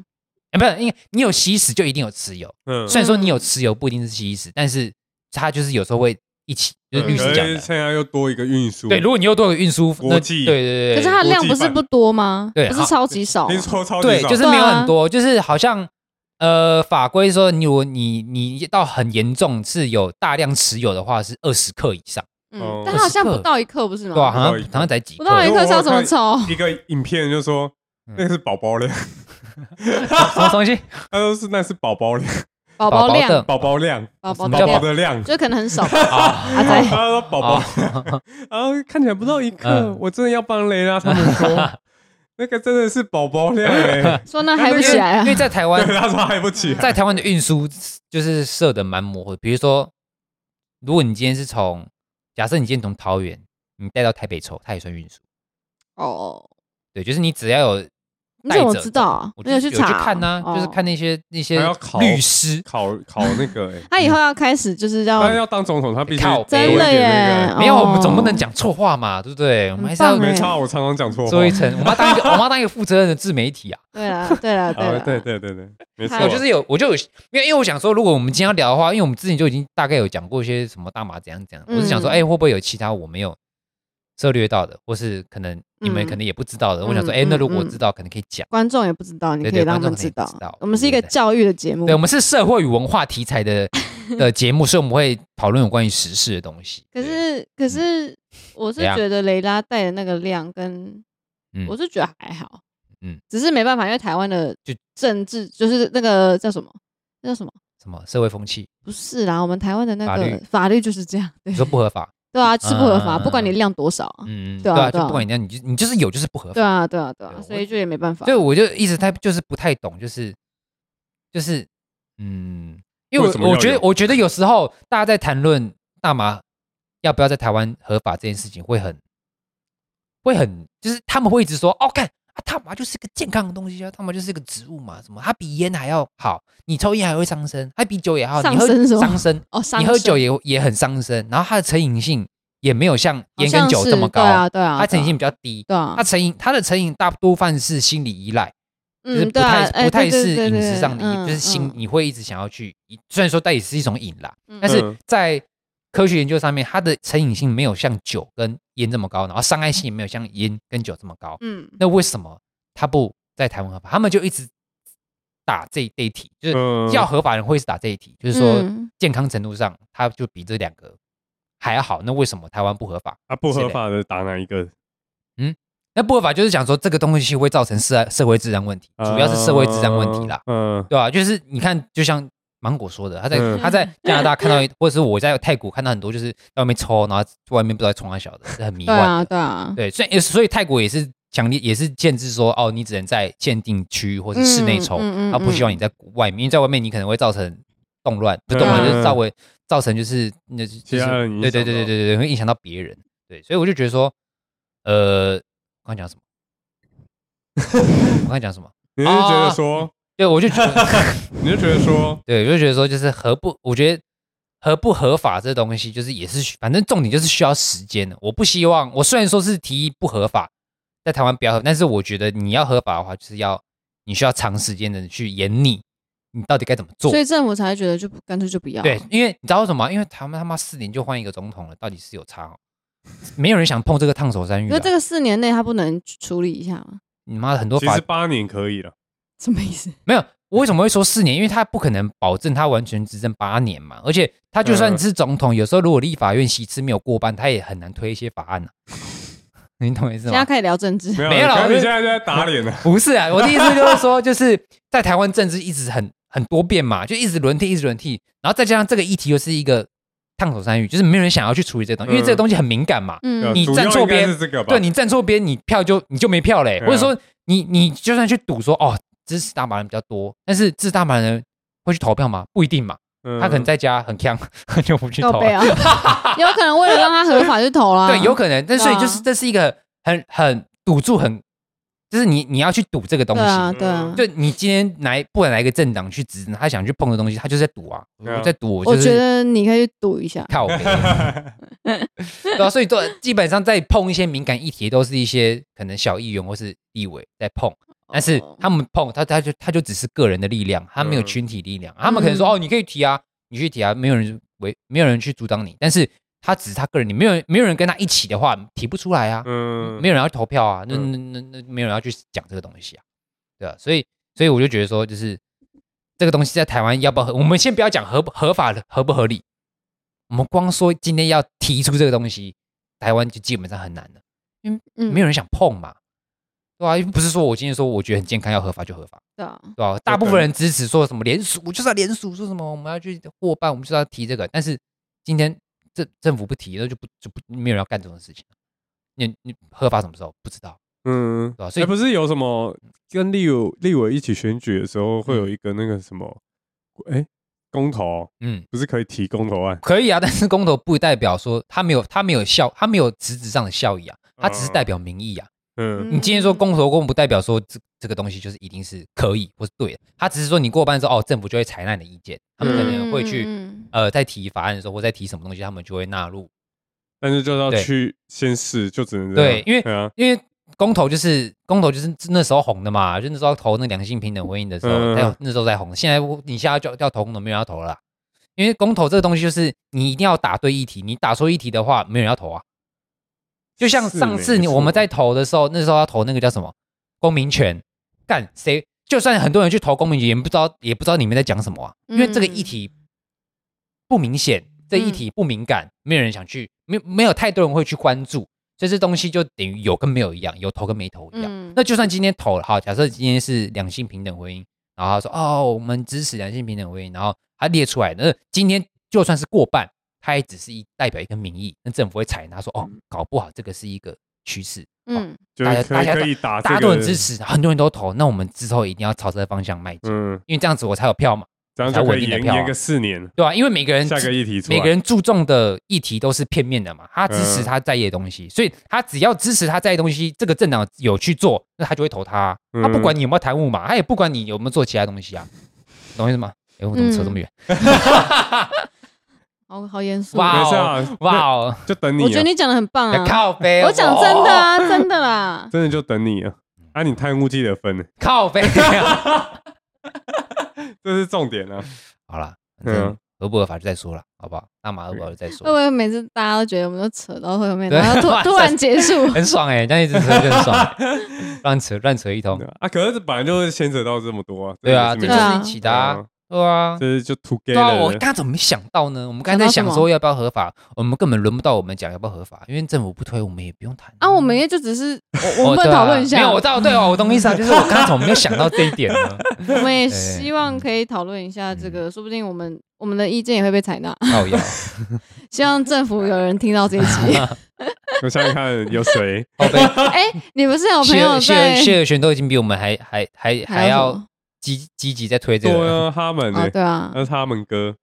Speaker 3: 哎，不是，因为你有吸食就一定有持有。
Speaker 1: 嗯，
Speaker 3: 虽然说你有持有不一定是吸食，但是它就是有时候会一起，就是律
Speaker 1: 嗯可
Speaker 3: 师讲
Speaker 1: 是
Speaker 3: 的。
Speaker 1: 现在又多一个运输，
Speaker 3: 对，如果你又多个运输，那
Speaker 1: 国际
Speaker 3: 对对对，
Speaker 4: 可是它的量
Speaker 1: 国际
Speaker 4: 不是
Speaker 1: 版
Speaker 4: 不多吗？
Speaker 3: 对
Speaker 4: 不是超级少吗
Speaker 1: 听说超级
Speaker 3: 对，
Speaker 1: 少
Speaker 3: 就是没有很多，
Speaker 4: 啊
Speaker 3: 就是好像呃，法规说你如果你你到很严重是有大量持有的话是二十克以上，
Speaker 1: 哦
Speaker 4: 嗯，但它好像
Speaker 3: 20克
Speaker 4: 不到一克，不是吗？
Speaker 3: 对啊吧、好
Speaker 1: 不到一
Speaker 3: 像
Speaker 1: 克
Speaker 3: 好像才几
Speaker 4: 不
Speaker 3: 克，
Speaker 4: 到一克是要怎 么抽？
Speaker 1: 一个影片就说
Speaker 3: 嗯
Speaker 1: 那是宝宝量，
Speaker 3: 什么东 西？
Speaker 1: 他说是那是宝宝
Speaker 3: 嗯
Speaker 1: 量，
Speaker 4: 宝
Speaker 3: 宝
Speaker 4: 宝
Speaker 3: 的
Speaker 4: 量，
Speaker 1: 宝宝量，
Speaker 4: 宝宝
Speaker 3: 什
Speaker 1: 宝
Speaker 3: 么
Speaker 1: 宝
Speaker 3: 叫
Speaker 4: 量，
Speaker 1: 的量。
Speaker 4: 就可能很少吧。
Speaker 3: 啊，
Speaker 4: 阿
Speaker 1: 他
Speaker 4: 仔，
Speaker 1: 说宝宝，然后看起来不到一克
Speaker 3: 嗯，
Speaker 1: 我真的要帮雷拉他们说，那个真的是宝宝 量哎，
Speaker 4: 说那嗨不起来
Speaker 3: 因
Speaker 4: 啊
Speaker 3: 为？在台
Speaker 1: 对，
Speaker 3: 湾，
Speaker 1: 他说嗨不起来，
Speaker 3: 在台湾的运输就是设的蛮模糊的，比如说，如果你今天是从，假设你今天从桃园你带到台北抽，它也算运输，
Speaker 4: 哦，
Speaker 3: 对，就是你只要有。
Speaker 4: 你怎么知道啊
Speaker 3: 我
Speaker 4: 没有去
Speaker 3: 有去
Speaker 4: 查啊
Speaker 3: 看呐、
Speaker 4: 哦
Speaker 3: 就是看那些那些
Speaker 1: 还要考
Speaker 3: 律师，
Speaker 1: 考考那个哎，
Speaker 4: 他以
Speaker 3: 嗯
Speaker 4: 后要开始就是要
Speaker 3: 哎
Speaker 1: 他要当总统，他必须多
Speaker 3: 靠
Speaker 1: 一
Speaker 3: 真
Speaker 4: 哦的
Speaker 1: 点那
Speaker 4: 耶
Speaker 1: 个
Speaker 3: 哎没有，
Speaker 4: 哦
Speaker 3: 我们总不能讲错话嘛，对不对？我们还是要
Speaker 4: 很棒欸
Speaker 1: 没
Speaker 4: 耶
Speaker 1: 差，我常常讲错话，啊
Speaker 3: 做一层，我们要当一个，我们要当一个负责任的自媒体啊。
Speaker 4: 哦对啦，对啦，对
Speaker 1: 啊
Speaker 3: 哦
Speaker 4: 啦，
Speaker 1: 对对对对，没
Speaker 4: 哎
Speaker 1: 错，
Speaker 3: 我就是有，我就有，因为因为我想说，如果我们今天要聊的话，因为我们之前就已经大概有讲过一些什么大麻怎样怎样，我是想说，
Speaker 4: 嗯
Speaker 3: 哎，会不会有其他我没有涉略到的，或是可能你们
Speaker 4: 嗯
Speaker 3: 可能也不知道的？我想说，
Speaker 4: 嗯
Speaker 3: 哎，那如果我
Speaker 4: 嗯嗯
Speaker 3: 知道，可能可以讲。
Speaker 4: 观众也不知道，你
Speaker 3: 对
Speaker 4: 可以
Speaker 3: 对
Speaker 4: 让他
Speaker 3: 观众
Speaker 4: 们
Speaker 3: 可能也
Speaker 4: 知
Speaker 3: 不
Speaker 4: 道
Speaker 3: 知道。
Speaker 4: 我们是一个
Speaker 3: 对对对
Speaker 4: 教育的节目
Speaker 3: 对，我，们是社会与文化题材 的的节目，所以我们会讨论有关于时事的东西。
Speaker 4: 可
Speaker 3: 对，
Speaker 4: 是可是我是
Speaker 3: 怎样
Speaker 4: 觉得雷拉带的那个量跟
Speaker 3: 嗯
Speaker 4: 我是觉得还好，
Speaker 3: 嗯
Speaker 4: 嗯，只是没办法，因为台湾的
Speaker 3: 就
Speaker 4: 政治就是那个叫什么，那叫什么？
Speaker 3: 什么社会风气？
Speaker 4: 不是啦，我们台湾的那
Speaker 3: 法律
Speaker 4: 个法律就是这样，对
Speaker 3: 你说不合法？
Speaker 4: 对啊，是不合法，
Speaker 3: 嗯
Speaker 4: 不管你量多少啊，
Speaker 3: 嗯，嗯
Speaker 4: 对啊
Speaker 3: 啊，
Speaker 4: 对
Speaker 3: 就
Speaker 4: 啊
Speaker 3: 不管你样，你就你就是有，就是不合法
Speaker 4: 对。啊，对啊，对
Speaker 3: 对
Speaker 4: 啊
Speaker 3: 我，
Speaker 4: 所以就也没办法
Speaker 3: 所。以我就一直他就是不太懂，就是就是嗯，因为
Speaker 1: 为什么
Speaker 3: 我
Speaker 1: 要
Speaker 3: 我觉得
Speaker 1: 有
Speaker 3: 我觉得有时候大家在谈论大麻要不要在台湾合法这件事情，会很会很就是他们会一直说哦，看啊，大麻就是个健康的东西啊，大麻就是个植物嘛，什么它比烟还要好，你抽烟还会伤身，它比酒也好，你
Speaker 4: 上
Speaker 3: 喝
Speaker 4: 身是吗
Speaker 3: 伤身，
Speaker 4: 哦，伤
Speaker 3: 你喝
Speaker 4: 身
Speaker 3: 酒也也很伤身，然后它的成瘾性也没有像
Speaker 4: 好
Speaker 3: 烟
Speaker 4: 像
Speaker 3: 跟酒这么
Speaker 4: 是
Speaker 3: 高，
Speaker 4: 对啊，对啊，
Speaker 3: 它成瘾
Speaker 4: 对啊
Speaker 3: 性比较低。
Speaker 4: 对啊
Speaker 3: 它，成瘾，它的成瘾大多半是心理依赖，就是
Speaker 4: 嗯，
Speaker 3: 不
Speaker 4: 对
Speaker 3: 太、
Speaker 4: 啊，哎
Speaker 3: 不太
Speaker 4: 对
Speaker 3: 是
Speaker 4: 对对
Speaker 3: 饮
Speaker 4: 对
Speaker 3: 食上的瘾，
Speaker 4: 嗯
Speaker 3: 就是心、
Speaker 4: 嗯
Speaker 3: 你会一直想要去，虽然说但也是一种瘾啦，
Speaker 4: 嗯
Speaker 3: 但是
Speaker 1: 嗯
Speaker 3: 在科学研究上面，它的成瘾性没有像酒跟烟这么高，然后伤害性也没有像烟跟酒这么高，
Speaker 4: 嗯，
Speaker 3: 那为什么它不在台湾合法？他们就一直打这这一题，就是
Speaker 1: 嗯
Speaker 3: 要合法人会一直打这一题，就是说
Speaker 4: 嗯
Speaker 3: 健康程度上，它就比这两个还要好，那为什么台湾不合法？
Speaker 1: 啊不
Speaker 3: 之
Speaker 1: 合
Speaker 3: 类
Speaker 1: 法的打哪一个？
Speaker 3: 那不合法就是讲说这个东西会造成社社会治安问题，主要是社会治安问题啦，
Speaker 1: 嗯，
Speaker 3: 对吧、就是你看，就像芒果说的，他在、
Speaker 1: 嗯
Speaker 3: 他在加拿大看到，或者是我在泰国看到很多，就是在外面抽，然后外面不知道在冲他小的，是很迷
Speaker 4: 对
Speaker 3: 幻
Speaker 4: 啊，
Speaker 3: 的。
Speaker 4: 对啊，
Speaker 3: 对，所以所以泰国也是强烈也是限制说，哦，你只能在限定区或是室内抽，
Speaker 4: 嗯嗯嗯
Speaker 3: 然后不希望你在外面，因为在外面你可能会造成动乱，不是动乱、
Speaker 4: 嗯
Speaker 3: 就是造为造成就是那就是
Speaker 1: 其他人影响
Speaker 3: 对对对对对对，会影响到别人。对，所以我就觉得说，呃，我刚讲什么？ 我刚讲什么？
Speaker 1: 你是觉得说，
Speaker 3: 对，我就觉得。
Speaker 1: 你是觉得说，
Speaker 3: 对，我就觉得说，就是合不，我觉得合不合法这东西，就是也是需，反正重点就是需要时间的。我不希望，我虽然说是提议不合法，在台湾不要合，但是我觉得你要合法的话，就是要你需要长时间的去研拟，你到底该怎么做
Speaker 4: 所。以政府才会觉得就不干脆就不要。
Speaker 3: 对，因为你知道为什么吗？因为他们他妈四年就换一个总统了，到底是有差哦。没有人想碰这个烫手山芋、
Speaker 4: 因为
Speaker 3: 啊。
Speaker 4: 这个四年内他不能处理一下吗？
Speaker 3: 你妈很多
Speaker 1: 其
Speaker 3: 法
Speaker 1: 实八年可以了，
Speaker 4: 什么意思？
Speaker 3: 没有，我为什么会说四年？因为他不可能保证他完全执政八年嘛，而且他就算是总统，有时候如果立法院席次没有过半，他也很难推一些法案啊。 你懂我意思
Speaker 4: 现在
Speaker 3: 吗？
Speaker 4: 开始聊政治，
Speaker 1: 没有
Speaker 3: 没有啦
Speaker 1: 可能
Speaker 3: 我是
Speaker 1: 你现在在打脸呢。
Speaker 3: 不是啊，我的意思就是说，就是在台湾政治一直很很多变嘛，就一直轮替，一直轮替，然后再加上这个议题又是一个烫手山芋，就是没有人想要去处理这
Speaker 1: 嗯
Speaker 3: 个东西，因为这个东西很敏感嘛。
Speaker 1: 对啊
Speaker 4: 嗯，
Speaker 3: 你
Speaker 1: 主
Speaker 3: 站
Speaker 1: 要
Speaker 3: 错
Speaker 1: 应该
Speaker 3: 边
Speaker 1: 是这个吧？
Speaker 3: 对你站错边，你票就你就没票嘞、
Speaker 1: 对啊
Speaker 3: 或者说你你就算去赌说哦支持大马人比较多，但是支持大马人会去投票吗？不一定嘛，
Speaker 1: 嗯
Speaker 3: 他可能在家 很强，就不去
Speaker 4: 告
Speaker 3: 投、
Speaker 4: 背
Speaker 3: 啊。
Speaker 4: 啊，有可能为了让啊他合法就投啦。
Speaker 3: 对，有可能。但所以就是
Speaker 4: 对啊
Speaker 3: 这是一个很很赌注很，就是你你要去赌这个东
Speaker 4: 对
Speaker 3: 西。
Speaker 4: 啊，对啊。
Speaker 3: 就你今天哪一不管哪一个政党去执政，他想去碰的东西，他就是在赌啊，
Speaker 1: 对啊
Speaker 3: 我在赌，
Speaker 4: 我
Speaker 3: 就是
Speaker 4: 觉得你可以去赌一下，
Speaker 3: 靠北，对啊，所以都基本上在碰一些敏感议题，都是一些可能小议员或是立委在碰，但是
Speaker 4: 哦
Speaker 3: 他们碰他他就他就只是个人的力量，他没有
Speaker 1: 嗯
Speaker 3: 群体力量，他们可能说
Speaker 4: 嗯
Speaker 3: 哦，你可以提啊，你去提啊，没有人为没有人去阻挡你，但是他只是他个人，你没有人没有人跟他一起的话，提不出来啊，
Speaker 1: 嗯
Speaker 3: 没有人要投票啊，那
Speaker 1: 嗯
Speaker 3: 那那那没有人要去讲这个东西啊，对啊，所以所以我就觉得说，就是这个东西在台湾要不要合，我们先不要讲合不合法的合不合理，我们光说今天要提出这个东西，台湾就基本上很难了，
Speaker 4: 嗯，
Speaker 3: 没有人想碰嘛，对啊，又不是说我今天说我觉得很健康要合法就合法，
Speaker 4: 对啊，
Speaker 3: 对吧？大部分人支持说什么联署，我就是要联署，说什么我们要去获办，我们就是要提这个，但是今天政政府不提，那就不就不没有人要干这种事情。你你合法什么时候不知道？
Speaker 1: 嗯，
Speaker 3: 对吧所以
Speaker 1: 哎不是有什么跟立委立委一起选举的时候，会有一个那个什么，哎，公投
Speaker 3: 嗯，
Speaker 1: 不是可以提公投案？
Speaker 3: 可以啊，但是公投不代表说他没有他没有效，他没有实质上的效益啊，他只是代表民意啊。
Speaker 1: 嗯，
Speaker 3: 你今天说公投公不代表说这这个东西就是一定是可以或是对的，他只是说你过半之后哦，政府就会采纳你的意见，他们可能会去、
Speaker 4: 嗯
Speaker 3: 呃在提法案的时候或在提什么东西，他们就会纳入，
Speaker 1: 但是就是要
Speaker 3: 对
Speaker 1: 去先试，就只能这样
Speaker 3: 对因为
Speaker 1: 对啊，
Speaker 3: 因为。公投就是公投，就是那时候红的嘛，就那时候投那个两性平等婚姻的时候，
Speaker 1: 嗯
Speaker 3: 还有那时候在红。现在你现在就要投公投，没有人要投了啦因为公投这个东西就是你一定要打对议题，你打错议题的话，没有人要投啊。就像
Speaker 1: 是
Speaker 3: 上次
Speaker 1: 没
Speaker 3: 你
Speaker 1: 错啊
Speaker 3: 我们在投的时候，那时候要投那个叫什么公民权，干谁？就算很多人去投公民权，也不知道也不知道里面在讲什么啊，因为这个议题不明显，这议题不敏感，没有人想去，没有没有太多人会去关注，所以这东西就等于有跟没有一样，有投跟没投一样。
Speaker 4: 嗯
Speaker 3: 那就算今天投了，好，假设今天是两性平等婚姻，然后他说哦，我们支持两性平等婚姻，然后他列出来，那今天就算是过半，他也只是一代表一个民意，那政府会采纳说哦，
Speaker 1: 嗯
Speaker 3: 搞不好这个是一个趋势，
Speaker 4: 嗯
Speaker 1: 就是
Speaker 3: 大家
Speaker 1: 可以
Speaker 3: 大家
Speaker 1: 可以打，
Speaker 3: 大家都很支，持，很多人都投，那我们之后一定要朝这个方向迈进，
Speaker 1: 嗯，
Speaker 3: 因为这样子我才有票嘛，
Speaker 1: 这样
Speaker 3: 才
Speaker 1: 就可
Speaker 3: 稳
Speaker 1: 以
Speaker 3: 定的
Speaker 1: 延
Speaker 3: 票啊
Speaker 1: 延个四年，
Speaker 3: 对吧、因为每个人
Speaker 1: 下个议题出来，
Speaker 3: 每个人注重的议题都是片面的嘛，他支持
Speaker 1: 嗯
Speaker 3: 他在意的东西，所以他只要支持他在意的东西，这个政党有去做，那他就会投他啊、
Speaker 1: 嗯
Speaker 3: 他不管你有没有贪污嘛，他也不管你有没有做其他东西啊，懂我意思吗？哎、我怎么扯这么远？
Speaker 4: 好好严肃。
Speaker 3: 哇
Speaker 1: 没事
Speaker 3: 哦
Speaker 1: 啊，
Speaker 3: 哇哦，
Speaker 1: 就等你
Speaker 4: 我觉
Speaker 1: 啊
Speaker 4: 得，你讲的很棒啊，
Speaker 3: 靠背，
Speaker 4: 我讲真的
Speaker 3: 哦，
Speaker 4: 啊，真 的啦，
Speaker 1: 真的就等你啊，
Speaker 3: 嗯
Speaker 1: 啊，你贪污记得分，
Speaker 3: 靠背。
Speaker 1: 这是重点啊，
Speaker 3: 好了，反
Speaker 1: 对啊
Speaker 3: 正合不合法就再说了，好不好？大麻合不合法就再
Speaker 4: 会不
Speaker 3: 说，
Speaker 4: 会每次大家都觉得我们都扯到后面，
Speaker 3: 对
Speaker 4: 然后 突突然结束？
Speaker 3: 很爽哎、这样一直扯就很爽，乱扯乱扯一通
Speaker 1: 对，啊，啊可是这本来就是牵扯到这么多啊，
Speaker 3: 嗯对啊，这
Speaker 1: 真
Speaker 3: 就
Speaker 1: 的是没
Speaker 3: 是
Speaker 4: 啊
Speaker 3: 一起的啊，对啊
Speaker 1: 错，这是哦就 together，
Speaker 3: 对啊，我
Speaker 1: 了
Speaker 3: 刚刚怎么没想到呢？我们刚才在想说要不要合法，我们根本轮不到我们讲要不要合法，因为政府不推，我们也不用谈
Speaker 4: 啊，我们也就只是
Speaker 3: 我
Speaker 4: 我们不能讨论一下
Speaker 3: 哦啊没有，我知道，对哦，我懂意 思啊，就是我刚刚怎么没有想到这一点呢？
Speaker 4: 我们 也
Speaker 3: 对嗯
Speaker 4: 希望可以讨论一下这个，说不定我们我们的意见也会被采纳。
Speaker 3: 靠 腰，
Speaker 4: 希望政府有人听到这一 集。
Speaker 1: 我想想看有谁，
Speaker 3: 靠背，
Speaker 4: 哎，你不是有朋
Speaker 3: 谢
Speaker 4: 友
Speaker 3: 哦尔谢尔
Speaker 4: 在？
Speaker 3: 谢尔璇都已经比我们还还还还
Speaker 4: 什
Speaker 3: 要
Speaker 4: 么
Speaker 3: 积积极在推这
Speaker 1: 对
Speaker 3: 个了。
Speaker 1: 啊，他们
Speaker 4: 哦，
Speaker 1: 欸，
Speaker 4: 对啊，
Speaker 1: 那是他们哥，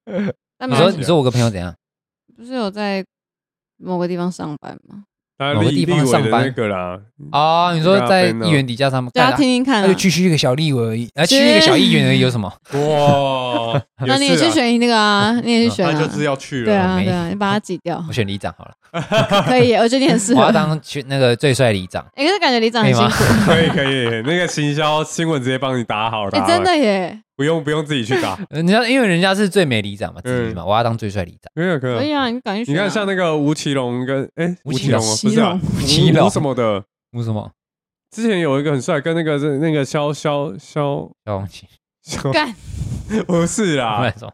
Speaker 4: 但
Speaker 3: 嗯你
Speaker 4: 没
Speaker 3: 说
Speaker 4: 关
Speaker 1: 啊
Speaker 4: 系
Speaker 3: 你说我个朋友怎样？
Speaker 4: 不是有在某个地方上班吗？
Speaker 1: 他
Speaker 3: 某个
Speaker 1: 立立
Speaker 3: 地方
Speaker 1: 委的
Speaker 3: 上班
Speaker 1: 那个啦，
Speaker 3: 哦，你说
Speaker 1: 对啊
Speaker 3: 在
Speaker 1: 真的
Speaker 3: 议员底下他们
Speaker 4: 大
Speaker 3: 干
Speaker 4: 家
Speaker 3: 啊
Speaker 4: 听听看
Speaker 3: 他
Speaker 4: 啊
Speaker 3: 就。区区一个小立委而已，啊，区
Speaker 4: 其
Speaker 3: 区
Speaker 4: 实
Speaker 3: 一个小议员而已，有什么？
Speaker 1: 哇，
Speaker 4: 那你也去
Speaker 1: 是啊，
Speaker 4: 选那个
Speaker 3: 哦
Speaker 4: 啊，你也去选
Speaker 1: 他就
Speaker 4: 啊。
Speaker 1: 是要去
Speaker 4: 对
Speaker 1: 了，
Speaker 4: 啊，
Speaker 3: 没
Speaker 4: 对啊，你把它挤掉
Speaker 3: 我选里长好了，
Speaker 4: 可以，我觉得你很适
Speaker 3: 我
Speaker 4: 合。
Speaker 3: 要当去那个最帅里长，
Speaker 4: 哎，可是感觉里长
Speaker 3: 可
Speaker 4: 很
Speaker 3: 以
Speaker 4: 辛
Speaker 3: 吗
Speaker 4: 苦，？
Speaker 1: 可以可以，那个行销新闻直接帮你打好了，
Speaker 4: 哎，真的耶，
Speaker 1: 不用不用自己去打，
Speaker 3: 人家因为人家是最美里长嘛，之
Speaker 1: 嗯
Speaker 3: 一嘛，我要当最帅里长。
Speaker 1: 没有可
Speaker 4: 可
Speaker 1: 能。
Speaker 4: 以啊，你赶去选
Speaker 1: 你
Speaker 4: 啊。
Speaker 1: 看，像那个吴奇隆跟哎，
Speaker 3: 吴
Speaker 1: 吴
Speaker 3: 奇
Speaker 1: 奇
Speaker 3: 隆
Speaker 1: 隆哦，不是啊
Speaker 4: 奇隆
Speaker 1: 吴
Speaker 3: 奇隆
Speaker 1: 吴什么的，
Speaker 3: 为什么？
Speaker 1: 之前有一个很帅，跟那个是那个肖肖肖
Speaker 3: 要忘记
Speaker 1: 肖
Speaker 4: 干，
Speaker 1: 不是
Speaker 3: 乱
Speaker 1: 啦，
Speaker 3: 说。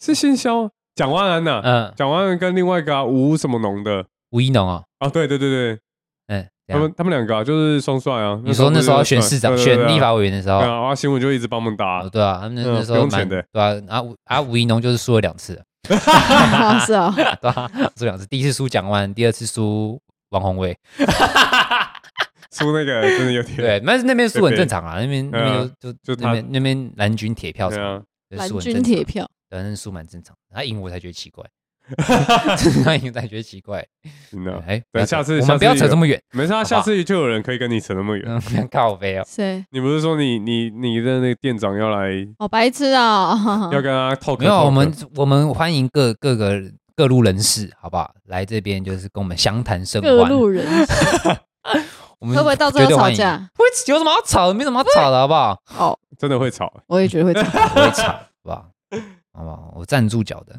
Speaker 1: 是姓肖，蒋万安啊呐、
Speaker 3: 嗯，
Speaker 1: 蒋万安跟另外一个、啊、吴什么农的
Speaker 3: 吴一农哦，
Speaker 1: 啊，对对对对，
Speaker 3: 嗯，怎
Speaker 1: 他
Speaker 3: 样
Speaker 1: 们他们两个、啊、就是双帅啊。
Speaker 3: 你说那时候要选市长、选立
Speaker 1: 法
Speaker 3: 法委员的时候
Speaker 1: 呃对，啊，啊新闻就一直帮忙打
Speaker 3: 哦，，对啊，他们那
Speaker 1: 嗯
Speaker 3: 那时
Speaker 1: 不
Speaker 3: 候
Speaker 1: 用钱
Speaker 3: 蛮
Speaker 1: 的
Speaker 3: 对啊，啊吴啊吴一农就是输了两次，
Speaker 4: 是啊，
Speaker 3: 对啊，输两次，第一次输蒋万，第二次输王 宏威，
Speaker 1: 输那个真的有点
Speaker 3: 对，但是那边输很正常啊，那边
Speaker 1: 对
Speaker 3: 那边就就
Speaker 1: 就他
Speaker 3: 那边那边蓝军铁票什
Speaker 1: 对
Speaker 3: 么
Speaker 1: 啊，
Speaker 3: 的，
Speaker 4: 蓝
Speaker 3: 输很
Speaker 4: 军
Speaker 3: 正
Speaker 4: 铁
Speaker 3: 常，
Speaker 4: 票，
Speaker 3: 对，啊那输蛮正常的，他赢我才觉得奇 怪， 他赢我才觉得奇怪，
Speaker 1: 行
Speaker 3: 对
Speaker 1: 啊，
Speaker 3: 哎，不
Speaker 1: 对
Speaker 3: 要
Speaker 1: 下
Speaker 3: 扯
Speaker 1: 次
Speaker 3: 我
Speaker 1: 下
Speaker 3: 们不要
Speaker 1: 次
Speaker 3: 扯
Speaker 1: 有
Speaker 3: 这么远，
Speaker 1: 没事啊，
Speaker 3: 好
Speaker 1: 下次就有人可以跟你扯那么远。
Speaker 3: 嗯， 靠背哦，
Speaker 4: 谁？
Speaker 1: 你不是说你你你的那个店长要来
Speaker 4: 好白痴啊！
Speaker 1: 要跟他 talk？
Speaker 3: 没有，啊
Speaker 1: talk
Speaker 3: 我们我们欢迎各各个各路人士，好不好？来这边就是跟我们详谈甚
Speaker 4: 各
Speaker 3: 欢。
Speaker 4: 路人
Speaker 3: 我们
Speaker 4: 会不会到
Speaker 3: 绝
Speaker 4: 最后
Speaker 3: 对
Speaker 4: 吵
Speaker 3: 欢迎？
Speaker 4: 架？
Speaker 3: 会有什么好吵的？没什么好吵的，好不好？
Speaker 4: 哦，
Speaker 1: 真的会 吵，
Speaker 4: 我也觉得会吵架。
Speaker 3: 不会吵，好不好？好不好？我站住脚的，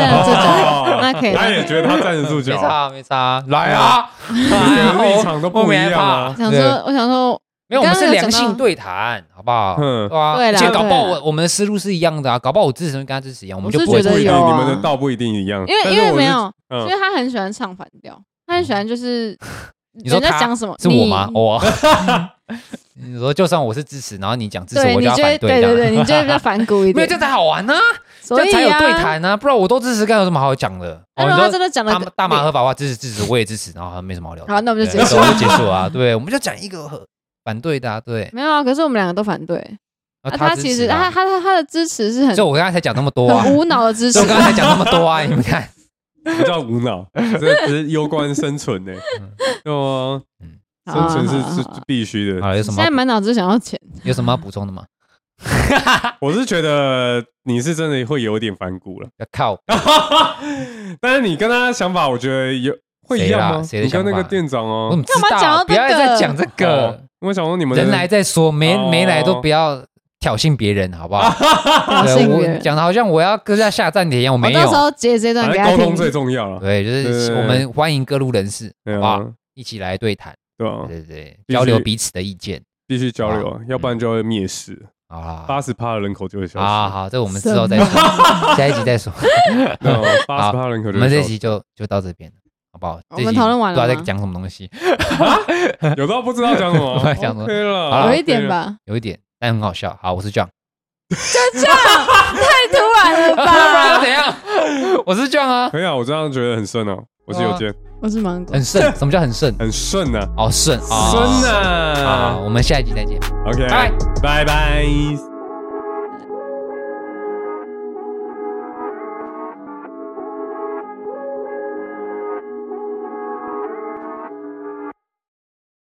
Speaker 3: 啊
Speaker 4: 样这
Speaker 1: 哦
Speaker 4: 种那可以，
Speaker 1: 他
Speaker 4: 那
Speaker 1: 也
Speaker 4: 可以
Speaker 1: 觉得他站得住
Speaker 3: 没
Speaker 1: 脚，
Speaker 3: 差没差，来 啊！
Speaker 1: 每个
Speaker 3: 来
Speaker 1: 人
Speaker 3: 啊
Speaker 1: 立场都
Speaker 3: 我
Speaker 1: 不一样啊
Speaker 3: 我没怕
Speaker 4: 想
Speaker 3: 对
Speaker 4: 说，我想说，
Speaker 3: 没有，我们
Speaker 4: 你刚刚
Speaker 3: 是
Speaker 4: 有
Speaker 3: 良
Speaker 4: 讲到
Speaker 3: 性对谈，好不好？
Speaker 1: 嗯
Speaker 3: 对啊，
Speaker 4: 对
Speaker 3: 而
Speaker 4: 啦
Speaker 3: 且搞不好
Speaker 4: 对啦
Speaker 3: 我我们的思路是一样的啊，搞不好我支持跟他支持一样，我们
Speaker 4: 我
Speaker 3: 就是不会
Speaker 4: 觉得
Speaker 1: 不一定，
Speaker 4: 有啊
Speaker 1: 你们的道不一定一样。
Speaker 4: 因为
Speaker 1: 但
Speaker 4: 因
Speaker 1: 是
Speaker 4: 为
Speaker 1: 我
Speaker 4: 没
Speaker 1: 是，
Speaker 4: 有，
Speaker 1: 嗯
Speaker 4: 因为他很喜欢唱反调，他很喜欢就是
Speaker 3: 你说
Speaker 4: 人家
Speaker 3: 他
Speaker 4: 讲什么，
Speaker 3: 是我吗？哦
Speaker 4: 你
Speaker 3: 我， 你说就算我是支持，然后你讲支持，
Speaker 4: 对，
Speaker 3: 我
Speaker 4: 你
Speaker 3: 就要
Speaker 4: 觉
Speaker 3: 反
Speaker 4: 得
Speaker 3: 对
Speaker 4: 对
Speaker 3: 这样
Speaker 4: 对 对，你觉得比较反骨一
Speaker 3: 没有
Speaker 4: 点
Speaker 3: 这，样才好玩呢，
Speaker 4: 所
Speaker 3: 这
Speaker 4: 以
Speaker 3: 样才有对
Speaker 4: 啊，
Speaker 3: 谈呢，不然我都支持，干有什么好讲的？
Speaker 4: 那
Speaker 3: 哦，
Speaker 4: 如果他
Speaker 3: 你
Speaker 4: 真
Speaker 3: 说
Speaker 4: 的讲了
Speaker 3: 大大麻合法化支持支持，我也支持，然后好像没什么好聊的。
Speaker 4: 好那我们就
Speaker 3: 对
Speaker 4: 结束
Speaker 3: 那我们就结束啊，对，我们就讲一个和反对的，啊，对。
Speaker 4: 没有啊，可是我们两个都反对。
Speaker 3: 然
Speaker 4: 啊，
Speaker 3: 后
Speaker 4: 他
Speaker 3: 支
Speaker 4: 其
Speaker 3: 持
Speaker 4: 实
Speaker 3: 啊
Speaker 4: 他他他他的支持是很
Speaker 3: 就我刚才才讲那么多啊，
Speaker 4: 很无脑的支持
Speaker 3: 就我，刚才讲那么多啊，你们看，
Speaker 1: 不叫无脑，这只是攸关生存呢、
Speaker 3: 嗯
Speaker 1: 对吗？
Speaker 4: 好
Speaker 1: 生
Speaker 4: 啊
Speaker 1: 存
Speaker 4: 好啊
Speaker 1: 是
Speaker 4: 好啊
Speaker 1: 是必须的。
Speaker 3: 好，有什
Speaker 4: 现
Speaker 3: 么
Speaker 4: 在
Speaker 3: 要
Speaker 4: 满脑子想 要钱，
Speaker 3: 有什么要补充的吗？
Speaker 1: 我是觉得你是真的会有点反骨了，
Speaker 3: 要靠
Speaker 1: 哦但是你跟他想法，我觉得有会一样吗？
Speaker 3: 谁啦谁的
Speaker 1: 你跟那个
Speaker 3: 想法
Speaker 1: 店长
Speaker 3: 我
Speaker 1: 哦
Speaker 3: 怎么，知
Speaker 4: 干嘛讲
Speaker 3: 道？
Speaker 4: 到
Speaker 3: 不要
Speaker 4: 这个
Speaker 3: 再讲这
Speaker 1: 哦
Speaker 3: 个，
Speaker 1: 我想说你们的
Speaker 3: 人来再说，没
Speaker 1: 哦
Speaker 3: 没来都不要挑衅别人，好不好？
Speaker 4: 挑
Speaker 3: 对
Speaker 4: 衅别
Speaker 3: 我
Speaker 4: 人。
Speaker 3: 讲的好像我要跟他下站点一样，我
Speaker 4: 我
Speaker 3: 没
Speaker 4: 到时
Speaker 3: 有。
Speaker 4: 候截这段
Speaker 1: 反
Speaker 4: 给
Speaker 1: 正
Speaker 4: 他
Speaker 1: 沟
Speaker 4: 听
Speaker 1: 通，最重要了，
Speaker 3: 对，就
Speaker 1: 哦对对
Speaker 3: 是
Speaker 1: 对
Speaker 3: 我们欢迎各路人士，
Speaker 1: 对
Speaker 3: 好不好
Speaker 1: 啊，
Speaker 3: 一起来对谈，
Speaker 1: 对啊，
Speaker 3: 对对对，
Speaker 1: 必须
Speaker 3: 交流彼此的意见
Speaker 1: 必须交流啊
Speaker 3: 哇，
Speaker 1: 要不然就会灭世，
Speaker 3: 啊。
Speaker 1: 八十趴的人口就会消
Speaker 3: 啊，
Speaker 1: 失，
Speaker 3: 好，这我们之后再说，下一集再 说。
Speaker 1: 啊八十趴人口
Speaker 3: 我
Speaker 1: 就会
Speaker 3: 们这
Speaker 1: 消失。
Speaker 3: 集就就到这边了，好不好？
Speaker 4: 我们讨论完了
Speaker 3: 不知道
Speaker 4: 吗
Speaker 3: 在讲什么东西，
Speaker 1: 有到不知道讲什么
Speaker 3: 我在讲什么
Speaker 1: ，OK 了，
Speaker 3: 好啦
Speaker 4: 有一点
Speaker 1: 啊
Speaker 4: 吧，
Speaker 3: 有一点，但很好笑。好，我是 John，
Speaker 4: 太突然
Speaker 3: 不
Speaker 4: 了
Speaker 3: 然要
Speaker 4: 吧
Speaker 3: 怎？样？我是 John 啊，
Speaker 1: 可以啊，我这样觉得很顺哦，我是有健，
Speaker 4: 我是芒果
Speaker 3: 很，顺。什么叫很顺？
Speaker 1: 很顺啊，
Speaker 3: 哦，顺啊，
Speaker 1: 顺
Speaker 3: 好，
Speaker 1: 啊
Speaker 3: 我们下一集再见。
Speaker 1: ，OK，
Speaker 3: 拜
Speaker 1: 拜拜。